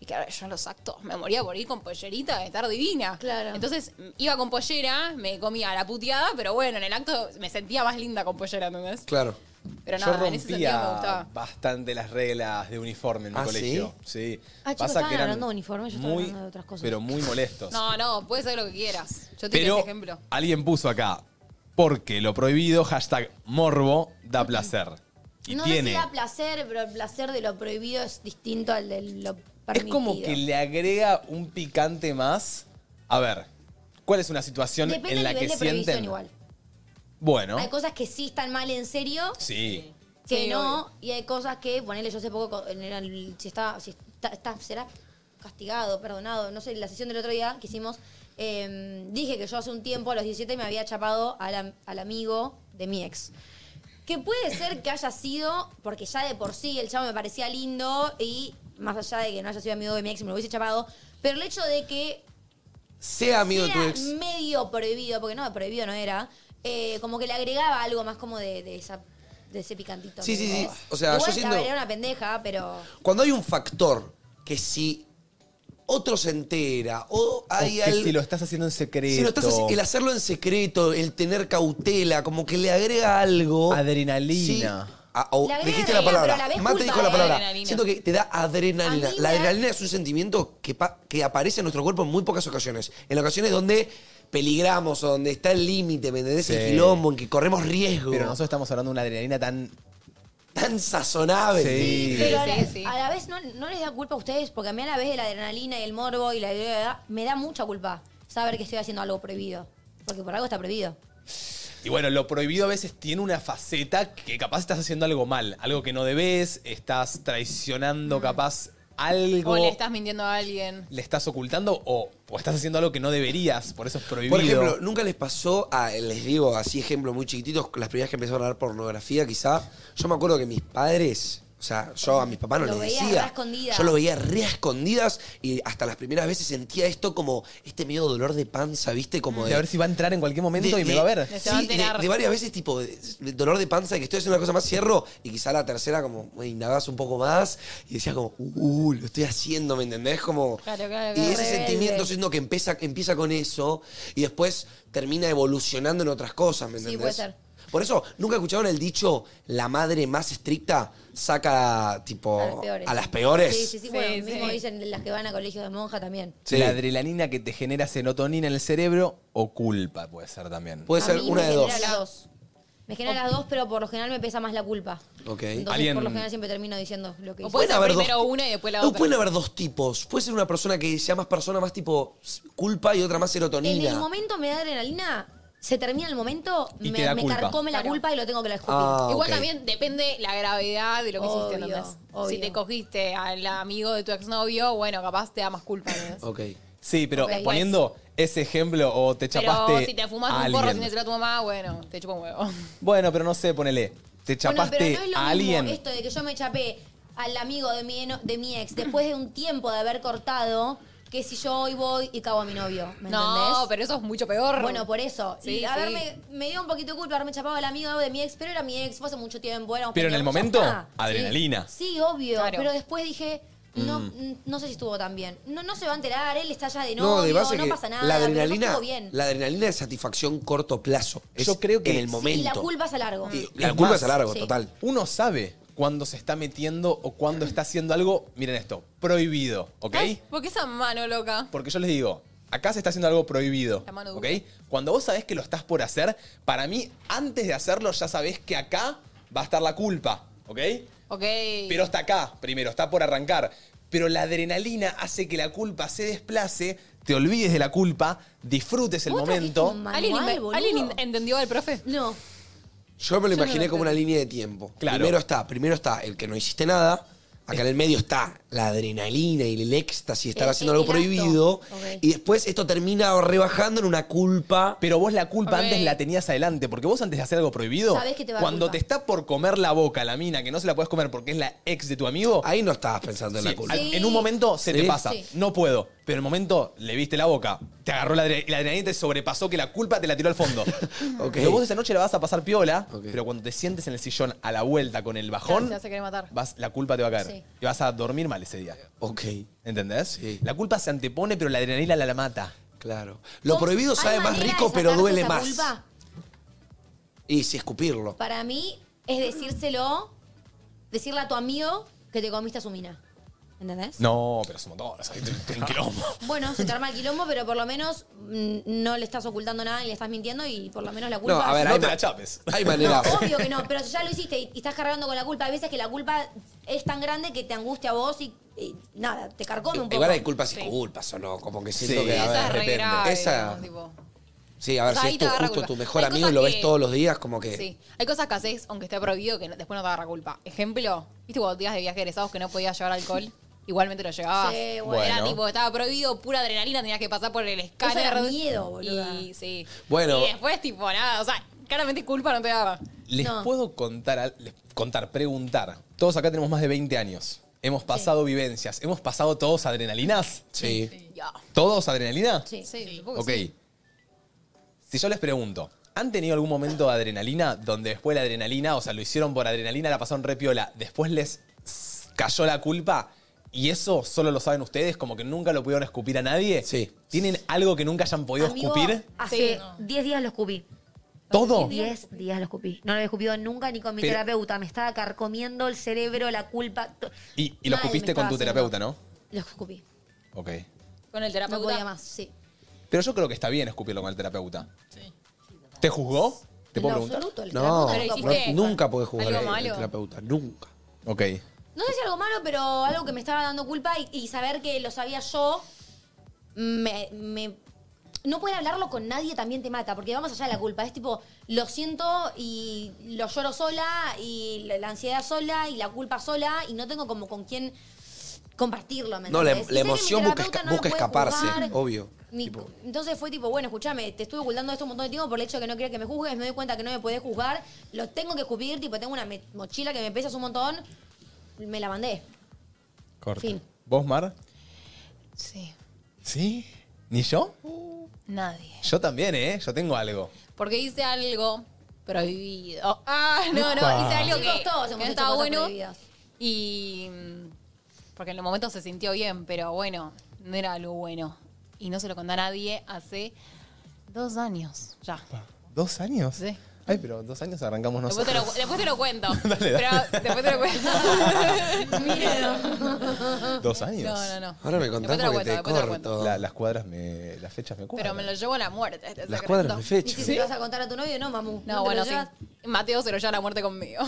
S4: Y claro, yo en los actos me moría por ir con pollerita, de estar divina.
S5: Claro.
S4: Entonces m- iba con pollera, me comía la puteada, pero bueno, en el acto me sentía más linda con pollera, ¿entendés?
S3: Claro.
S4: Pero
S1: Yo
S4: nada, en ese sentido me
S1: rompía
S4: gustaba.
S1: bastante las reglas de uniforme en mi
S3: ¿Ah,
S1: colegio. Sí.
S5: Ah, chicos, estaban
S1: eran
S5: hablando de uniforme, yo estaba
S1: muy-
S5: hablando de otras cosas.
S1: Pero muy molestos.
S4: No, no, puedes hacer lo que quieras. Yo te
S1: Pero
S4: quiero ejemplo.
S1: alguien puso acá, porque lo prohibido, hashtag morbo, da placer. Y
S5: no
S1: tiene.
S5: sé si da placer, pero el placer de lo prohibido es distinto al de lo
S1: es
S5: permitido.
S1: como que le agrega un picante más. A ver, ¿cuál es una situación
S5: Depende
S1: en
S5: del
S1: la
S5: nivel
S1: que
S5: de prohibición
S1: sienten?
S5: igual.
S1: Bueno,
S5: Hay cosas que sí están mal en serio,
S1: sí.
S5: que
S4: Sí,
S5: no, y hay cosas que, ponele, yo hace poco, en el- si está, si está, está- será castigado, perdonado, no sé, la sesión del otro día que hicimos, eh, dije que yo hace un tiempo, a los 17, me había chapado al, am- al amigo de mi ex. Que puede ser que haya sido, porque ya de por sí el chavo me parecía lindo y más allá de que no haya sido amigo de mi ex y me lo hubiese chapado, pero el hecho de que
S3: Sea amigo
S5: sea
S3: de tu ex.
S5: medio prohibido, porque no, prohibido no era, eh, como que le agregaba algo más como de, de esa de ese picantito.
S3: Sí,
S5: ¿me
S3: sí, sí.
S5: entendés?
S3: O sea,
S5: Igual
S3: yo
S5: estaba-
S3: siento-
S5: Era una pendeja, pero...
S3: Cuando hay un factor que si otro se entera o hay
S1: O que
S3: algo...
S1: si lo estás haciendo en secreto.
S3: Si no estás así- el hacerlo en secreto, el tener cautela, como que le agrega algo.
S1: Adrenalina.
S3: Sí. Ah, o
S5: Le agrega
S3: dijiste la
S5: adrenalina,
S3: palabra.
S5: pero a la vez
S3: Mate
S5: culpa
S3: dijo la
S5: de
S3: palabra.
S4: adrenalina.
S3: Siento que te da adrenalina.
S5: A mí me
S3: La
S5: da-
S3: adrenalina es un sentimiento que, pa- que aparece en nuestro cuerpo en muy pocas ocasiones. En ocasiones donde peligramos o donde está el límite, ¿me entendés?
S1: Sí.
S3: El quilombo, en que corremos riesgo.
S1: Pero nosotros estamos hablando de una adrenalina tan.
S3: Tan sazonable.
S1: Sí.
S5: Pero a, la,
S4: sí, sí.
S5: a la vez no, no les da culpa a ustedes, porque a mí a la vez de la adrenalina y el morbo y la idea me da mucha culpa saber que estoy haciendo algo prohibido. Porque por algo está prohibido.
S1: Y bueno, lo prohibido a veces tiene una faceta que capaz estás haciendo algo mal, algo que no debes, estás traicionando capaz algo.
S4: O le estás mintiendo a alguien.
S1: le estás ocultando o, o estás haciendo algo que no deberías, por eso es prohibido.
S3: Por ejemplo, ¿nunca les pasó, a, les digo así ejemplo muy chiquititos, las primeras que empezaron a ver pornografía quizá? Yo me acuerdo que mis padres, o sea, yo a mis papás no
S5: Lo
S3: les
S5: veías
S3: decía.
S5: re escondidas.
S3: Yo lo veía re a escondidas y hasta las primeras veces sentía esto como este medio dolor de panza, ¿viste?
S5: Mm.
S3: Como
S1: de
S3: de...
S1: a ver si va a entrar en cualquier
S3: de-
S1: momento y me
S3: de-
S1: va a ver.
S4: Se
S3: sí,
S4: va a
S3: de,
S4: enterar.
S3: de varias veces, tipo, de- de dolor de panza, de que estoy haciendo una cosa más, cierro, y quizá la tercera, como, güey, indagás un poco más, y decías como, uh, lo estoy haciendo, ¿me entendés? Como,
S4: Claro, claro,
S3: y
S4: claro.
S3: ese
S5: Rebelde.
S3: sentimiento siento que empieza, empieza con eso y después termina evolucionando en otras cosas, ¿me
S5: Sí,
S3: entendés?
S5: puede ser.
S3: Por eso, ¿nunca escucharon el dicho la madre más estricta saca tipo
S5: a las peores.
S3: Oh, a las peores?
S5: Sí, sí, sí.
S4: Sí,
S5: Bueno,
S4: sí.
S5: mismo dicen las que van a colegios de monja también.
S3: Sí.
S1: La adrenalina que te genera serotonina en el cerebro o culpa puede ser también.
S3: Puede
S5: A
S3: ser
S5: mí
S3: una
S5: me
S3: de dos.
S5: genera las dos. Me genera las dos, pero por lo general me pesa más la culpa.
S3: Ok.
S5: Entonces,
S1: Alguien-
S5: por lo general siempre termino diciendo lo que
S4: O puede
S5: hice.
S3: Pueden
S4: ser
S3: haber
S4: primero
S3: dos-
S4: una y después la
S3: No,
S4: otra.
S3: pueden haber dos tipos. Puede ser una persona que sea más persona, más tipo culpa y otra más
S5: En el
S3: serotonina.
S5: momento me da adrenalina, se termina el momento,
S1: Y
S5: me,
S1: te da
S5: me
S1: culpa.
S5: carcome la
S4: Claro.
S5: culpa y lo tengo que la escupir.
S3: Ah,
S4: Igual
S3: ok.
S4: también depende la gravedad de lo que hiciste,
S5: Obvio,
S4: ¿entendés?
S5: obvio.
S4: Si te cogiste al amigo de tu exnovio, bueno, capaz te da más culpa, ¿entendés?
S3: Ok.
S1: Sí, pero
S4: Ok.
S1: poniendo ese ejemplo o te chapaste
S4: Pero si te fumas
S1: a
S4: un
S1: alguien.
S4: porro sin decir a tu mamá, bueno, te chupa un huevo.
S1: Bueno, pero no sé, ponele. Te
S5: Bueno,
S1: chapaste
S5: pero no es lo
S1: a
S5: mismo
S1: alguien.
S5: esto de que yo me chapé al amigo de mi, eno- de mi ex después de un tiempo de haber cortado que si yo hoy voy y cago a mi novio, ¿me
S4: No,
S5: entendés?
S4: pero eso es mucho peor.
S5: Bueno, por eso.
S4: Sí,
S5: y a
S4: sí.
S5: ver, me, me dio un poquito de culpa haberme chapado al amigo de mi ex, pero era mi ex, fue hace mucho tiempo. éramos
S1: Pero en el
S5: pendejos, ya
S1: momento,
S5: está.
S1: adrenalina.
S5: Sí, obvio.
S4: Claro.
S5: Pero después dije, No, mm, no sé si estuvo tan bien. No, no se va a enterar, él está ya de
S3: No,
S5: novio, no,
S3: de base que
S5: pasa nada.
S3: la
S5: pero no
S3: adrenalina,
S5: estuvo bien.
S3: la adrenalina es satisfacción corto plazo. Yo creo que en el momento.
S5: Y la culpa es Ah. a largo.
S3: La culpa es a largo, Sí. total.
S1: Uno sabe cuándo se está metiendo o cuándo está haciendo algo, miren esto, prohibido, ¿ok?
S4: ¿Por qué esa mano loca?
S1: Porque yo les digo, acá se está haciendo algo prohibido,
S4: La mano
S1: ¿ok?
S4: dura.
S1: Cuando vos sabés que lo estás por hacer, para mí, antes de hacerlo ya sabés que acá va a estar la culpa, ¿ok?
S4: Ok.
S1: Pero está acá, primero, está por arrancar. Pero la adrenalina hace que la culpa se desplace, te olvides de la culpa, disfrutes el momento.
S4: ¿Alguien, inve- alguien in-
S3: eh,
S4: entendió al profe?
S5: No.
S3: Yo me lo
S4: Yo no
S3: imaginé
S4: lo
S3: como una línea de tiempo.
S1: Claro.
S3: Primero está, primero está el que no hiciste nada. Acá en el medio está la adrenalina y el éxtasis, estar
S1: El-
S3: haciendo
S1: el-
S3: algo
S1: el
S3: prohibido.
S1: Ok.
S3: Y después esto termina rebajando en una culpa.
S1: Pero vos la culpa
S3: Ok.
S1: antes la tenías adelante, porque vos antes de hacer algo prohibido,
S5: Sabés que te va a
S1: cuando
S5: culpa.
S1: te está por comer la boca la mina, que no se la puedes comer porque es la ex de tu amigo.
S3: Ahí no estabas pensando en Ah, la culpa. Sí.
S1: En un momento se
S3: Sí.
S1: te pasa,
S3: Sí.
S1: no puedo, pero en el momento le viste la boca, te agarró la, adre- la adrenalina y te sobrepasó que la culpa te la tiró al fondo.
S3: Ok.
S1: Pero vos esa noche la vas a pasar piola, pero cuando te sientes en el sillón a la vuelta con el bajón,
S4: Se hace querer matar.
S1: vas- la culpa te va a caer.
S4: Sí.
S1: Y vas a dormir mal ese día.
S3: Ok.
S1: ¿Entendés? La culpa se antepone, pero la adrenalina la, la mata.
S3: Claro. Lo prohibido sabe más rico, pero duele más. Y si escupirlo.
S5: Para mí es decírselo, decirle a tu amigo que te comiste a su mina. ¿Entendés?
S1: No, pero es un montón, es un quilombo.
S5: Bueno, se te arma el quilombo, pero por lo menos mm, no le estás ocultando nada ni le estás mintiendo y por lo menos la culpa.
S3: No, a ver,
S1: No
S3: hay
S1: te
S3: ma-
S1: la chapes.
S3: Hay maneras.
S5: Obvio que no, pero si ya lo hiciste y y estás cargando con la culpa, hay veces que la culpa es tan grande que te angustia a vos y, y nada, te carcome un poco.
S3: Igual hay culpas y
S5: Sí.
S3: culpas, ¿o no? Como que siento
S1: Sí,
S3: que, a
S1: esa
S3: ver,
S1: es re
S3: depende.
S4: grave,
S3: Esa,
S4: Tipo,
S3: sí, a ver,
S4: O sea,
S3: si
S4: ahí
S3: es
S4: te
S3: tu-
S4: agarra
S3: justo
S4: culpa.
S3: tu mejor
S4: Hay
S3: amigo y
S4: cosas
S3: lo ves
S4: que-
S3: todos los días, como
S5: Eh,
S3: que...
S4: Sí. Hay cosas que haces, aunque esté prohibido, que no- después no te agarra culpa. Ejemplo, ¿viste cuando te ibas de viaje egresados que no podías llevar alcohol? Igualmente lo llevabas.
S5: Sí,
S3: bueno.
S4: Era
S3: Bueno.
S4: tipo, estaba prohibido, pura adrenalina, tenías que pasar por el escáner.
S5: era miedo,
S4: Y sí.
S1: Bueno.
S4: Y después, tipo, nada, o sea, claramente culpa no te daba.
S1: Les
S4: No.
S1: puedo contar, al- les- contar, preguntar. Todos acá tenemos más de 20 años. Hemos pasado vivencias. ¿Hemos pasado todos adrenalinas? Sí.
S4: Ya.
S1: ¿Todos adrenalina?
S5: Sí,
S1: Ok. Si yo les pregunto, ¿han tenido algún momento de adrenalina donde después la adrenalina, o sea, lo hicieron por adrenalina, la pasaron re piola, después les s- cayó la culpa y eso solo lo saben ustedes, como que nunca lo pudieron escupir a nadie? Sí. ¿Tienen algo que nunca hayan podido
S5: Amigo,
S1: escupir?
S5: Hace 10 días lo escupí.
S1: ¿Todo?
S5: 10 días lo escupí. No lo había escupido nunca ni con mi
S1: Pero-
S5: terapeuta. Me estaba carcomiendo el cerebro, la culpa. to-
S1: Y, y lo
S5: Mal,
S1: escupiste
S5: me
S1: con
S5: estaba
S1: tu
S5: haciendo.
S1: terapeuta, ¿no?
S5: Lo escupí.
S1: Ok.
S4: Con el terapeuta.
S5: No podía más, sí.
S1: Pero yo creo que está bien escupirlo con el terapeuta. ¿Te juzgó? ¿Te
S5: En
S1: puedo
S5: lo
S1: preguntar?
S5: absoluto, el
S3: No,
S5: terapeuta nunca
S3: no,
S5: puede-
S3: nunca podés jugar
S5: ¿Algo
S3: al al
S5: malo?
S3: terapeuta, nunca.
S1: Ok.
S5: No sé si algo malo, pero algo que me estaba dando culpa y, y saber que lo sabía yo, me, me- No poder hablarlo con nadie también te mata, porque vamos allá de la culpa. Es tipo, lo siento y lo lloro sola, y la, la ansiedad sola, y la culpa sola, y no tengo como con quién compartirlo, ¿me
S3: No, la, em-
S5: entendés? Y
S3: la
S5: sé que mi
S3: emoción busca,
S5: terapeuta
S3: esca-
S5: no lo
S3: busca
S5: puede
S3: escaparse,
S5: juzgar,
S3: obvio.
S5: mi- entonces fue tipo, bueno, escúchame, te estuve ocultando esto un montón de tiempo por el hecho de que no quería que me juzgues, me doy cuenta que no me podés juzgar, lo tengo que escupir, tipo, tengo una me- mochila que me pesas un montón, me la mandé.
S1: Corte.
S5: Fin.
S1: ¿Vos, Mar?
S4: Sí.
S1: ¿Sí? ¿Ni yo?
S4: Nadie.
S1: Yo también, ¿eh? Yo tengo algo.
S4: Porque hice algo prohibido. Ah, no, no,
S1: Upa.
S4: hice algo que,
S5: Chicos, todos
S4: que
S5: hemos
S4: no
S5: hecho
S4: estaba
S5: cosas
S4: bueno.
S5: prohibidas.
S4: Y. mm, Porque en el momento se sintió bien, pero bueno, no era algo bueno. Y no se lo conté a nadie hace dos años ya.
S1: ¿Dos años?
S4: Sí.
S1: Ay, pero dos años arrancamos
S4: Después te,
S1: nosotros.
S4: lo, después te lo cuento.
S1: Dale, dale.
S4: Pero después te lo cuento.
S5: Miedo.
S1: ¿Dos años?
S4: No, no, no.
S1: Ahora me
S4: contás Después te lo porque te cuento, después te lo corto. cuento.
S1: las cuadras me... Las fechas me cuadran.
S4: Pero me lo llevo a la muerte. este
S1: Las
S4: secreto.
S1: cuadras de fecha.
S5: ¿Y si se lo vas a contar a tu novio? No, mamu.
S4: No,
S5: te
S4: bueno,
S5: lo
S4: sí.
S5: llevas.
S4: Mateo se lo lleva a la muerte conmigo.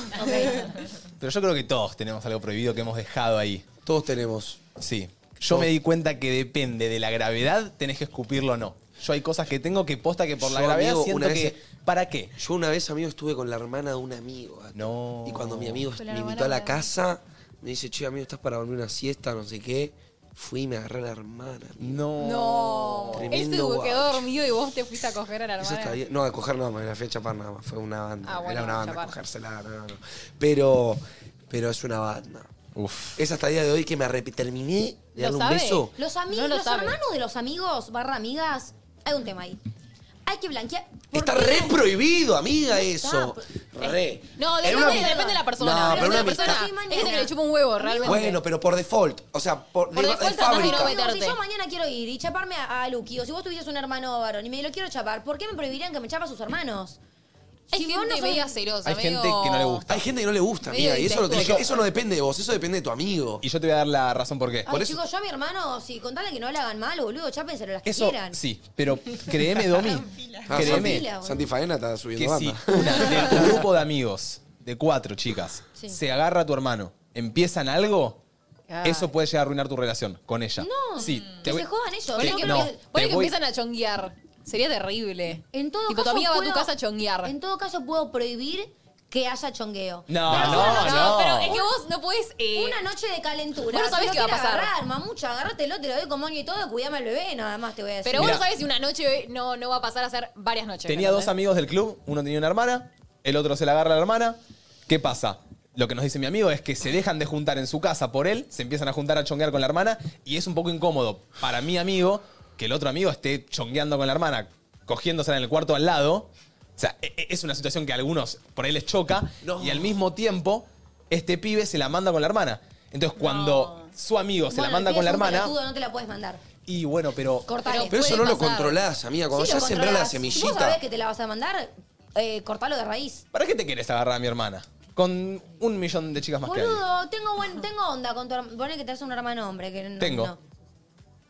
S1: Pero yo creo que todos tenemos algo prohibido que hemos dejado ahí.
S3: Todos tenemos.
S1: Sí. Yo me di cuenta que depende de la gravedad, tenés que escupirlo o no. Yo hay cosas que tengo que posta que por la
S3: Yo,
S1: gravedad
S3: amigo,
S1: siento
S3: una
S1: que...
S3: vez-
S1: ¿Para qué?
S3: Yo una vez, amigo, estuve con la hermana de un amigo. gato. Y cuando mi amigo
S1: Con la
S3: me invitó a
S1: hermana de
S3: la
S1: un
S3: casa, me dice, che, amigo, ¿estás para dormir una siesta? No sé qué. Fui y me agarré a la hermana.
S1: No.
S4: No. Él se
S3: Tremendo guacho.
S4: quedó dormido y vos te fuiste a coger a la
S3: Eso
S4: hermana.
S3: está bien. No, a coger no, me la fui a chapar nada más. Fue una banda.
S4: Ah, bueno,
S3: Era una banda,
S4: chapar.
S3: cogérsela. No, no, no. Pero, pero es una banda.
S1: Uf.
S3: Es hasta el día de hoy que me arrep- terminé de
S5: ¿Lo
S3: darle un
S5: sabe?
S3: beso.
S5: Los, amigos,
S4: No lo
S5: los
S4: sabe.
S5: hermanos de los amigos barra amigas, hay un tema ahí. hay que blanquear.
S3: Está re prohibido, amiga, eso. Re.
S4: No,
S3: En
S4: depende,
S3: una-
S4: depende de la persona.
S3: No,
S4: depende
S3: pero
S4: de la
S3: una
S4: persona.
S3: amistad.
S4: Hay gente que le chupa un huevo, realmente.
S3: Bueno, pero por default. O sea, por, de- de
S4: default tratás de
S3: fábrica.
S4: no
S5: Digo,
S4: meterte.
S5: si yo mañana quiero ir y chaparme a, a Luqui, o si vos tuvieses un hermano varón y me lo quiero chapar, ¿por qué me prohibirían que me chapa a sus hermanos?
S4: Hay
S5: Si vos
S4: gente
S5: sos-
S4: media celosa,
S1: Hay gente que no le gusta.
S3: Hay gente que no le gusta,
S4: Medio
S3: amiga. Y eso, lo tenés que-
S1: incestuoso.
S3: eso no depende de vos, eso depende de tu amigo.
S1: Y yo te voy a dar la razón por qué.
S5: Ay, chicos, yo a mi hermano, si contale que no le hagan mal, boludo, chápenselo las que
S1: Eso
S5: quieran.
S1: sí, pero créeme, Domi,
S3: Ah,
S1: créeme
S5: Santi.
S3: Santi, Santi Faena está subiendo
S1: que si
S3: banda.
S1: una de tu grupo de amigos, de cuatro chicas,
S5: Sí.
S1: se agarra a tu hermano, empiezan algo,
S4: Ay.
S1: eso puede llegar a arruinar tu relación con ella. No, sí, te
S5: Que
S1: voy-
S5: se jodan ellos.
S1: Te-
S5: Yo creo
S1: no,
S5: que-
S4: Ponele
S1: te
S4: que
S1: voy-
S4: empiezan a chonguear. Sería terrible.
S5: En todo
S4: tipo,
S5: caso,
S4: tu amiga va a
S5: puedo-
S4: tu casa a chonguear.
S5: En todo caso, puedo prohibir que haya chongueo.
S3: Ah,
S1: No,
S5: Pero
S1: no,
S5: una noche-
S1: no.
S4: pero es que vos no podés... eh,
S5: Una noche de calentura.
S4: Vos no sabés
S5: Si
S4: qué va a
S5: quieres
S4: pasar.
S5: Agarrar, mamucha, agárratelo, te lo doy con moño y todo, cuidame al bebé, nada más te voy a decir.
S4: Pero vos
S1: Mira.
S4: no sabés si una noche no, no va a pasar a ser varias noches.
S1: Tenía dos
S4: ¿entendés?
S1: amigos del club, uno tenía una hermana, el otro se la agarra a la hermana. ¿Qué pasa? Lo que nos dice mi amigo es que se dejan de juntar en su casa por él, se empiezan a juntar a chonguear con la hermana y es un poco incómodo para mi amigo que el otro amigo esté chongueando con la hermana, cogiéndosela en el cuarto al lado. O sea, e- e- es una situación que a algunos por ahí les choca
S3: No.
S1: y al mismo tiempo este pibe se la manda con la hermana. Entonces cuando su amigo se la
S5: Bueno,
S1: manda
S5: el
S1: con la
S5: pibe es un
S1: hermana
S5: pelotudo, no te la puedes mandar.
S1: y bueno, pero
S5: Cortale. Pues,
S3: Pero eso no
S4: puede
S3: lo
S4: pasar.
S3: controlás, amiga. Cuando
S5: Sí,
S3: ya
S5: lo
S3: sembrás la
S5: controlás. Si vos sabés
S3: semillita.
S5: que te la vas a mandar, eh, cortalo de raíz.
S1: ¿para qué te quieres agarrar a mi hermana? Con un millón de chicas más que alguien.
S5: Boludo, tengo, buen, tengo onda con tu hermano. Poné que tenés un hermano hombre. Que no,
S1: Tengo.
S5: no.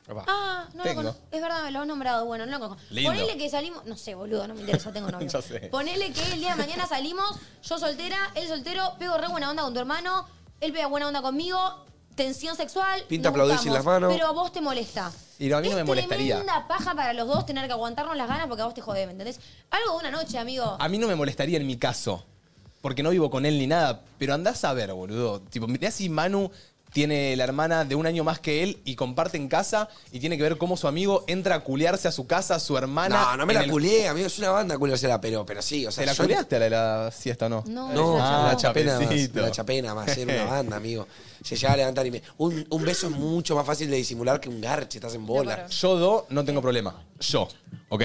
S1: Papá.
S5: Ah, no
S1: Tengo.
S5: lo conozco. Es verdad, me lo has nombrado. Bueno, no lo conozco.
S1: Lindo.
S5: Ponele que salimos. No sé, boludo, no me interesa, tengo novio.
S1: Ya sé.
S5: Ponele que el día de mañana salimos, yo soltera, él soltero, pego re buena onda con tu hermano, él pega buena onda conmigo, tensión sexual.
S3: Pinta
S5: nos
S3: aplaudir
S5: gustamos,
S3: sin las manos.
S5: Pero a vos te molesta.
S1: Y no, a mí no
S5: Es
S1: me molestaría.
S5: tremenda paja para los dos tener que aguantarnos las ganas porque a vos te jode, ¿me entendés? Algo de una noche, amigo.
S1: A mí no me molestaría en mi caso, porque no vivo con él ni nada, pero andás a ver, boludo. Tipo, mirá si Manu tiene la hermana de un año más que él y comparten casa y tiene que ver cómo su amigo entra a culearse a su casa, su hermana.
S3: Ah, No, no me
S1: en
S3: la
S1: el-
S3: culié, amigo. Es una banda culiársela, pero, pero sí, o sea.
S1: ¿Te la
S3: yo-
S1: culeaste a la, de la siesta o no?
S5: No,
S3: No,
S1: Ah,
S3: la chapena más,
S1: chapecito.
S3: la chapena más, era una banda, amigo. Se llega a levantar y me... Un, un beso es mucho más fácil de disimular que un garche, estás en bola.
S1: Yo do, no tengo problema. Yo, ¿ok?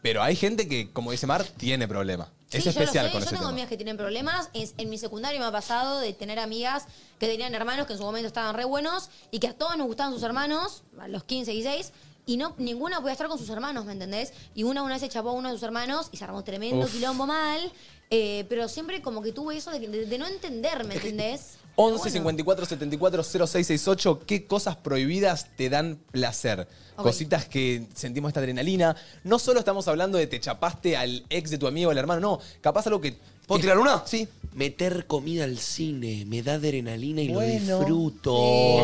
S1: Pero hay gente que, como dice Mar, tiene problema.
S5: Sí,
S1: es
S5: yo lo
S1: especial
S5: sé.
S1: con
S5: Yo
S1: ese
S5: tengo
S1: tema.
S5: amigas que tienen problemas. Es- en mi secundaria me ha pasado de tener amigas que tenían hermanos que en su momento estaban re buenos y que a todos nos gustaban sus hermanos, a los 15 y 6, y no, ninguna podía estar con sus hermanos, ¿me entendés? Y una una vez se chapó a uno de sus hermanos y se armó tremendo
S1: Uf.
S5: quilombo mal. eh, pero siempre como que tuve eso de, que- de- de no entender, ¿me entendés?
S1: 11
S5: Bueno.
S1: 54 74 0668, ¿qué cosas prohibidas te dan placer?
S5: Ok.
S1: Cositas que sentimos esta adrenalina. No solo estamos hablando de te chapaste al ex de tu amigo o el hermano, no, capaz algo que.
S3: ¿Puedo tirar una?
S1: Sí.
S3: Meter comida al cine, me da adrenalina y
S1: Bueno.
S3: lo disfruto.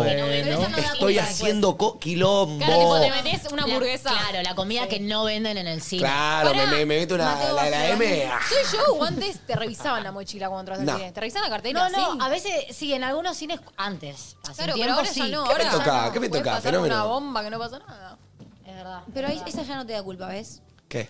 S4: Eh,
S3: Eh,
S5: Pero eso no pues. da
S3: Estoy
S5: culpa
S3: haciendo co- quilombo.
S4: Claro, tipo, te metes una
S11: La-
S4: hamburguesa.
S11: claro, la comida que no venden en el cine.
S3: Claro, me,
S4: Pará.
S3: me, me meto una
S5: Mateo,
S3: la, la M. ah.
S4: Soy yo o antes te revisaban la mochila cuando entras al
S3: No.
S4: cine. Te revisaban la cartera,
S11: No, no,
S4: sí.
S11: a veces sí, en algunos cines antes. Hace
S4: Claro,
S11: un
S4: pero ahora
S11: tiempo sí.
S4: ya no.
S11: ¿Qué
S4: ahora
S11: me
S4: ya
S3: toca?
S4: no.
S3: ¿Qué me
S4: Puedes
S3: toca?
S4: pasar
S3: Fenómeno.
S4: una bomba que no pasa nada.
S11: Es verdad.
S5: Pero ahí- esa ya no te da culpa, ¿ves?
S3: ¿Qué?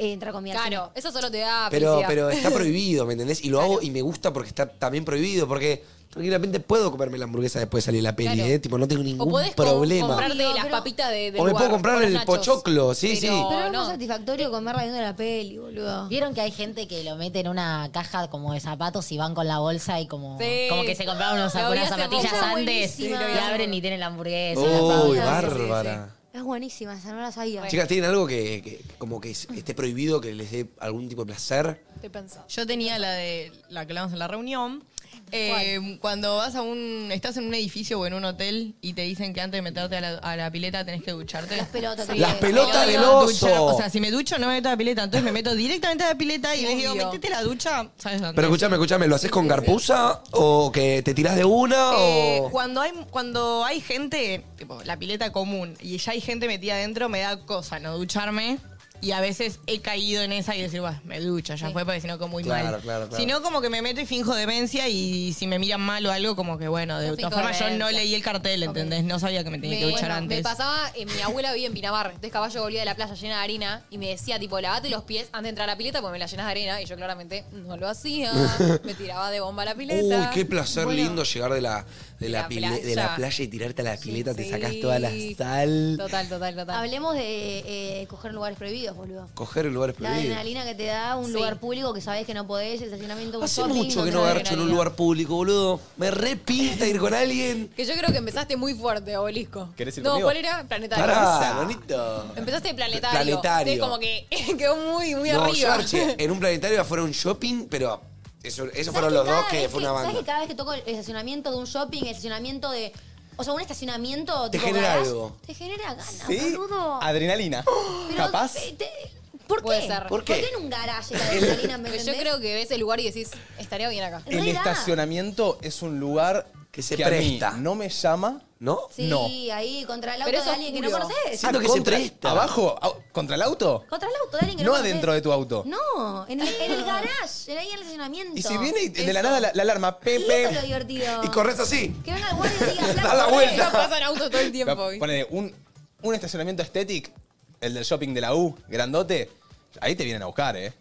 S5: Eh, Entra comida. al
S4: Claro, eso solo te da
S3: Pero,
S4: felicidad.
S3: pero está prohibido, ¿me entendés? Y lo hago y me gusta porque está también prohibido, porque tranquilamente puedo comerme la hamburguesa después de salir la peli,
S4: Claro.
S3: ¿eh? Tipo, no tengo
S4: O
S3: ningún
S4: podés com-
S3: problema.
S4: comprarte
S5: Obvio,
S4: las
S5: pero-
S4: papitas de, del
S3: O me
S4: lugar,
S3: puedo comprar
S4: los
S3: el
S4: nachos.
S3: pochoclo, sí,
S4: Pero
S3: sí.
S5: cine. Pero no
S4: no.
S5: es satisfactorio comerla viendo la peli, boludo.
S11: Vieron que hay gente que lo mete en una caja como de zapatos y van con la bolsa y como,
S4: Sí.
S11: como que se compraron unos,
S4: Lo vi
S11: unas
S4: hace
S11: zapatillas
S4: poco.
S11: antes
S5: Sí, lo vi
S11: y
S5: hace
S11: abren
S5: poco.
S11: y tienen la hamburguesa.
S3: Uy,
S5: Sí, sí,
S3: bárbara.
S5: Es buenísima, esa no la sabía.
S3: Chicas, ¿tienen algo que, que- como que esté prohibido, que les dé algún tipo de placer?
S4: Estoy pensando.
S6: Yo tenía la de la que hablamos en la reunión. Eh, cuando vas a un. estás en un edificio o en un hotel y te dicen que antes de meterte a la, a la pileta tenés que ducharte.
S5: Las pelotas.
S4: Sí.
S3: Las
S5: también.
S3: pelotas
S6: Yo
S3: del
S6: digo, duchar,
S3: oso.
S6: o sea, si me ducho no me meto a la pileta, entonces me meto directamente a la pileta y les digo,
S4: Obvio.
S6: métete la ducha, ¿sabes dónde?
S3: Pero escúchame, escúchame, ¿lo haces con garpusa? ¿O que te tirás de una?
S6: Eh,
S3: o...
S6: cuando hay cuando hay gente, tipo, la pileta común, y ya hay gente metida adentro, me da cosa no ducharme. Y a veces he caído en esa y decir, "Bah, me ducho, ya fue, porque si no, como muy
S3: Claro,
S6: mal.
S3: claro, claro.
S6: Si no, como que me meto y finjo demencia y si me miran mal o algo, como que bueno, de
S11: Yo
S6: todas
S11: finjo
S6: formas yo no
S11: demencia.
S6: leí el cartel, ¿entendés? No sabía que me tenía
S4: Me,
S6: que duchar
S4: bueno,
S6: antes.
S4: me pasaba, eh, mi abuela vivía en Pinamar, entonces caballo volvía de la playa llena de harina y me decía, tipo, lavate los pies antes de entrar a la pileta porque me la llenas de arena y yo claramente no lo hacía, me tiraba de bomba a la pileta.
S3: Uy, qué placer lindo llegar de la, de la,
S4: la
S3: pile- de la
S4: playa.
S3: playa y tirarte a la pileta, te
S4: sí.
S3: sacás toda la sal.
S4: Total, total, total.
S5: Hablemos de eh, coger en lugares prohibidos, boludo.
S3: Coger en lugares
S5: La
S3: prohibidos.
S5: adrenalina que te da un lugar público que sabes que no podés, el estacionamiento
S3: Hace mucho que no garcho en un lugar público, boludo. Me repinta ir con alguien.
S4: Que yo creo que empezaste muy fuerte, obelisco.
S3: ¿Querés ir
S4: No,
S3: conmigo?
S4: ¿cuál era? Planetario.
S3: Pará, bonito.
S4: Empezaste planetario.
S3: Planetario.
S4: Entonces, como que quedó muy, muy
S3: no, yo
S4: arriba.
S3: garché en un planetario afuera un shopping, pero eso, esos fueron
S5: que
S3: los dos
S5: cada
S3: que
S5: vez
S3: fue una
S5: ¿sabes
S3: banda.
S5: que cada vez que toco el estacionamiento de un shopping, el estacionamiento de. O sea, un estacionamiento.
S1: Te
S5: tipo
S1: genera
S5: garage,
S1: algo.
S5: Te genera ganas,
S1: ¿Sí?
S5: boludo.
S3: Ah,
S5: eh,
S1: Adrenalina. Capaz.
S5: te- te- ¿Por
S4: Puede
S5: qué?
S4: ser.
S5: ¿Por qué? en un garaje la adrenalina me
S4: Pero yo creo que ves el lugar y decís, estaría bien acá.
S1: El estacionamiento es un lugar que se
S3: presta.
S1: no me llama.
S3: ¿No?
S5: Sí,
S1: No.
S5: ahí contra el auto
S4: Pero
S5: de
S4: eso es
S5: alguien que no
S4: oscuro.
S5: conoces.
S1: Ah, contra- ¿Abajo? Au- ¿Contra el auto?
S5: Contra el auto de alguien que no
S1: No
S5: conoces.
S1: adentro de tu auto.
S5: No, en el, en el garage, en ahí en el estacionamiento.
S1: Y si viene y de la nada la, la alarma,
S5: Y eso es lo
S1: pepe.
S5: divertido.
S3: así.
S5: Que venga el guardia y diga,
S1: Da la vuelta.
S4: Pasan autos todo el tiempo. hoy.
S1: Pone un, un estacionamiento estético, el del shopping de la U, grandote. Ahí te vienen a buscar, ¿eh?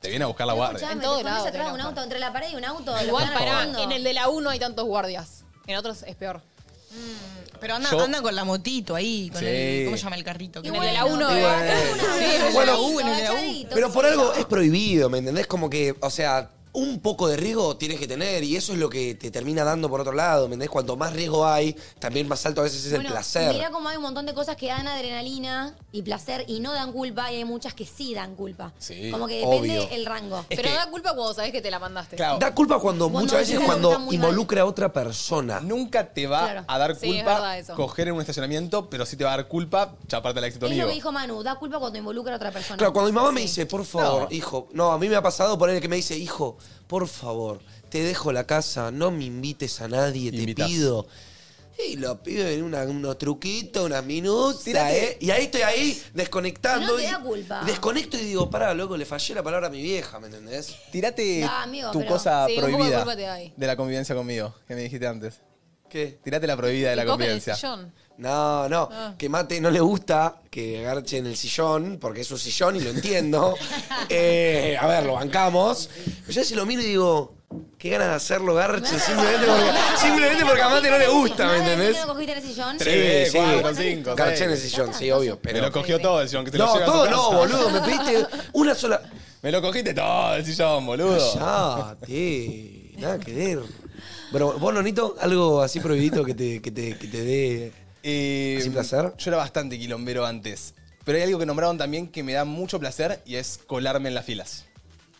S1: Te vienen a buscar la guardia.
S5: escuchame,
S4: En
S5: te
S4: todo
S5: pones
S4: lado
S5: atrás de
S4: te
S5: un
S4: van a
S5: auto, entre la pared y un auto. lo
S4: Igual
S5: van
S4: para
S5: arrastrando.
S4: en el de la U no hay tantos guardias. En otros es peor.
S6: Pero anda,
S4: Yo-
S6: anda con la motito ahí, con
S4: Sí.
S6: el. ¿Cómo se llama el carrito?
S4: En el de la U no.
S6: Sí,
S4: eh.
S6: en el de la U, en el de la U.
S3: Pero por algo es prohibido, ¿me entendés? Como que, o sea, un poco de riesgo tienes que tener y eso es lo que te termina dando por otro lado, ¿me entendés? Cuanto más riesgo hay, también más alto a veces es
S5: Bueno,
S3: el placer.
S5: Mirá cómo hay un montón de cosas que dan adrenalina y placer y no dan culpa y hay muchas que sí dan culpa.
S3: Sí,
S5: Como que depende
S3: obvio.
S5: el rango.
S3: Es
S4: Pero
S3: que-
S4: da culpa cuando sabes que te la mandaste.
S3: Da culpa cuando,
S4: Cuando
S3: muchas
S4: decís
S3: veces
S4: algo que está
S3: cuando
S4: muy mal.
S3: involucra a otra persona.
S1: Nunca te va
S5: Claro.
S1: a dar
S5: Sí, es
S1: culpa
S5: verdad eso.
S1: coger en un estacionamiento, pero sí te va a dar culpa chaparte al éxito
S5: Es
S1: mío.
S5: lo que dijo Manu, da culpa cuando involucra a otra persona.
S3: Claro, cuando mi mamá me dice, por favor, hijo, no, a mí me ha pasado por él que me dice, hijo, por favor, te dejo la casa, no me invites a nadie, te pido. Y los pibes en una- unos truquitos, unas minutas,
S5: Tirate.
S3: ¿eh? Y ahí estoy ahí desconectando.
S5: No te
S3: y-
S5: da culpa.
S3: Desconecto y digo, pará, loco, le fallé la palabra a mi vieja, ¿me entendés?
S1: Tirate
S5: No, amigo,
S1: tu
S5: pero-
S1: cosa
S5: Sí, un poco de
S1: prohibida
S5: culpa te doy.
S1: de la convivencia conmigo, que me dijiste antes.
S3: ¿Qué?
S1: Tirate la prohibida de la convivencia.
S3: No, no,
S1: Ah.
S3: que Mate no le gusta que garche en el sillón, porque es un sillón y lo entiendo. Eh, a ver, lo bancamos. Pero yo si lo miro y digo, qué ganas de hacerlo, garche, simplemente porque, simplemente porque a Mate no le gusta, ¿me entendés?
S5: ¿No cogiste en el sillón?
S1: Tres, cuatro, cinco,
S3: Garché
S1: seis.
S3: en el sillón, sí, obvio. Pero
S1: Me lo cogió todo el sillón. Que te
S3: No,
S1: lo lleva a tu
S3: todo
S1: casa.
S3: no, boludo, me pediste una sola...
S1: Me lo cogiste todo el sillón, boludo.
S3: Cállate, nada que ver. Bueno, vos, Nonito, algo así prohibidito que te, que te, que te dé...
S1: Eh,
S3: ¿Sin placer?
S1: Yo era bastante quilombero antes. Pero hay algo que nombraron también que me da mucho placer y es colarme en las filas.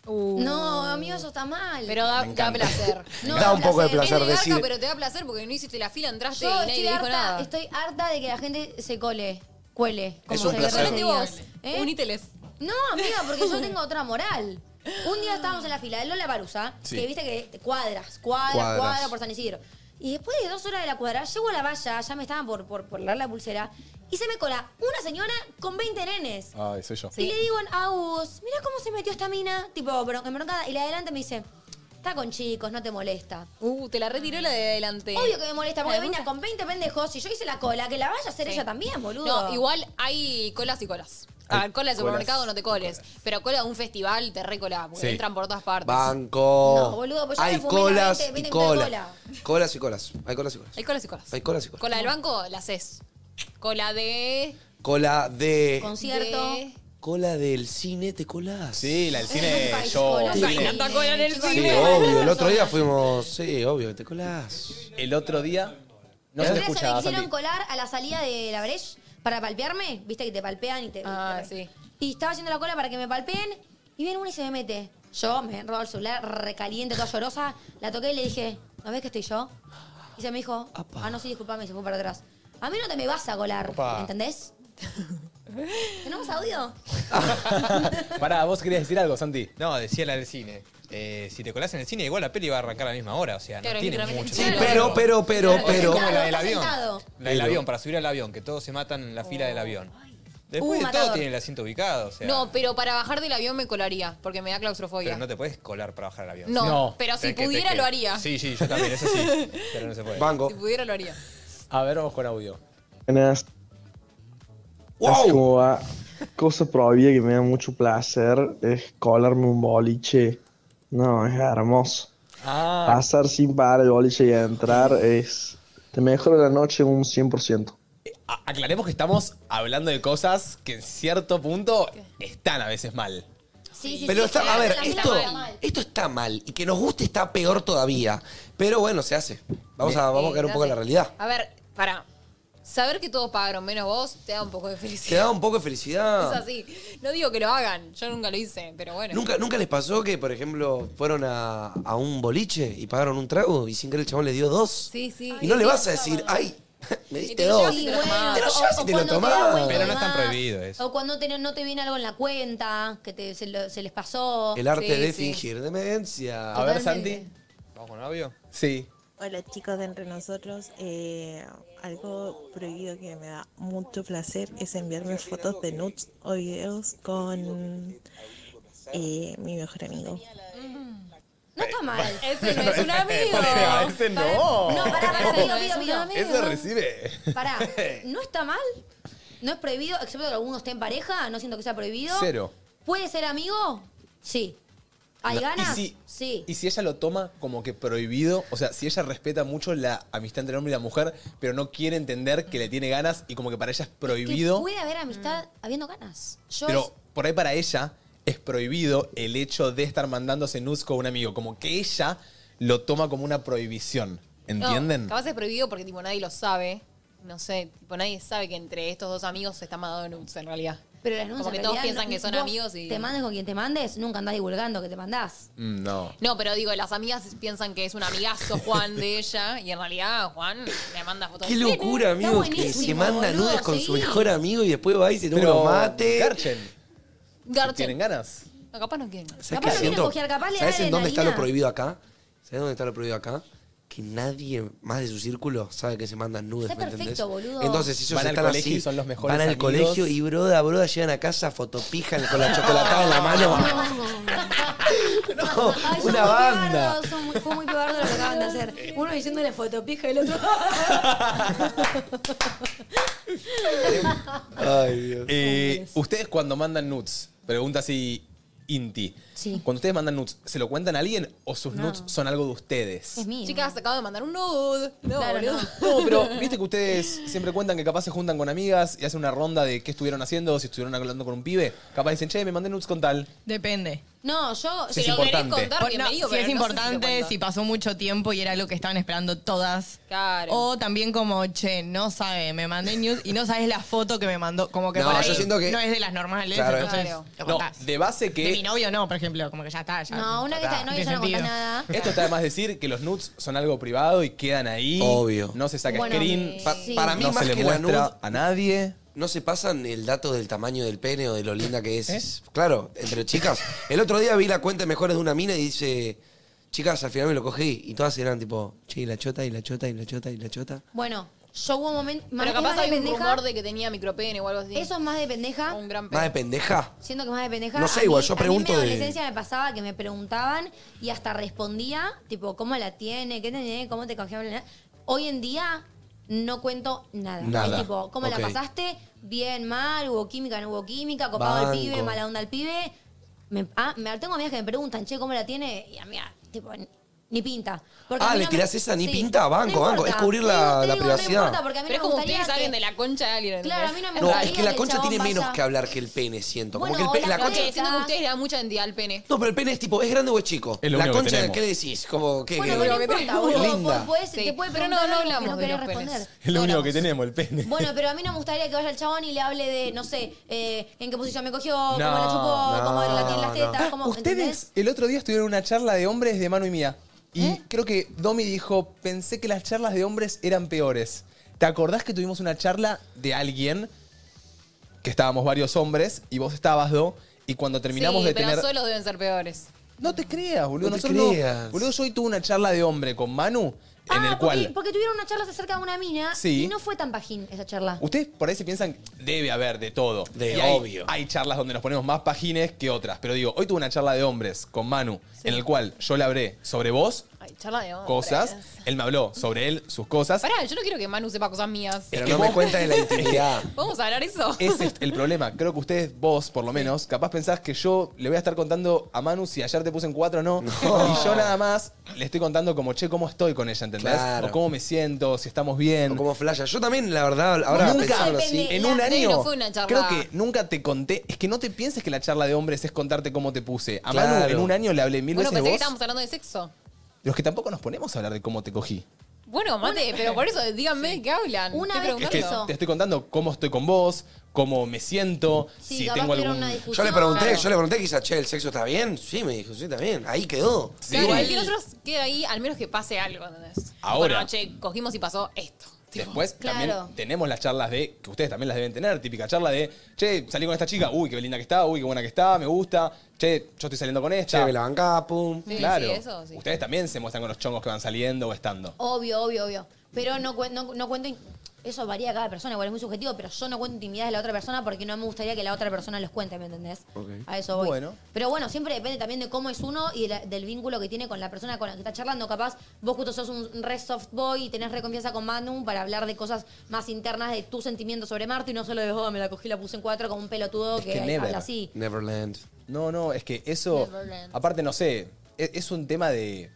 S5: No, amigo, eso está mal. Pero
S4: da, placer.
S5: No,
S1: Da un poco de
S4: Es
S1: placer
S4: de garca,
S1: decir-
S4: pero te da placer porque no hiciste la fila, entraste
S5: Yo
S4: y nadie
S5: estoy
S4: te dijo
S5: harta,
S4: nada.
S5: estoy harta de que la gente se cole, cuele. como
S4: Es
S5: se
S4: un placer.
S5: diga.
S4: Colate vos,
S5: ¿Eh?
S4: uníteles.
S5: No, amiga, porque yo tengo otra moral. Un día estábamos en la fila de Lola Barusa,
S4: Sí.
S5: que viste que cuadras, cuadras,
S4: Cuadras.
S5: cuadras, por San Isidro. Y después de dos horas de la cuadra, llego a la valla, ya me estaban por, por, por leer la pulsera, y se me cola una señora con 20 nenes.
S1: Ay, soy yo.
S5: Y le digo a Agus, mira cómo se metió esta mina, tipo, bron- embroncada. Y la de adelante me dice, está con chicos, no te molesta.
S4: Uh, te la retiró la de adelante.
S5: Obvio que me molesta, porque
S4: La de
S5: venía con 20 pendejos y yo hice la cola, que la vaya a hacer ella también, boludo.
S4: No, igual hay colas y colas. A ver, cola de
S5: colas
S4: supermercado no te coles. Pero cola de un festival te recolás, porque
S3: Sí.
S4: entran por todas partes.
S3: Banco.
S4: No, boludo, pues yo
S3: Hay
S4: me fumé
S3: colas
S4: 20,
S3: y
S4: 20
S3: colas.
S4: cola.
S3: Colas y colas. Hay colas y colas.
S4: Hay colas y colas.
S3: Hay colas y colas.
S4: Cola del banco, la haces. Cola de.
S3: Cola de.
S4: de-
S3: Cola del cine, te colás.
S1: Sí,
S4: Eh,
S1: la del cine,
S3: Nunca hay
S1: yo-
S3: cola.
S1: Nunca hay
S3: Sí.
S1: tanta
S4: cola en el
S3: Sí,
S4: cine.
S3: obvio. El otro día fuimos. Sí, obvio, que te colás.
S1: El otro día. No
S5: Los
S3: ¿Eh?
S1: se te
S5: tres se me
S1: escucha,
S5: quisieron
S1: Santi.
S5: colar a la salida de la Breche para palpearme, viste que te palpean y te. Ah, sí. Y estaba haciendo la cola para que me palpeen y viene una y se me mete. Yo me robo el celular recaliente, toda llorosa, la toqué y le dije, ¿no ves que estoy yo? Y se me dijo, ah, no, sí, disculpame, y se fue para atrás. A mí no te me vas a colar,
S1: Opa.
S5: ¿me entendés? ¿Tenemos audio?
S1: Pará, vos querías decir algo, Santi.
S2: No, decía la del cine. Eh, si te colás en el cine, igual la peli va a arrancar a la misma hora. O sea, no
S5: Claro,
S2: tiene
S5: literalmente.
S2: mucho.
S5: Sí,
S2: tiempo.
S3: pero, pero, pero,
S2: Es
S3: pero.
S2: como la del
S5: Está
S2: avión.
S5: sentado.
S2: La del
S3: Pero.
S2: avión, para subir al avión, que todos se matan en la fila del avión. Después
S4: Uh,
S2: de
S4: matador.
S2: todo tienen el asiento ubicado, o sea.
S4: No, pero para bajar del avión me colaría, porque me da claustrofobia.
S2: pero no te puedes colar para bajar el avión.
S4: No, No. pero si
S2: Tenés que-
S4: pudiera,
S2: tenés que-
S4: lo haría.
S2: Sí, sí, yo también, eso sí. Pero no se puede.
S4: Si pudiera, lo haría.
S1: A ver, vamos con audio.
S12: Buenas. Es como a- cosa propia que me da mucho placer es colarme un boliche. No, es hermoso.
S1: Ah,
S12: Pasar sin parar el boliche y entrar es... Te mejora la noche un 100%.
S1: eh, a- aclaremos que estamos hablando de cosas que en cierto punto están a veces mal.
S5: Sí, sí,
S3: Pero
S5: sí,
S3: está,
S5: claro,
S3: a ver,
S5: también
S3: esto,
S5: está mal.
S3: esto está mal y que nos guste está peor todavía. Pero bueno, se hace. Vamos a, vamos a caer un poco en la realidad.
S4: A ver, para. Saber que todos pagaron menos vos te da un poco de
S3: Te
S4: felicidad.
S3: da un poco de
S4: Es
S3: felicidad.
S4: así. No digo que lo hagan, yo nunca lo hice, pero bueno.
S3: ¿Nunca, ¿Nunca les pasó que, por ejemplo, fueron a, a un boliche y pagaron un trago y sin querer el chabón le dio dos?
S4: Sí, sí.
S3: Y no le vas a decir, ay, me diste
S5: te lo
S3: dos.
S5: llevas y te lo tomás.
S3: Te lo llevas
S5: O-
S3: y te lo
S5: o cuando te da
S3: tomás.
S5: vuelta Pero no de están
S3: tan
S5: más.
S3: prohibido
S5: O cuando te- no te viene algo en la cuenta, que te- se, lo- se les pasó.
S3: El arte
S5: Sí,
S3: de
S5: sí.
S3: fingir demencia.
S1: A ver, Totalmente. Santi.
S2: ¿Vamos con novio?
S1: Sí.
S13: Hola chicos de entre nosotros, eh, algo prohibido que me da mucho placer es enviarme fotos de nudes o videos con eh, mi mejor amigo.
S5: No está mal.
S13: Ese no es un amigo.
S1: Pará, ese no.
S5: No, pará, pará, pido, pido, pido.
S1: Ese recibe.
S5: Pará, ¿no está mal? ¿No es prohibido? Excepto que alguno esté en pareja, no siento que sea prohibido.
S1: Cero.
S5: ¿Puede ser amigo? Sí. ¿Hay
S1: No, y
S5: ganas?
S1: si-
S5: sí.
S1: Y si ella lo toma como que prohibido, o sea, si ella respeta mucho la amistad entre el hombre y la mujer, pero no quiere entender que le tiene ganas y como que para ella es
S5: Que
S1: prohibido,
S5: puede haber amistad habiendo ganas. Yo
S1: pero por ahí para ella es prohibido el hecho de estar mandándose nudes con un amigo, como que ella lo toma como una prohibición,
S4: No,
S1: ¿entienden?
S4: capaz es prohibido porque tipo nadie lo sabe. No sé, tipo nadie sabe que entre estos dos amigos se están mandando nudes en realidad.
S5: Pero las nudes
S4: Como
S5: en
S4: que todos
S5: realidad
S4: piensan
S5: no-
S4: que son
S5: vos
S4: amigos y.
S5: Te mandes con quien te mandes, nunca andás divulgando que te mandás.
S1: Mm, no.
S4: No, pero digo, las amigas piensan que es un amigazo Juan de ella y en realidad Juan le manda fotos.
S3: Qué locura, amigo, que se manda nudes con su mejor amigo y después va y se toma
S1: Pero,
S3: unos mates.
S4: Garche.
S1: ¿Tienen ganas?
S4: No, capaz no quieren.
S3: ¿Sabes
S5: Capaz
S3: qué
S5: no quiere
S3: siento?
S5: cojear, capaz le
S3: ¿Sabes
S5: da
S3: en dónde está lo
S5: adrenalina.
S3: prohibido acá? ¿Sabes dónde está lo prohibido acá? Que nadie más de su círculo sabe que se mandan nudes,
S5: Está
S3: ¿me entendés?
S5: perfecto, boludo.
S3: Entonces ellos
S1: Van al
S3: están
S1: colegio
S3: así,
S1: y son los mejores
S3: van al
S1: amigos.
S3: colegio y broda, broda, llegan a casa fotopijan con la chocolatada en la mano. No, Oh, una
S5: Ay, son muy
S3: banda.
S5: pegardos, son muy- fue muy pegardo lo que acaban de hacer. Uno diciéndole fotopija y el otro.
S3: Ay, Dios.
S1: Eh, ustedes cuando mandan nudes, pregunta así Inti.
S5: Sí.
S1: Cuando ustedes mandan nudes, ¿se lo cuentan a alguien o sus
S4: No.
S1: nudes son algo de ustedes?
S4: Es mío. Chicas, acabo de mandar un nude. No,
S5: Claro,
S4: boludo.
S1: No, pero viste que ustedes siempre cuentan que capaz se juntan con amigas y hacen una ronda de qué estuvieron haciendo, si estuvieron hablando con un pibe. Capaz dicen, che, me mandé nudes con tal.
S6: Depende.
S5: No, yo.
S1: Si Si es lo querés importante. contar,
S6: Por-
S1: bienvenido,
S6: si es
S1: pero no sé si
S6: importante,
S1: se
S6: si,
S1: cuenta.
S6: pasó mucho tiempo y era algo que estaban esperando todas.
S4: Claro.
S6: O también como, che, no sabe, me mandé news y no sabes la foto que me mandó. Como que
S1: No,
S6: por ahí
S1: yo siento que-
S6: no es de las normales.
S1: Claro.
S6: entonces
S1: Claro.
S6: lo
S1: No,
S6: contás.
S1: de base que.
S6: De mi novio no, por ejemplo, como que ya está.
S3: Ah,
S6: Ya,
S5: No, una que está de novio ya no
S6: Desentido.
S5: contás nada.
S1: Esto está de más decir que los nudes son algo privado y quedan ahí.
S3: Obvio.
S1: No se saca
S5: Bueno,
S1: screen.
S5: Pa- sí.
S3: Para mí
S1: no
S3: más
S1: se le
S3: que la
S1: muestra
S3: nude-
S1: a nadie.
S3: No se pasan el dato del tamaño del pene o de lo linda que es.
S5: ¿Eh?
S3: Claro, entre chicas. El otro día vi la cuenta de mejores de una mina y dice, chicas, al final me lo cogí. Y todas eran tipo, che, y la chota, y la chota, y la chota, y la chota.
S5: Bueno, yo hubo un momento.
S4: Pero capaz hay un rumor de que tenía micropene o algo así.
S5: Eso es más de pendeja.
S4: Un gran
S3: ¿Más de pendeja?
S5: Siento que más de pendeja.
S3: No sé,
S5: a mí-
S3: igual yo pregunto
S5: A mí en
S3: de-
S5: mi adolescencia me pasaba que me preguntaban y hasta respondía, tipo, ¿cómo la tiene? ¿Qué tiene? ¿Cómo te cogieron? Hoy en día no cuento nada.
S3: Nada.
S5: Es tipo, ¿cómo
S3: Ok.
S5: la pasaste? Bien, mal, hubo química, no hubo química, copado
S3: Banco.
S5: el pibe, mala onda el pibe. Me, ah, me tengo amigas que me preguntan, che, ¿cómo la tiene? Y a mí, ah, tipo, ni pinta. Porque a
S3: ah,
S5: mí
S3: le
S5: no me-
S3: tirás esa, ni
S5: Sí.
S3: pinta, banco,
S5: No
S3: banco. Es
S5: importa.
S3: cubrir la, la
S5: digo, no
S3: privacidad.
S5: importa, porque a mí
S4: Pero es
S5: no me
S4: como
S5: gustaría
S4: ustedes
S5: que-
S4: alguien de la concha de alguien.
S5: Claro,
S4: ¿entendés?
S5: a mí no me
S3: No,
S5: gustaría
S3: es que la
S5: el
S3: concha
S5: chabón
S3: tiene menos
S5: vaya-
S3: que hablar que el pene, siento. Como
S5: Bueno,
S3: que el pene-
S5: o
S3: la
S5: la
S4: Porque
S3: concha...
S5: concha-
S4: siento que ustedes le dan mucha identidad al pene.
S3: No, pero el pene es tipo, ¿es grande o es chico?
S1: Es lo
S3: la
S1: único que
S3: concha,
S1: tenemos.
S3: ¿qué le decís? Como que...
S5: Bueno, pero no importa, boludo.
S3: Linda.
S5: po- podés- te puede
S4: Pero no,
S5: preguntar
S4: no
S5: algo que
S4: hablamos de
S5: querés
S4: los penes.
S5: responder.
S1: Es lo único que tenemos, el pene.
S5: Bueno, pero a mí no me gustaría que vaya el chabón y le hable de, no sé, eh, en qué posición me cogió, cómo
S1: No,
S5: la chupó,
S1: no,
S5: cómo la tiene las
S1: no. Ah,
S5: tetas, cómo. ¿entendés? ¿Eh?
S1: Ustedes el otro día estuvieron en una charla de hombres de Manu y mía. Y creo que Domi dijo, pensé que las charlas de hombres eran peores. ¿Te acordás que tuvimos una charla de alguien? Que estábamos varios hombres y vos estabas, Do. Y cuando terminamos
S4: sí,
S1: de
S4: pero
S1: tener...
S4: solos deben ser peores.
S1: No te creas, boludo.
S3: No te
S1: Nosotros no-
S3: creas.
S1: boludo, yo hoy tuve una charla de hombre con Manu en el
S5: Ah, porque,
S1: cual...
S5: porque tuvieron una charla acerca de una mina
S1: Sí. Uh,
S5: y no fue tan pajín esa charla.
S1: Ustedes por ahí se piensan, debe haber de todo.
S3: De
S1: Y hay-
S3: obvio.
S1: Hay charlas donde nos ponemos más pagines que otras. Pero digo, hoy tuve una charla de hombres con Manu, en el cual yo le hablé sobre vos
S4: Ay, charla de hombres.
S1: cosas. Él me habló sobre él, sus cosas.
S4: Pará, yo no quiero que Manu sepa cosas mías.
S1: Pero no me cuenta de la intimidad.
S4: ¿Vamos a hablar eso?
S1: Ese es el problema. Creo que ustedes, vos por lo menos, capaz pensás que yo le voy a estar contando a Manu si ayer te puse en cuatro o no. Y yo nada más le estoy contando como, che, cómo estoy con ella, ¿entendés?
S3: Claro.
S1: O cómo me siento, si estamos bien. O cómo
S3: flasha. Yo también, la verdad, ahora
S1: nunca,
S3: pensándolo así.
S1: en
S3: La-
S1: un
S3: no,
S1: año,
S3: no fue una charla.
S1: creo que nunca te conté. Es que no te pienses que la charla de hombres es contarte cómo te puse. A Manu
S3: Claro.
S1: en un año le hablé mil
S4: Bueno,
S1: veces de
S4: pensé que
S1: vos.
S4: estábamos hablando de sexo.
S1: Los que tampoco nos ponemos a hablar de cómo te cogí.
S4: Bueno, mate, pero por eso díganme de qué hablan.
S5: Una
S4: Estoy
S5: vez
S1: Es
S4: preguntando.
S1: que te estoy contando cómo estoy con vos, cómo me siento,
S5: Sí,
S1: si
S5: capaz
S1: tengo
S5: tuvieron
S1: algún...
S5: una
S3: Yo le pregunté, yo le pregunté quizá, che, ¿el sexo está bien? Sí, me dijo, sí, está bien. Ahí quedó.
S4: Claro, y que nosotros quede ahí, al menos que pase algo, ¿entendés?
S1: Ahora.
S4: Bueno, che, cogimos y pasó esto.
S1: Después
S4: Claro.
S1: también tenemos las charlas de, que ustedes también las deben tener, típica charla de, che, salí con esta chica, uy, qué linda que está, uy, qué buena que está, me gusta, che, yo estoy saliendo con esta.
S3: Che, me la bancá, pum.
S5: Sí,
S1: claro.
S5: sí, eso, sí.
S1: Ustedes también se muestran con los chongos que van saliendo o estando.
S5: Obvio, obvio, obvio. Pero no, cuen- no, no cuento. in- Eso varía a cada persona, igual es muy subjetivo, pero yo no cuento intimidades de la otra persona porque no me gustaría que la otra persona los cuente, ¿me entendés? A eso voy.
S1: Bueno.
S5: Pero bueno, siempre depende también de cómo es uno y de la- del vínculo que tiene con la persona con la que está charlando. Capaz vos justo sos un re soft boy y tenés re confianza con Manu para hablar de cosas más internas de tus sentimientos sobre Marta y no solo de, oh, me la cogí, la puse en cuatro como un pelotudo que, habla así.
S3: Neverland.
S1: No, no, es que eso,
S5: Neverland.
S1: aparte, no sé, es, es un tema de,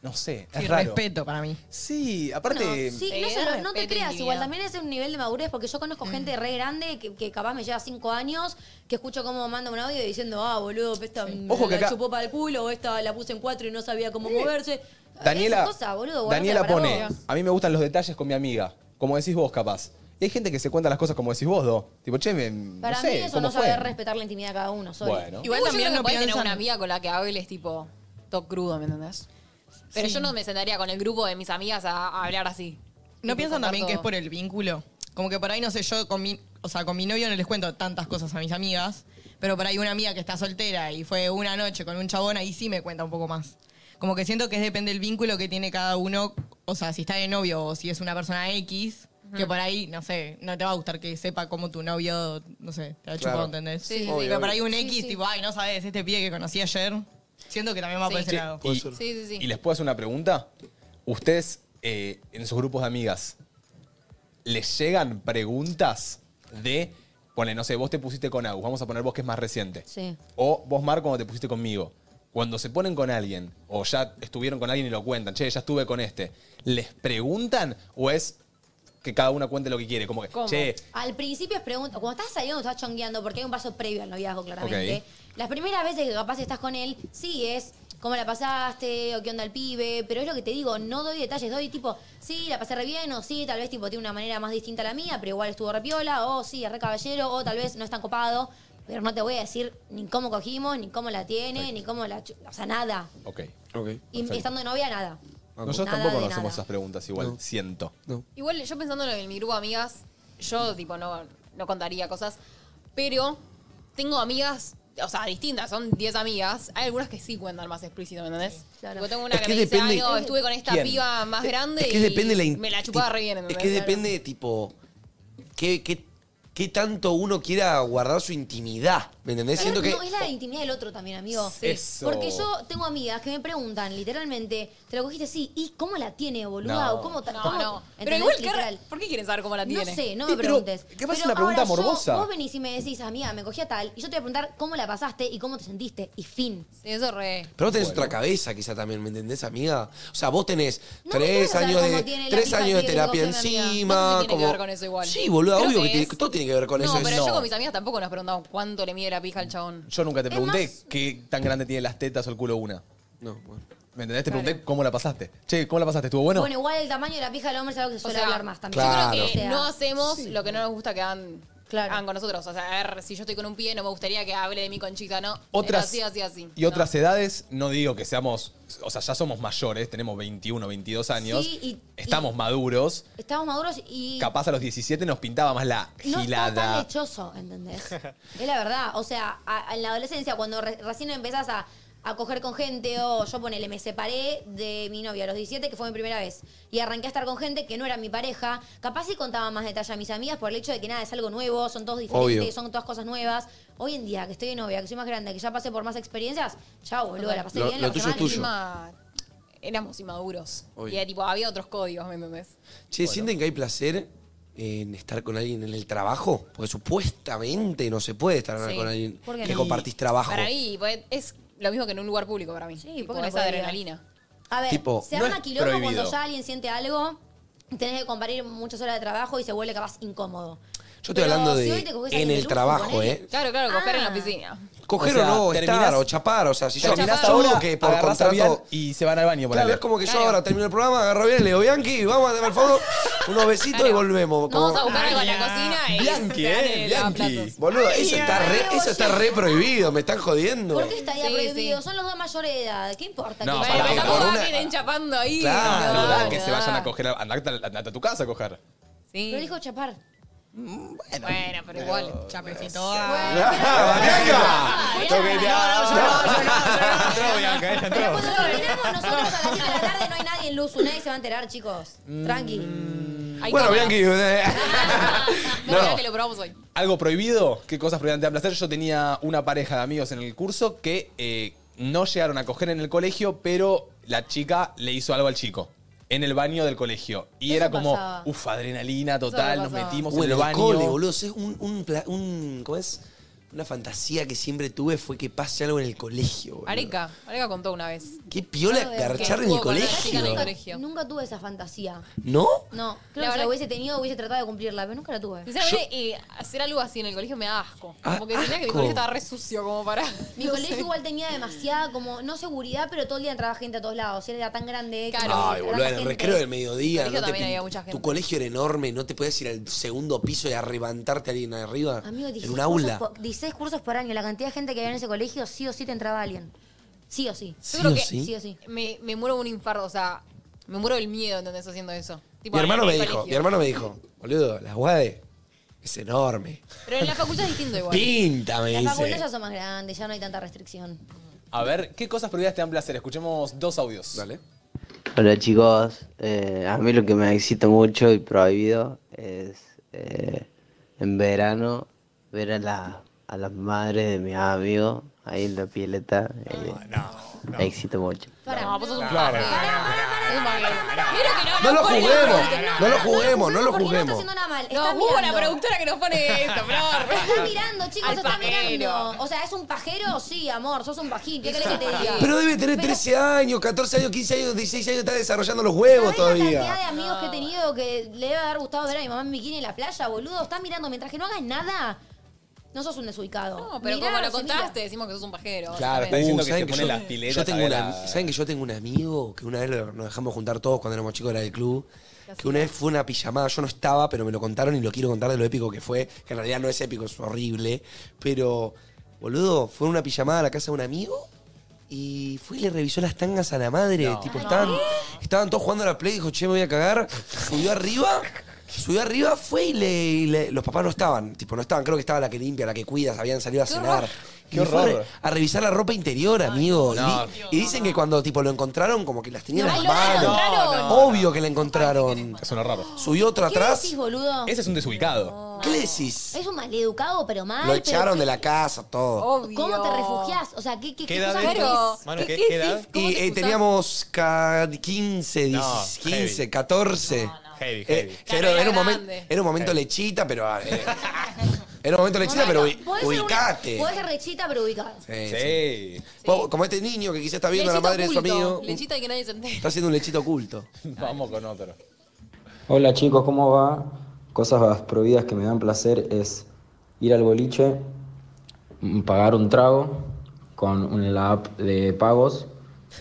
S1: no sé, es
S6: Y
S1: raro.
S6: respeto para mí.
S1: Sí, aparte...
S5: Sí,
S6: Sí,
S5: no,
S6: es
S5: solo- no
S6: respeto
S5: te
S6: y
S5: creas,
S6: dignidad.
S5: igual también es un nivel de madurez, porque yo conozco gente re grande que, que capaz me lleva cinco años, que escucho cómo manda un audio diciendo, ah, boludo, esta me
S1: Ojo que
S5: la
S1: acá-
S5: chupó para el culo, o esta la puse en cuatro y no sabía cómo moverse.
S1: Daniela,
S5: Esa cosa, boludo, guardátela
S1: Daniela
S5: para
S1: pone,
S5: vos.
S1: a mí me gustan los detalles con mi amiga, como decís vos capaz. Y hay gente que se cuenta las cosas como decís vos, Do. Tipo, che, me,
S5: Para
S1: no sé,
S5: mí eso
S1: ¿cómo
S5: no
S1: fue?
S5: saber respetar la intimidad de cada uno. Sorry.
S1: Bueno.
S4: Igual
S5: Uy, yo
S4: también no
S5: creo que podés
S4: puedes tener
S5: tener
S4: una amiga con la que hables tipo todo crudo, ¿me entendés? Pero
S6: Sí.
S4: yo no me sentaría con el grupo de mis amigas a, a hablar así.
S6: ¿No piensan
S4: contar
S6: también que es
S4: todo.
S6: por el vínculo? Como que por ahí, no sé, yo con mi, o sea, con mi novio no les cuento tantas cosas a mis amigas, pero por ahí una amiga que está soltera y fue una noche con un chabón, ahí sí me cuenta un poco más. Como que siento que es depende del vínculo que tiene cada uno, o sea, si está de novio o si es una persona X, que por ahí, no sé, no te va a gustar que sepa cómo tu novio, no sé, te ha
S9: Claro.
S6: chupado, ¿entendés?
S9: Sí, Sí, sí,
S6: pero
S9: obvio,
S6: por ahí un
S9: obvio.
S6: X,
S9: Sí, sí.
S6: tipo, ay, no sabes, este pibe que conocí ayer, siento que también va por ese lado.
S1: Y, y les puedo hacer una pregunta. ¿Ustedes eh, en sus grupos de amigas les llegan preguntas de, ponle, no sé, vos te pusiste con Agus, vamos a poner vos que es más reciente?
S5: Sí.
S1: O vos, Mar, cuando te pusiste conmigo. Cuando se ponen con alguien, o ya estuvieron con alguien y lo cuentan, che, ya estuve con este, ¿les preguntan o es que cada una cuente lo que quiere? Como que,
S5: ¿Cómo?
S1: che,
S5: Al principio es pregunta, cuando estás saliendo, estás chongueando, porque hay un paso previo al noviazgo, claramente. Las primeras veces que capaz estás con él, sí es cómo la pasaste o qué onda el pibe, pero es lo que te digo, no doy detalles, doy tipo, sí, la pasé re bien, o sí, tal vez tipo tiene una manera más distinta a la mía, pero igual estuvo re piola, o sí, es re caballero, o tal vez no es tan copado, pero no te voy a decir ni cómo cogimos, ni cómo la tiene, ni cómo la... chu- O sea, nada.
S1: ok.
S5: Y
S1: perfecto.
S5: estando de novia, nada.
S1: Nosotros
S5: Nada
S1: tampoco
S5: de
S1: nos hacemos
S5: nada.
S1: esas preguntas igual, siento.
S4: Igual yo pensándolo en mi grupo de amigas, yo tipo no, no contaría cosas, pero tengo amigas, o sea, distintas, son 10 amigas. Hay algunas que sí cuentan más explícito, ¿me entendés? Yo tengo una
S3: Es
S4: que,
S3: que
S4: me dice,
S3: depende-
S4: "Ay, no, estuve con esta
S3: ¿Quién?
S4: piba más grande
S3: Es que depende
S4: y
S3: la in-
S4: me la chupaba re bien,
S3: Es
S4: ¿entendés?
S3: que depende de tipo. ¿Qué, qué, qué tanto uno quiera guardar su intimidad? ¿Me entendés? Siento
S5: Pero
S3: que.
S5: No, es la intimidad del otro también, amigo.
S3: Sí. Eso.
S5: Porque yo tengo amigas que me preguntan, literalmente, ¿te la cogiste así? ¿Y cómo la tiene, boluda?
S1: No.
S5: ¿O cómo ta-
S4: No,
S5: cómo-
S4: no. Pero
S5: ¿entendés?
S4: igual, ¿qué
S5: Literal.
S4: re- ¿por qué quieren saber cómo la
S5: No
S4: tiene?
S5: sé, no
S1: Sí,
S5: me
S1: pero,
S5: preguntes.
S1: ¿qué pasa? Una pregunta
S5: ahora yo-
S1: morbosa.
S5: vos venís y me decís, amiga, me cogí a tal, y yo te voy a preguntar cómo la pasaste y cómo te sentiste, y fin.
S4: Sí, eso re.
S3: Pero vos tenés otra cabeza, quizá también, ¿me entendés, amiga? O sea, vos tenés
S5: No me
S3: tres
S5: interesa
S3: años
S5: cómo
S3: de,
S5: tiene la
S3: tres
S5: hija del
S3: años de
S5: pibe que
S3: terapia
S5: cogió mi amiga.
S3: encima.
S4: No sé si tiene que
S3: como...
S4: ver con eso igual.
S3: Sí, boludo,
S4: Creo
S3: obvio
S4: que
S3: que, tiene-
S4: es-
S3: todo tiene que ver con
S4: no,
S3: eso. es-
S4: pero yo con mis amigas tampoco nos preguntamos cuánto le mide la pija al chabón.
S1: Yo nunca te
S4: Es
S1: pregunté
S4: más-
S1: qué tan grande tiene las tetas o el culo una.
S3: No, bueno.
S1: ¿Me entendés? Te pregunté cómo la pasaste. Che, ¿cómo la pasaste? ¿Estuvo bueno?
S5: Bueno, igual el tamaño de la pija del hombre es algo que se suele
S4: sea,
S5: hablar más también.
S1: Claro.
S4: Yo creo que
S1: O sea,
S4: Eh, no hacemos lo que no nos gusta que hagan, hagan con nosotros. O sea, a ver, si yo estoy con un pie, no me gustaría que hable de mi conchita, ¿no?
S1: Otras-
S4: Era así, así, así.
S1: Y otras edades, no digo que seamos, o sea, ya somos mayores, tenemos 21, 22 años,
S5: Sí, y-
S1: estamos maduros.
S5: Estamos maduros y.
S1: Capaz a los 17 nos pintaba más la
S5: No está tan
S1: gilada.
S5: lechoso, ¿entendés? es la verdad. O sea, a- en la adolescencia, cuando re- recién empezás a, a coger con gente, o yo ponele, me separé de mi novia a los 17, que fue mi primera vez, y arranqué a estar con gente que no era mi pareja, capaz sí contaba más detalle a mis amigas por el hecho de que nada, es algo nuevo, son todos diferentes,
S3: Obvio.
S5: son todas cosas nuevas. Hoy en día, que estoy de novia, que soy más grande, que ya pasé por más experiencias, chao, boludo, la pasé
S3: Lo-
S5: bien,
S3: lo
S5: la
S3: tuyo
S5: pasé
S3: es tuyo.
S5: mal. Encima,
S4: éramos inmaduros.
S3: Obvio.
S4: Y era tipo, había otros códigos, ¿me entendés?
S3: Che, ¿sienten que hay placer en estar con alguien en el trabajo? Porque supuestamente no se puede estar
S4: Sí.
S3: con alguien
S4: ¿Por qué
S3: que
S4: no?
S3: compartís trabajo.
S4: Para mí pues, es lo mismo que en un lugar público para mí. Sí,
S5: ¿por qué no
S4: esa
S5: podría?
S4: adrenalina.
S5: A ver,
S3: Tipo,
S5: se
S3: no
S5: arma
S3: es
S5: quilombo cuando
S3: prohibido.
S5: ya alguien siente algo, y tenés que compartir muchas horas de trabajo y se vuelve capaz incómodo.
S3: Yo estoy hablando de en el trabajo, ¿eh?
S4: Claro, claro, coger
S5: Ah.
S4: en la oficina.
S3: Coger
S1: O sea,
S3: o no, estar
S1: terminás-
S3: o chapar. O sea, si yo,
S1: terminás
S3: yo
S1: ahora,
S3: digo que por
S1: agarrás a Bian
S3: contrato...
S1: y se van al baño,
S3: Claro,
S1: ponele.
S3: es como que yo ahora termino el programa, agarro bien, le digo Bianchi, vamos a tomar foto, unos besitos y volvemos. como-
S4: Vamos a buscar algo en la cocina y
S3: Bianchi,
S4: se dan
S3: eh,
S4: el
S3: Bianchi.
S4: lavaplatos.
S3: Boludo,
S4: Ay,
S3: eso está, re,
S4: ay,
S3: eso está re prohibido, me están jodiendo.
S5: ¿Por qué estaría
S4: Sí,
S5: prohibido? Son los dos mayores de edad. ¿Qué importa?
S1: No,
S5: que
S1: pará,
S5: vayan?
S1: por
S4: Ah,
S1: una-
S4: vienen chapando ahí.
S1: Claro,
S4: No,
S1: que
S4: no.
S1: se vayan a coger, a- andate a- andate a tu casa a coger.
S4: Sí.
S5: Lo dijo Chapar.
S4: Bueno, pero igual.
S6: Chapecito.
S1: ¡Bianca!
S5: Tarde no hay nadie en luz. Nadie se va a enterar, chicos.
S3: Mm.
S5: Tranqui.
S1: Bueno, Bianchi.
S3: eh.
S4: No, mirá que lo probamos hoy.
S1: Algo prohibido, qué cosas prohibidas te dan placer. Yo tenía una pareja de amigos en el curso que eh, no llegaron a coger en el colegio, pero la chica le hizo algo al chico. En el baño del colegio. Y era como,
S3: pasaba.
S1: uff, adrenalina total,
S3: Eso me
S1: nos
S3: pasaba.
S1: metimos
S3: Uy,
S1: en el
S3: lo del
S1: baño.
S3: cole, boludo, es un, un, pla- un- ¿cómo es? Una fantasía que siempre tuve fue que pase algo en el colegio, boludo.
S4: Areca, Areca contó una vez.
S3: Qué piola
S5: Claro, de-
S3: garchar
S4: que
S3: en el
S4: estuvo con una chica en el
S3: colegio.
S4: colegio.
S5: Nunca tuve esa fantasía.
S3: ¿No?
S5: No,
S4: La
S5: creo que si
S4: verdad-
S5: la hubiese tenido, hubiese tratado de cumplirla, pero nunca la tuve.
S4: Sinceramente, eh, hacer algo así en el colegio me da asco. Como que tenía que mi
S5: asco.
S4: colegio estaba re sucio como para.
S5: Mi
S4: no
S5: colegio
S4: sé.
S5: igual tenía demasiada, como, no seguridad, pero todo el día entraba gente a todos lados. Era tan grande. que
S3: Ay,
S5: tanta
S3: boludo, en el
S5: gente.
S3: recreo del mediodía.
S5: Colegio
S3: no te
S5: también
S3: pin-
S5: había mucha gente.
S3: Tu colegio era enorme, no te podías ir al segundo piso y arrebantarte a alguien arriba.
S5: Amigo, 16,
S3: en una
S5: cursos
S3: aula.
S5: po- 16 cursos por año. La cantidad de gente que había en ese colegio, sí o sí te entraba alguien. Sí o sí.
S3: ¿Sí creo o que- sí?
S5: o sí.
S4: Me, me muero de un infarto, o sea, me muero del miedo, ¿entendés? Haciendo eso. Tipo,
S3: Mi hermano
S4: en
S3: me
S4: el
S3: dijo,
S4: colegio.
S3: mi hermano me dijo, boludo, la UADE es enorme.
S4: Pero en la facultad es distinto igual.
S3: Pinta, me
S5: Las facultades
S3: dice.
S5: ya son más grandes, ya no hay tanta restricción.
S1: A ver, ¿qué cosas prohibidas te dan placer? Escuchemos dos audios. Dale.
S14: Hola chicos, Eh, a mí lo que me excita mucho y prohibido es eh, en verano ver a, la- a las madres de mis amigos ahí en la pileta. eh, Me excita mucho.
S4: No, vos sos un
S14: Claro.
S4: paja. Es un paja. Mira que no,
S14: No lo
S4: pone-
S14: juguemos,
S3: No lo juguemos, no lo
S5: porque no está
S3: juguemos.
S5: haciendo nada mal.
S4: No,
S5: Está
S4: hubo la
S5: mirando.
S4: productora que nos pone esto, Flor.
S5: Está mirando, chicos,
S4: Al
S5: está
S4: pajero.
S5: mirando. O sea, ¿es un pajero? Sí, amor, sos un pajín. ¿Qué querés que te diga?
S3: Pero debe tener 13 años, 14 años, 15 años, 16 años, está desarrollando los huevos
S5: cantidad de
S3: todavía.
S5: amigos que he tenido que le debe haber gustado ver a mi mamá en bikini en la playa, boludo. Está mirando mientras que no hagas nada. No sos un desubicado.
S4: No, pero
S5: Mirá,
S4: como lo
S5: se mira.
S4: contaste, decimos que sos un pajero.
S1: Claro, está diciendo que
S3: Uh, ¿saben
S1: se
S3: que
S1: ponen
S3: yo-
S1: las piletas
S3: yo tengo
S1: a ver
S3: una-
S1: a-
S3: ¿Saben que yo tengo un amigo que una vez lo- nos dejamos juntar todos cuando éramos chicos, era del club? Que una vez fue una pijamada, yo no estaba, pero me lo contaron y lo quiero contar de lo épico que fue, que en realidad no es épico, es horrible. Pero, boludo, fue una pijamada a la casa de un amigo y fue y le revisó las tangas a la madre. Tipo, estaban, estaban todos jugando a la play, dijo, che, me voy a cagar. Subió arriba, subió arriba, fue y le, y le- Los papás no estaban, tipo, no estaban, creo que estaba la que limpia, la que cuida, se habían salido a cenar. Y
S1: Qué
S3: fue a re-
S1: horror.
S3: A revisar la ropa interior, amigo.
S1: no.
S3: Y- y, dicen que cuando tipo lo encontraron, como que las tenía en
S5: No,
S3: las
S5: lo
S3: manos.
S5: encontraron.
S3: Obvio que la encontraron.
S1: Es un raro.
S3: Subió otro
S5: ¿Qué
S3: atrás.
S5: decís, boludo?
S1: Ese es un desubicado.
S3: ¿Qué le decís?
S5: Es un maleducado, pero mal.
S3: Lo
S5: pero
S3: echaron
S5: ¿qué- Oh,
S3: de la casa, todo.
S5: Obvio. ¿Cómo te refugiás? O sea, ¿qué, qué,
S3: ¿Qué edad
S5: cosas
S3: es?
S5: haces?
S3: Mano, ¿qué- qué edad?
S5: ¿Cómo
S3: Y
S5: te
S3: eh,
S5: excusás?
S3: teníamos ca- 15, 10,
S2: No,
S3: 15,
S2: heavy.
S3: 14.
S2: Heavy,
S3: Eh,
S2: heavy.
S3: pero
S2: Claro,
S3: era, un
S2: era
S3: momen-
S2: grande.
S3: era un momento lechita, pero. eh, era un momento lechita, pero ubi-
S5: Podés ser una-
S3: ubicate.
S5: Podés ser rechita, pero ubicada.
S3: Sí, sí. Vos, Como este niño que quizás está viendo
S4: Lechita
S3: a la madre de su
S4: oculto,
S3: amigo.
S4: Lechita y que nadie se entere.
S3: Está haciendo un lechito oculto.
S1: Vamos con otro.
S15: Hola chicos, ¿cómo va? Cosas prohibidas que me dan placer es ir al boliche, mm, pagar un trago con un- la app de pagos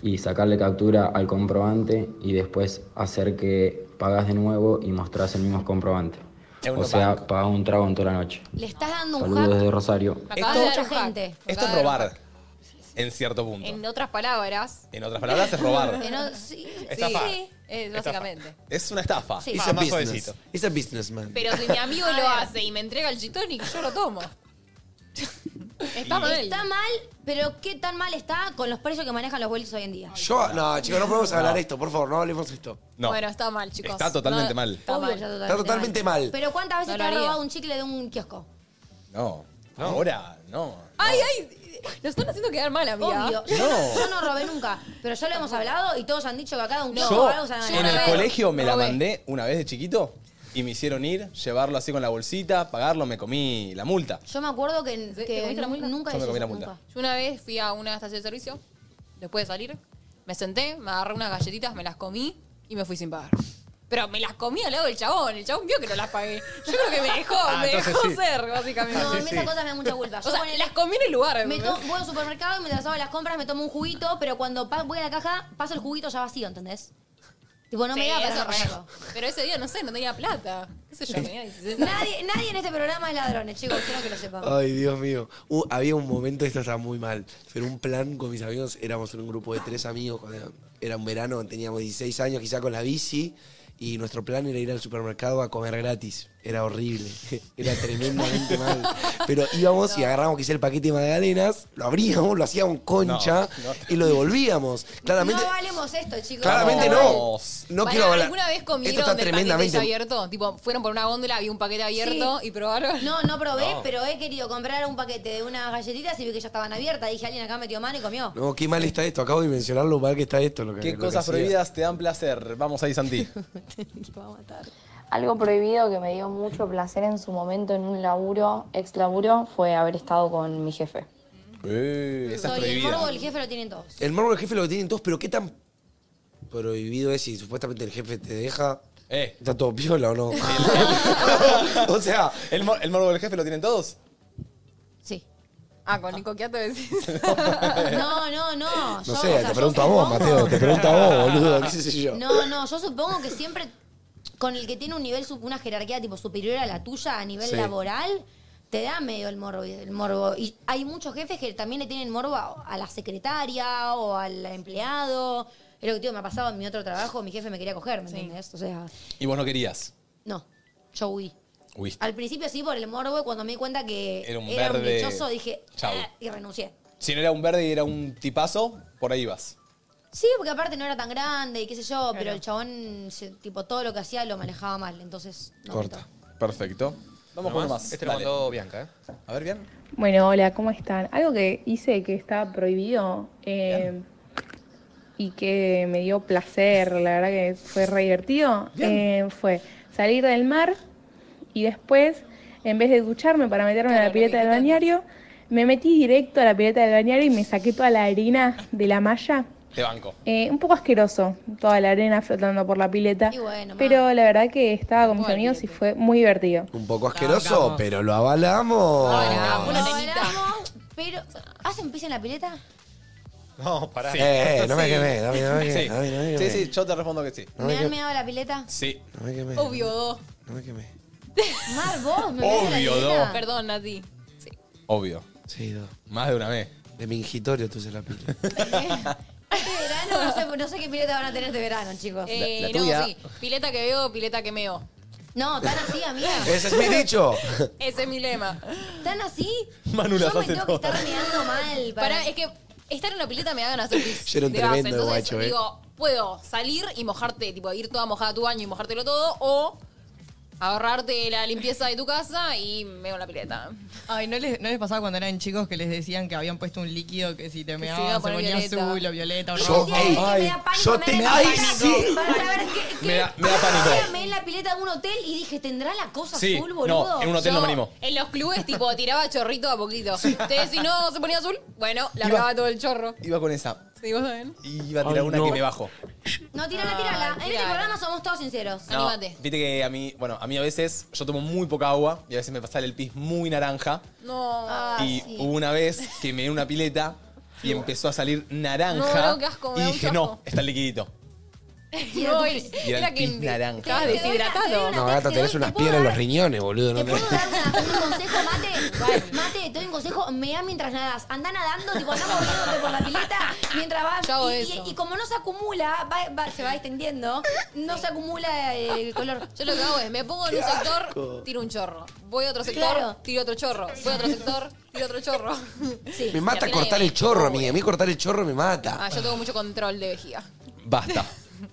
S15: y sacarle captura al comprobante y después hacer que pagas de nuevo y mostrás el mismo comprobante. O sea, pagas un trago en toda la noche.
S5: Le estás dando un
S15: Saludos
S5: hack.
S15: desde Rosario.
S5: Me acabas de dar un hack. Me
S1: Esto
S5: acabas
S1: es
S5: de dar un
S1: robar. En cierto punto.
S4: En otras palabras.
S1: En otras palabras, es robar.
S4: En o- sí,
S1: Estafar.
S4: sí, es básicamente.
S1: Es una estafa.
S4: Sí. Hice business.
S3: It's a businessman.
S4: Pero si mi amigo lo hace y me entrega el gitonic, yo lo tomo.
S5: Está mal. Está mal, pero ¿qué tan mal está con los precios que manejan los boliches hoy en día?
S3: Yo, no, chicos, no podemos
S1: No.
S3: hablar esto, por favor, no hablemos esto.
S1: No.
S5: Bueno, está mal, chicos.
S1: Está totalmente mal.
S5: Obvio, está totalmente,
S3: Está totalmente mal.
S5: Pero ¿cuántas
S4: No
S5: veces te
S4: lo
S5: has
S4: haría.
S5: robado un chicle de un kiosco?
S1: No. Ahora, no.
S4: Ay, ay, lo están haciendo quedar mal, amiga.
S5: Obvio. Yo no. yo no robé nunca, pero ya lo hemos hablado y todos han dicho que acá un
S1: Yo,
S5: clavo o algo se van a
S1: en el
S5: ganar.
S1: colegio me la
S5: Robé.
S1: mandé una vez de chiquito y me hicieron ir, llevarlo así con la bolsita, pagarlo, me comí la multa.
S5: Yo me acuerdo que, que
S4: te comiste la
S5: nu-
S4: multa?
S5: nunca
S1: Yo me
S5: hice
S1: comí la
S5: eso,
S1: multa.
S5: nunca.
S4: Yo una vez fui a una estación de servicio, después de salir, me senté, me agarré unas galletitas, me las comí y me fui sin pagar. Pero me las comí al lado del chabón, el chabón vio que no las pagué. Yo creo que me dejó,
S5: Ah,
S4: me
S5: entonces
S4: dejó
S5: sí.
S4: ser, básicamente.
S1: Ah,
S5: No, a mí esas cosas me da mucha culpa. Yo
S4: O sea,
S5: ponele-
S4: las comí en el lugar.
S5: Me
S4: ¿entendés?
S5: to- voy al supermercado y mientras hago las compras me tomo un juguito, pero cuando pa- voy a la caja paso el juguito ya vacío, ¿entendés? Tipo, no me
S4: Sí,
S5: da para
S4: eso
S5: agarrarlo.
S4: re. Pero ese día, no sé, no tenía plata. ¿Qué sé yo? Tenía 16 años.
S5: Nadie, nadie en este programa es ladrones, chicos, quiero que lo sepan.
S4: Ah.
S3: Ay, Dios mío. Uh, había un momento, esto estaba muy mal, pero un plan con mis amigos, éramos un grupo de tres amigos, cuando era- era un verano, teníamos 16 años quizá con la bici, y nuestro plan era ir al supermercado a comer gratis. Era horrible, era tremendamente mal. Pero íbamos y agarrábamos quizá el paquete de magdalenas, lo abríamos, lo hacíamos concha
S1: No, no.
S3: y lo devolvíamos. Claramente...
S5: no valemos esto, chicos.
S3: Claramente
S5: Está mal.
S3: no. No
S4: Pará,
S3: quiero hablar.
S4: ¿Alguna vez comieron
S3: Esto está
S4: del
S3: tremendamente.
S4: paquete ya abierto? Tipo, fueron por una góndola, había un paquete abierto
S5: Sí.
S4: y probaron.
S5: No, no probé,
S3: No.
S5: pero he querido comprar un paquete de unas galletitas y vi que ya estaban abiertas. Dije, alguien acá metió mano y comió.
S3: No, qué mal está esto. Acabo de mencionar lo mal que está esto. Lo que,
S1: ¿Qué
S3: lo que
S1: cosas
S3: hacía.
S1: prohibidas te dan placer? Vamos ahí, Santi.
S16: Algo prohibido que me dio mucho placer en su momento en un laburo, ex laburo, fue haber estado con mi jefe.
S1: Eh, esa es
S5: Soy el
S1: prohibida.
S5: morbo del jefe lo tienen todos.
S3: El morbo del jefe lo que tienen todos, pero qué tan prohibido es si supuestamente el jefe te deja. ¿Está todo piola o no? o sea,
S1: Ah, ¿el, mor- el morbo del jefe lo tienen todos?
S4: Ah, con Nico Quiato decís.
S5: No, no, no.
S3: No
S5: yo,
S3: sé,
S5: o sea,
S3: te
S5: yo
S3: pregunto a vos,
S5: supongo-
S3: Mateo, te pregunto a vos, boludo, qué sé yo.
S5: No, no, yo supongo que siempre con el que tiene un nivel, sup- una jerarquía tipo superior a la tuya a nivel
S3: Sí.
S5: laboral, te da medio el morbo, el morbo. Y hay muchos jefes que también le tienen morbo a, a la secretaria o al empleado. Es lo que tío, me ha pasado en mi otro trabajo, mi jefe me quería coger, ¿me entiendes? O sea,
S1: Y vos no querías.
S5: no, yo huí.
S1: Huiste.
S5: Al principio sí por el morbo, y cuando me di cuenta que
S1: Era un verde.
S5: lechoso, dije,
S1: Chau.
S5: "Ah", y renuncié.
S1: Si no era un verde y era un tipazo, por ahí vas.
S5: Sí, porque aparte no era tan grande y qué sé yo, pero el chabón, se- tipo, todo lo que hacía lo manejaba mal, entonces... no.
S1: Corta. Perfecto. Vamos con uno más.
S2: Este lo
S1: Dale.
S2: mandó Bianca, ¿eh?
S1: A ver, bien.
S17: Bueno, hola, ¿cómo están? Algo que hice que está prohibido eh, y que me dio placer, la verdad que fue re divertido, eh, fue salir del mar y después, en vez de ducharme para meterme a la pileta del bañario, me metí directo a la pileta del bañario y me saqué toda la arena de la malla.
S1: Te banco.
S17: Eh, un poco asqueroso, toda la arena flotando por la pileta, pero la verdad que estaba con mis amigos y fue muy divertido.
S3: Un poco asqueroso, pero lo avalamos.
S1: Ah.
S5: Lo hablamos, pero... ¿Hacen pis en la pileta?
S2: No, pará.
S3: Sí. Eh, no me quemé, no
S1: dame,
S3: me- no me quemé,
S1: sí.
S3: no me- no me
S1: sí,
S3: quemé.
S1: sí, yo te respondo que sí.
S5: ¿Me han meado la pileta?
S1: Sí.
S3: No me quemé.
S4: Obvio.
S3: No me quemé.
S5: Mar, vos, me
S1: Obvio,
S5: measte la
S1: no.
S5: pileta.
S4: Perdón, Nati.
S1: Obvio.
S3: Sí, no.
S1: Más de una vez.
S3: De mingitorio tú se la pila.
S5: Este verano, no sé, no sé qué pileta van a tener este verano, chicos.
S4: Eh,
S3: La- la
S4: no,
S3: tuya.
S4: sí. Pileta que veo, pileta que meo.
S5: No, tan así, amiga.
S3: Ese es mi dicho.
S4: Ese es mi lema.
S5: ¿Tan así?
S3: Manu las
S5: Yo me
S3: hace
S5: tengo que
S3: todas.
S5: estar meando mal. Para...
S4: Pará, es que estar en una pileta me da ganas de hacer pis.
S3: Yo era un
S4: de base.
S3: tremendo
S4: Entonces,
S3: guacho, eh.
S4: digo, puedo salir y mojarte, tipo, ir toda mojada a tu baño y mojártelo todo, o agarrarte la limpieza de tu casa y meo en la pileta.
S6: Ay, ¿no les, ¿no les pasaba cuando eran chicos que les decían que habían puesto un líquido que si te
S4: Que se
S6: meaban
S4: iba a
S6: se
S4: poner
S6: ponía
S4: violeta.
S6: azul o violeta o
S3: Yo-
S6: rojo?
S3: ey, Ay, me da pánico, yo me te- da ay, pánico. sí.
S5: Para ver qué...
S1: Me da, me da
S5: Ahora
S1: pánico.
S5: me en la pileta de un hotel y dije, ¿tendrá la cosa
S1: Sí,
S5: azul,
S1: no,
S5: boludo?
S1: en un hotel no me animo.
S4: En los clubes, tipo, tiraba chorrito a poquito. Entonces, si no se ponía azul, bueno, largaba todo el chorro.
S1: Iba con esa.
S4: Sí, vos sabés.
S1: Iba a tirar
S3: Ay,
S1: una
S3: no.
S1: que me bajo.
S5: No,
S4: Ah,
S5: tirala, tirala. En este programa somos todos sinceros.
S1: No, Viste que a mí, bueno, a mí a veces yo tomo muy poca agua y a veces me pasa el pis muy naranja.
S4: No.
S5: Ah,
S1: y hubo una vez que me di una pileta y empezó a salir naranja.
S4: No, no, qué asco, me
S1: y
S4: da
S1: dije,
S4: mucho
S1: no, está el liquidito.
S4: No, era,
S1: Y era el
S4: que
S1: pis naranja.
S4: estabas deshidratado.
S3: No, gata, tenés unas piedras en los riñones, boludo. No, te-
S5: Un consejo, mate. Mate, te doy un consejo. Mea mientras nadas. Andá nadando, tipo, andá moviéndote por la pileta mientras vas.
S4: Yo hago
S5: y, y-
S4: eso.
S5: y como no se acumula, va- va- se va extendiendo, no se acumula el color.
S4: Yo lo que hago es, me pongo en un
S5: Qué
S4: sector,
S5: asco.
S4: tiro un chorro. Voy a otro sector,
S5: Claro.
S4: tiro otro chorro. Voy a otro sector, tiro otro chorro. Sí.
S3: Me mata cortar el chorro, amiga. A mí cortar el chorro me mata.
S4: Ah, yo tengo mucho control de vejiga.
S1: Basta.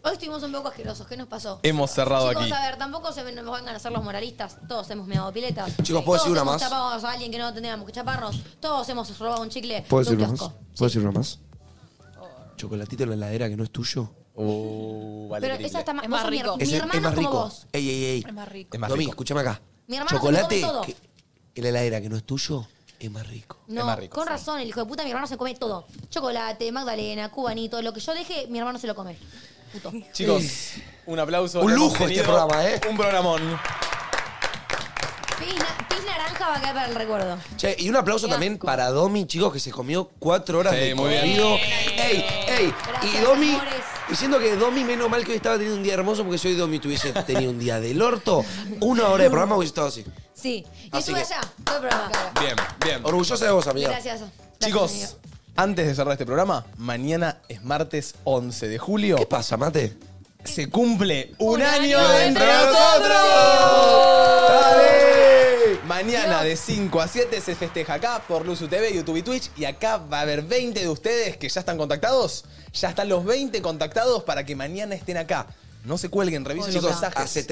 S5: Hoy estuvimos un poco asquerosos. ¿Qué nos pasó?
S1: Hemos cerrado
S5: Chicos,
S1: aquí.
S5: a ver, tampoco se me- nos vengan a hacer los moralistas. Todos hemos meado piletas.
S3: Chicos, ¿puedo
S5: Todos
S3: decir una
S5: hemos
S3: más?
S5: chapado a alguien que no teníamos que chaparnos. Todos hemos robado un chicle.
S3: ¿Puedo
S5: de un
S3: decir una más?
S5: kiosco.
S3: ¿Puedo decir una más? Chocolatito en la heladera que no es tuyo.
S1: Oh,
S5: Pero esa está más,
S4: Es más
S5: vos sos mi-
S4: rico.
S5: Mi,
S3: Ese
S5: hermano es,
S3: más
S5: como
S3: rico.
S5: vos.
S3: Ey, ey, ey.
S4: Es más rico.
S1: Es más
S3: Domi,
S1: rico.
S3: escúchame acá.
S5: Mi hermano se lo
S3: Chocolate
S5: come todo.
S3: que- en la heladera que no es tuyo es más rico.
S5: No, con razón, el hijo de puta, mi hermano se come todo. Chocolate, magdalena, cubanito, lo que yo deje, mi hermano se lo come. Puto.
S1: Chicos, un aplauso.
S3: Un
S1: Hemos
S3: lujo este
S1: tenido
S3: programa, ¿eh?
S1: Un programón.
S5: Pis, na- pis naranja va a quedar para el recuerdo.
S3: Che, y un aplauso también para Domi, chicos, que se comió cuatro horas
S1: Sí,
S3: de
S1: muy bien.
S3: corrido. Ey, ey.
S5: Gracias,
S3: y Domi,
S5: amores.
S3: diciendo que Domi, menos mal que hoy estaba teniendo un día hermoso, porque si hoy Domi tuviese tenido un día del orto, una hora de programa hubiese estado así.
S5: Sí. Y
S3: Así
S5: estuve
S3: que-
S5: allá, todo el programa.
S1: Bien, bien.
S3: Orgullosa de vos, amiga.
S5: Gracias.
S1: Chicos, antes de cerrar este programa, mañana es martes 11 de julio. ¿Qué
S3: pasa, Mate?
S1: Se cumple un, año,
S3: año
S1: entre,
S3: entre
S1: nosotros.
S3: nosotros.
S1: ¡Dale! Mañana de 5 a 7 se festeja acá por Luzu TV, YouTube y Twitch. Y acá va a haber 20 de ustedes que ya están contactados. Ya están los 20 contactados para que mañana estén acá. No se cuelguen, revisen los
S3: Chicos,
S1: mensajes.
S3: hace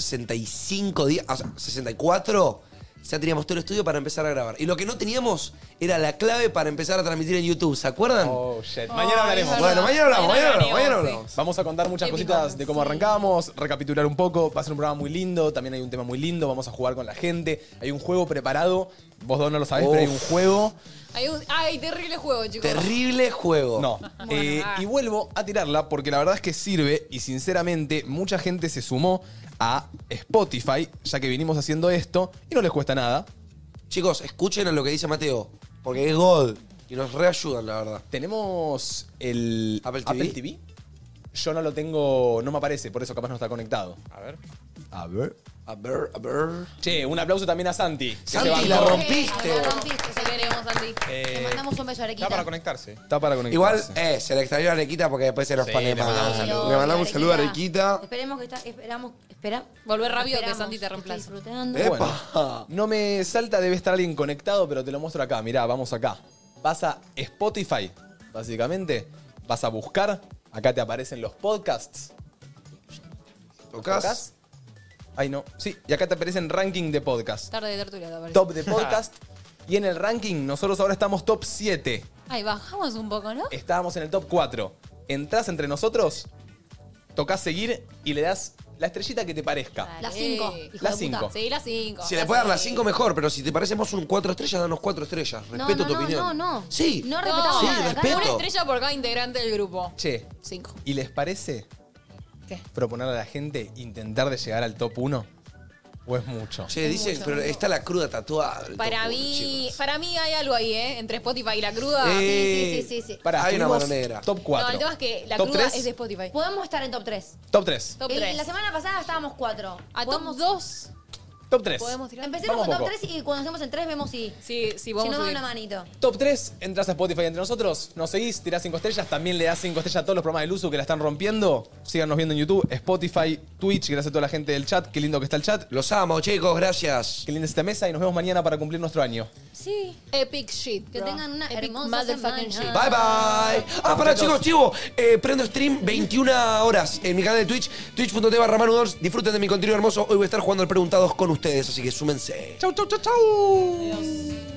S3: 365 días, o sea, 64, ya teníamos todo el estudio para empezar a grabar. Y lo que no teníamos era la clave para empezar a transmitir en YouTube, ¿se acuerdan?
S1: Oh, shit. Mañana hablaremos.
S3: Bueno, mañana hablamos, mañana hablamos, mañana hablamos.
S1: Vamos a contar muchas cositas de cómo arrancamos, recapitular un poco. Va a ser un programa muy lindo, también hay un tema muy lindo, vamos a jugar con la gente. Hay un juego preparado, vos dos no lo sabés, pero hay un
S3: Uf.
S1: juego.
S4: Hay un- Ay, terrible juego, chicos.
S3: Terrible juego.
S1: No. Eh, y vuelvo a tirarla porque la verdad es que sirve y sinceramente mucha gente se sumó a Spotify, ya que vinimos haciendo esto y no les cuesta nada.
S3: Chicos, escuchen a lo que dice Mateo, porque es God y nos reayudan, la verdad.
S1: Tenemos el Apple
S3: TV?
S1: Yo no lo tengo, no me aparece, por eso capaz no está conectado.
S3: Ah.
S1: A ver. A ver.
S3: A ver, a ver.
S1: Che, un aplauso también a Santi. que se
S3: Santi,
S1: bancó.
S3: la rompiste.
S5: La rompiste, se queremos, Andy. Te
S1: Eh,
S5: mandamos un beso, Arequita.
S2: conectarse.
S1: Está para conectarse.
S3: Igual, eh, se le extrañó a Arequita porque después se nos
S2: Sí, le
S3: pone mal.
S4: Ah,
S2: mandamos un saludo.
S3: Le mandamos un saludo a Arequita.
S5: Esperemos que está, esperamos, espera.
S4: Volver rápido que
S5: Esperamos
S4: Santi te
S5: que
S4: reemplace.
S5: estoy disfrutando.
S3: Eh.
S1: Bueno, no me salta, debe estar alguien conectado, pero te lo muestro acá. Mirá, vamos acá. Vas a Spotify, básicamente. Vas a buscar. Acá te aparecen los podcasts.
S3: ¿Tocás?
S1: Ay, no. Sí, y acá te aparecen ranking de podcast.
S4: Tarde de tortura, te parece.
S1: Top de podcast. y en el ranking, nosotros ahora estamos top 7.
S4: Ay, bajamos un poco, ¿no?
S1: Estábamos en el top 4. Entrás entre nosotros, tocas seguir y le das la estrellita que te parezca.
S5: Las 5.
S1: La cinco.
S4: Sí, las 5.
S3: Si le puede dar las 5 mejor, pero si te parecemos un 4 estrellas, danos 4 estrellas.
S5: No,
S3: Respeto
S5: no,
S3: tu
S5: no,
S3: opinión.
S5: no, no.
S3: Sí.
S5: No
S4: No,
S5: respetamos
S3: Sí,
S5: nada.
S3: respeto.
S4: una estrella por cada integrante del grupo.
S1: Che,
S4: 5.
S1: ¿y les parece
S4: ¿Qué?
S1: proponer a la gente intentar de llegar al top 1? ¿O es mucho?
S3: Che, dicen, pero está la cruda tatuada. el
S4: Para
S3: topo,
S4: mí,
S3: chicos.
S4: para mí hay algo ahí, ¿eh? Entre Spotify y la cruda.
S5: Ah,
S3: Eh,
S4: sí, sí, sí, sí.
S1: Pará,
S3: Hay una
S1: tuvimos
S3: mano negra.
S1: Top
S4: No,
S1: 4.
S4: el tema es que la
S1: top
S4: cruda
S1: 3,
S4: es de Spotify.
S5: Podemos estar en top 3.
S1: Top 3.
S4: Top 3.
S5: La semana pasada estábamos 4.
S4: A top 2
S1: Top 3.
S4: podemos tirar.
S5: Empecemos
S1: Vamos
S5: con top
S1: poco.
S5: 3 y cuando estemos en 3 vemos si,
S4: Sí, sí,
S5: si
S4: vamos
S5: nos
S4: a
S5: dan
S4: subir.
S5: una manito.
S1: Top 3, entras a Spotify entre nosotros, nos seguís, tirás 5 estrellas, también le das 5 estrellas a todos los programas del uso que la están rompiendo. Síganos viendo en YouTube, Spotify, Twitch, gracias a toda la gente del chat, qué lindo que está el chat.
S3: Los amo, chicos, gracias.
S1: Qué linda esta mesa y nos vemos mañana para cumplir nuestro año.
S5: Sí.
S4: Epic shit.
S5: Que
S4: bro.
S5: tengan una
S4: Epic
S5: hermosa
S4: motherfucking shit.
S5: semana.
S3: Bye bye. Ah, pará, chicos, chivo. eh, prendo stream 21 horas en mi canal de Twitch, twitch.tv barra Manu Dors. Disfruten de mi contenido hermoso. Hoy voy a estar jugando al Preguntados con ustedes, así que súmense.
S1: Chau, chau, chau, chau.
S4: Adiós.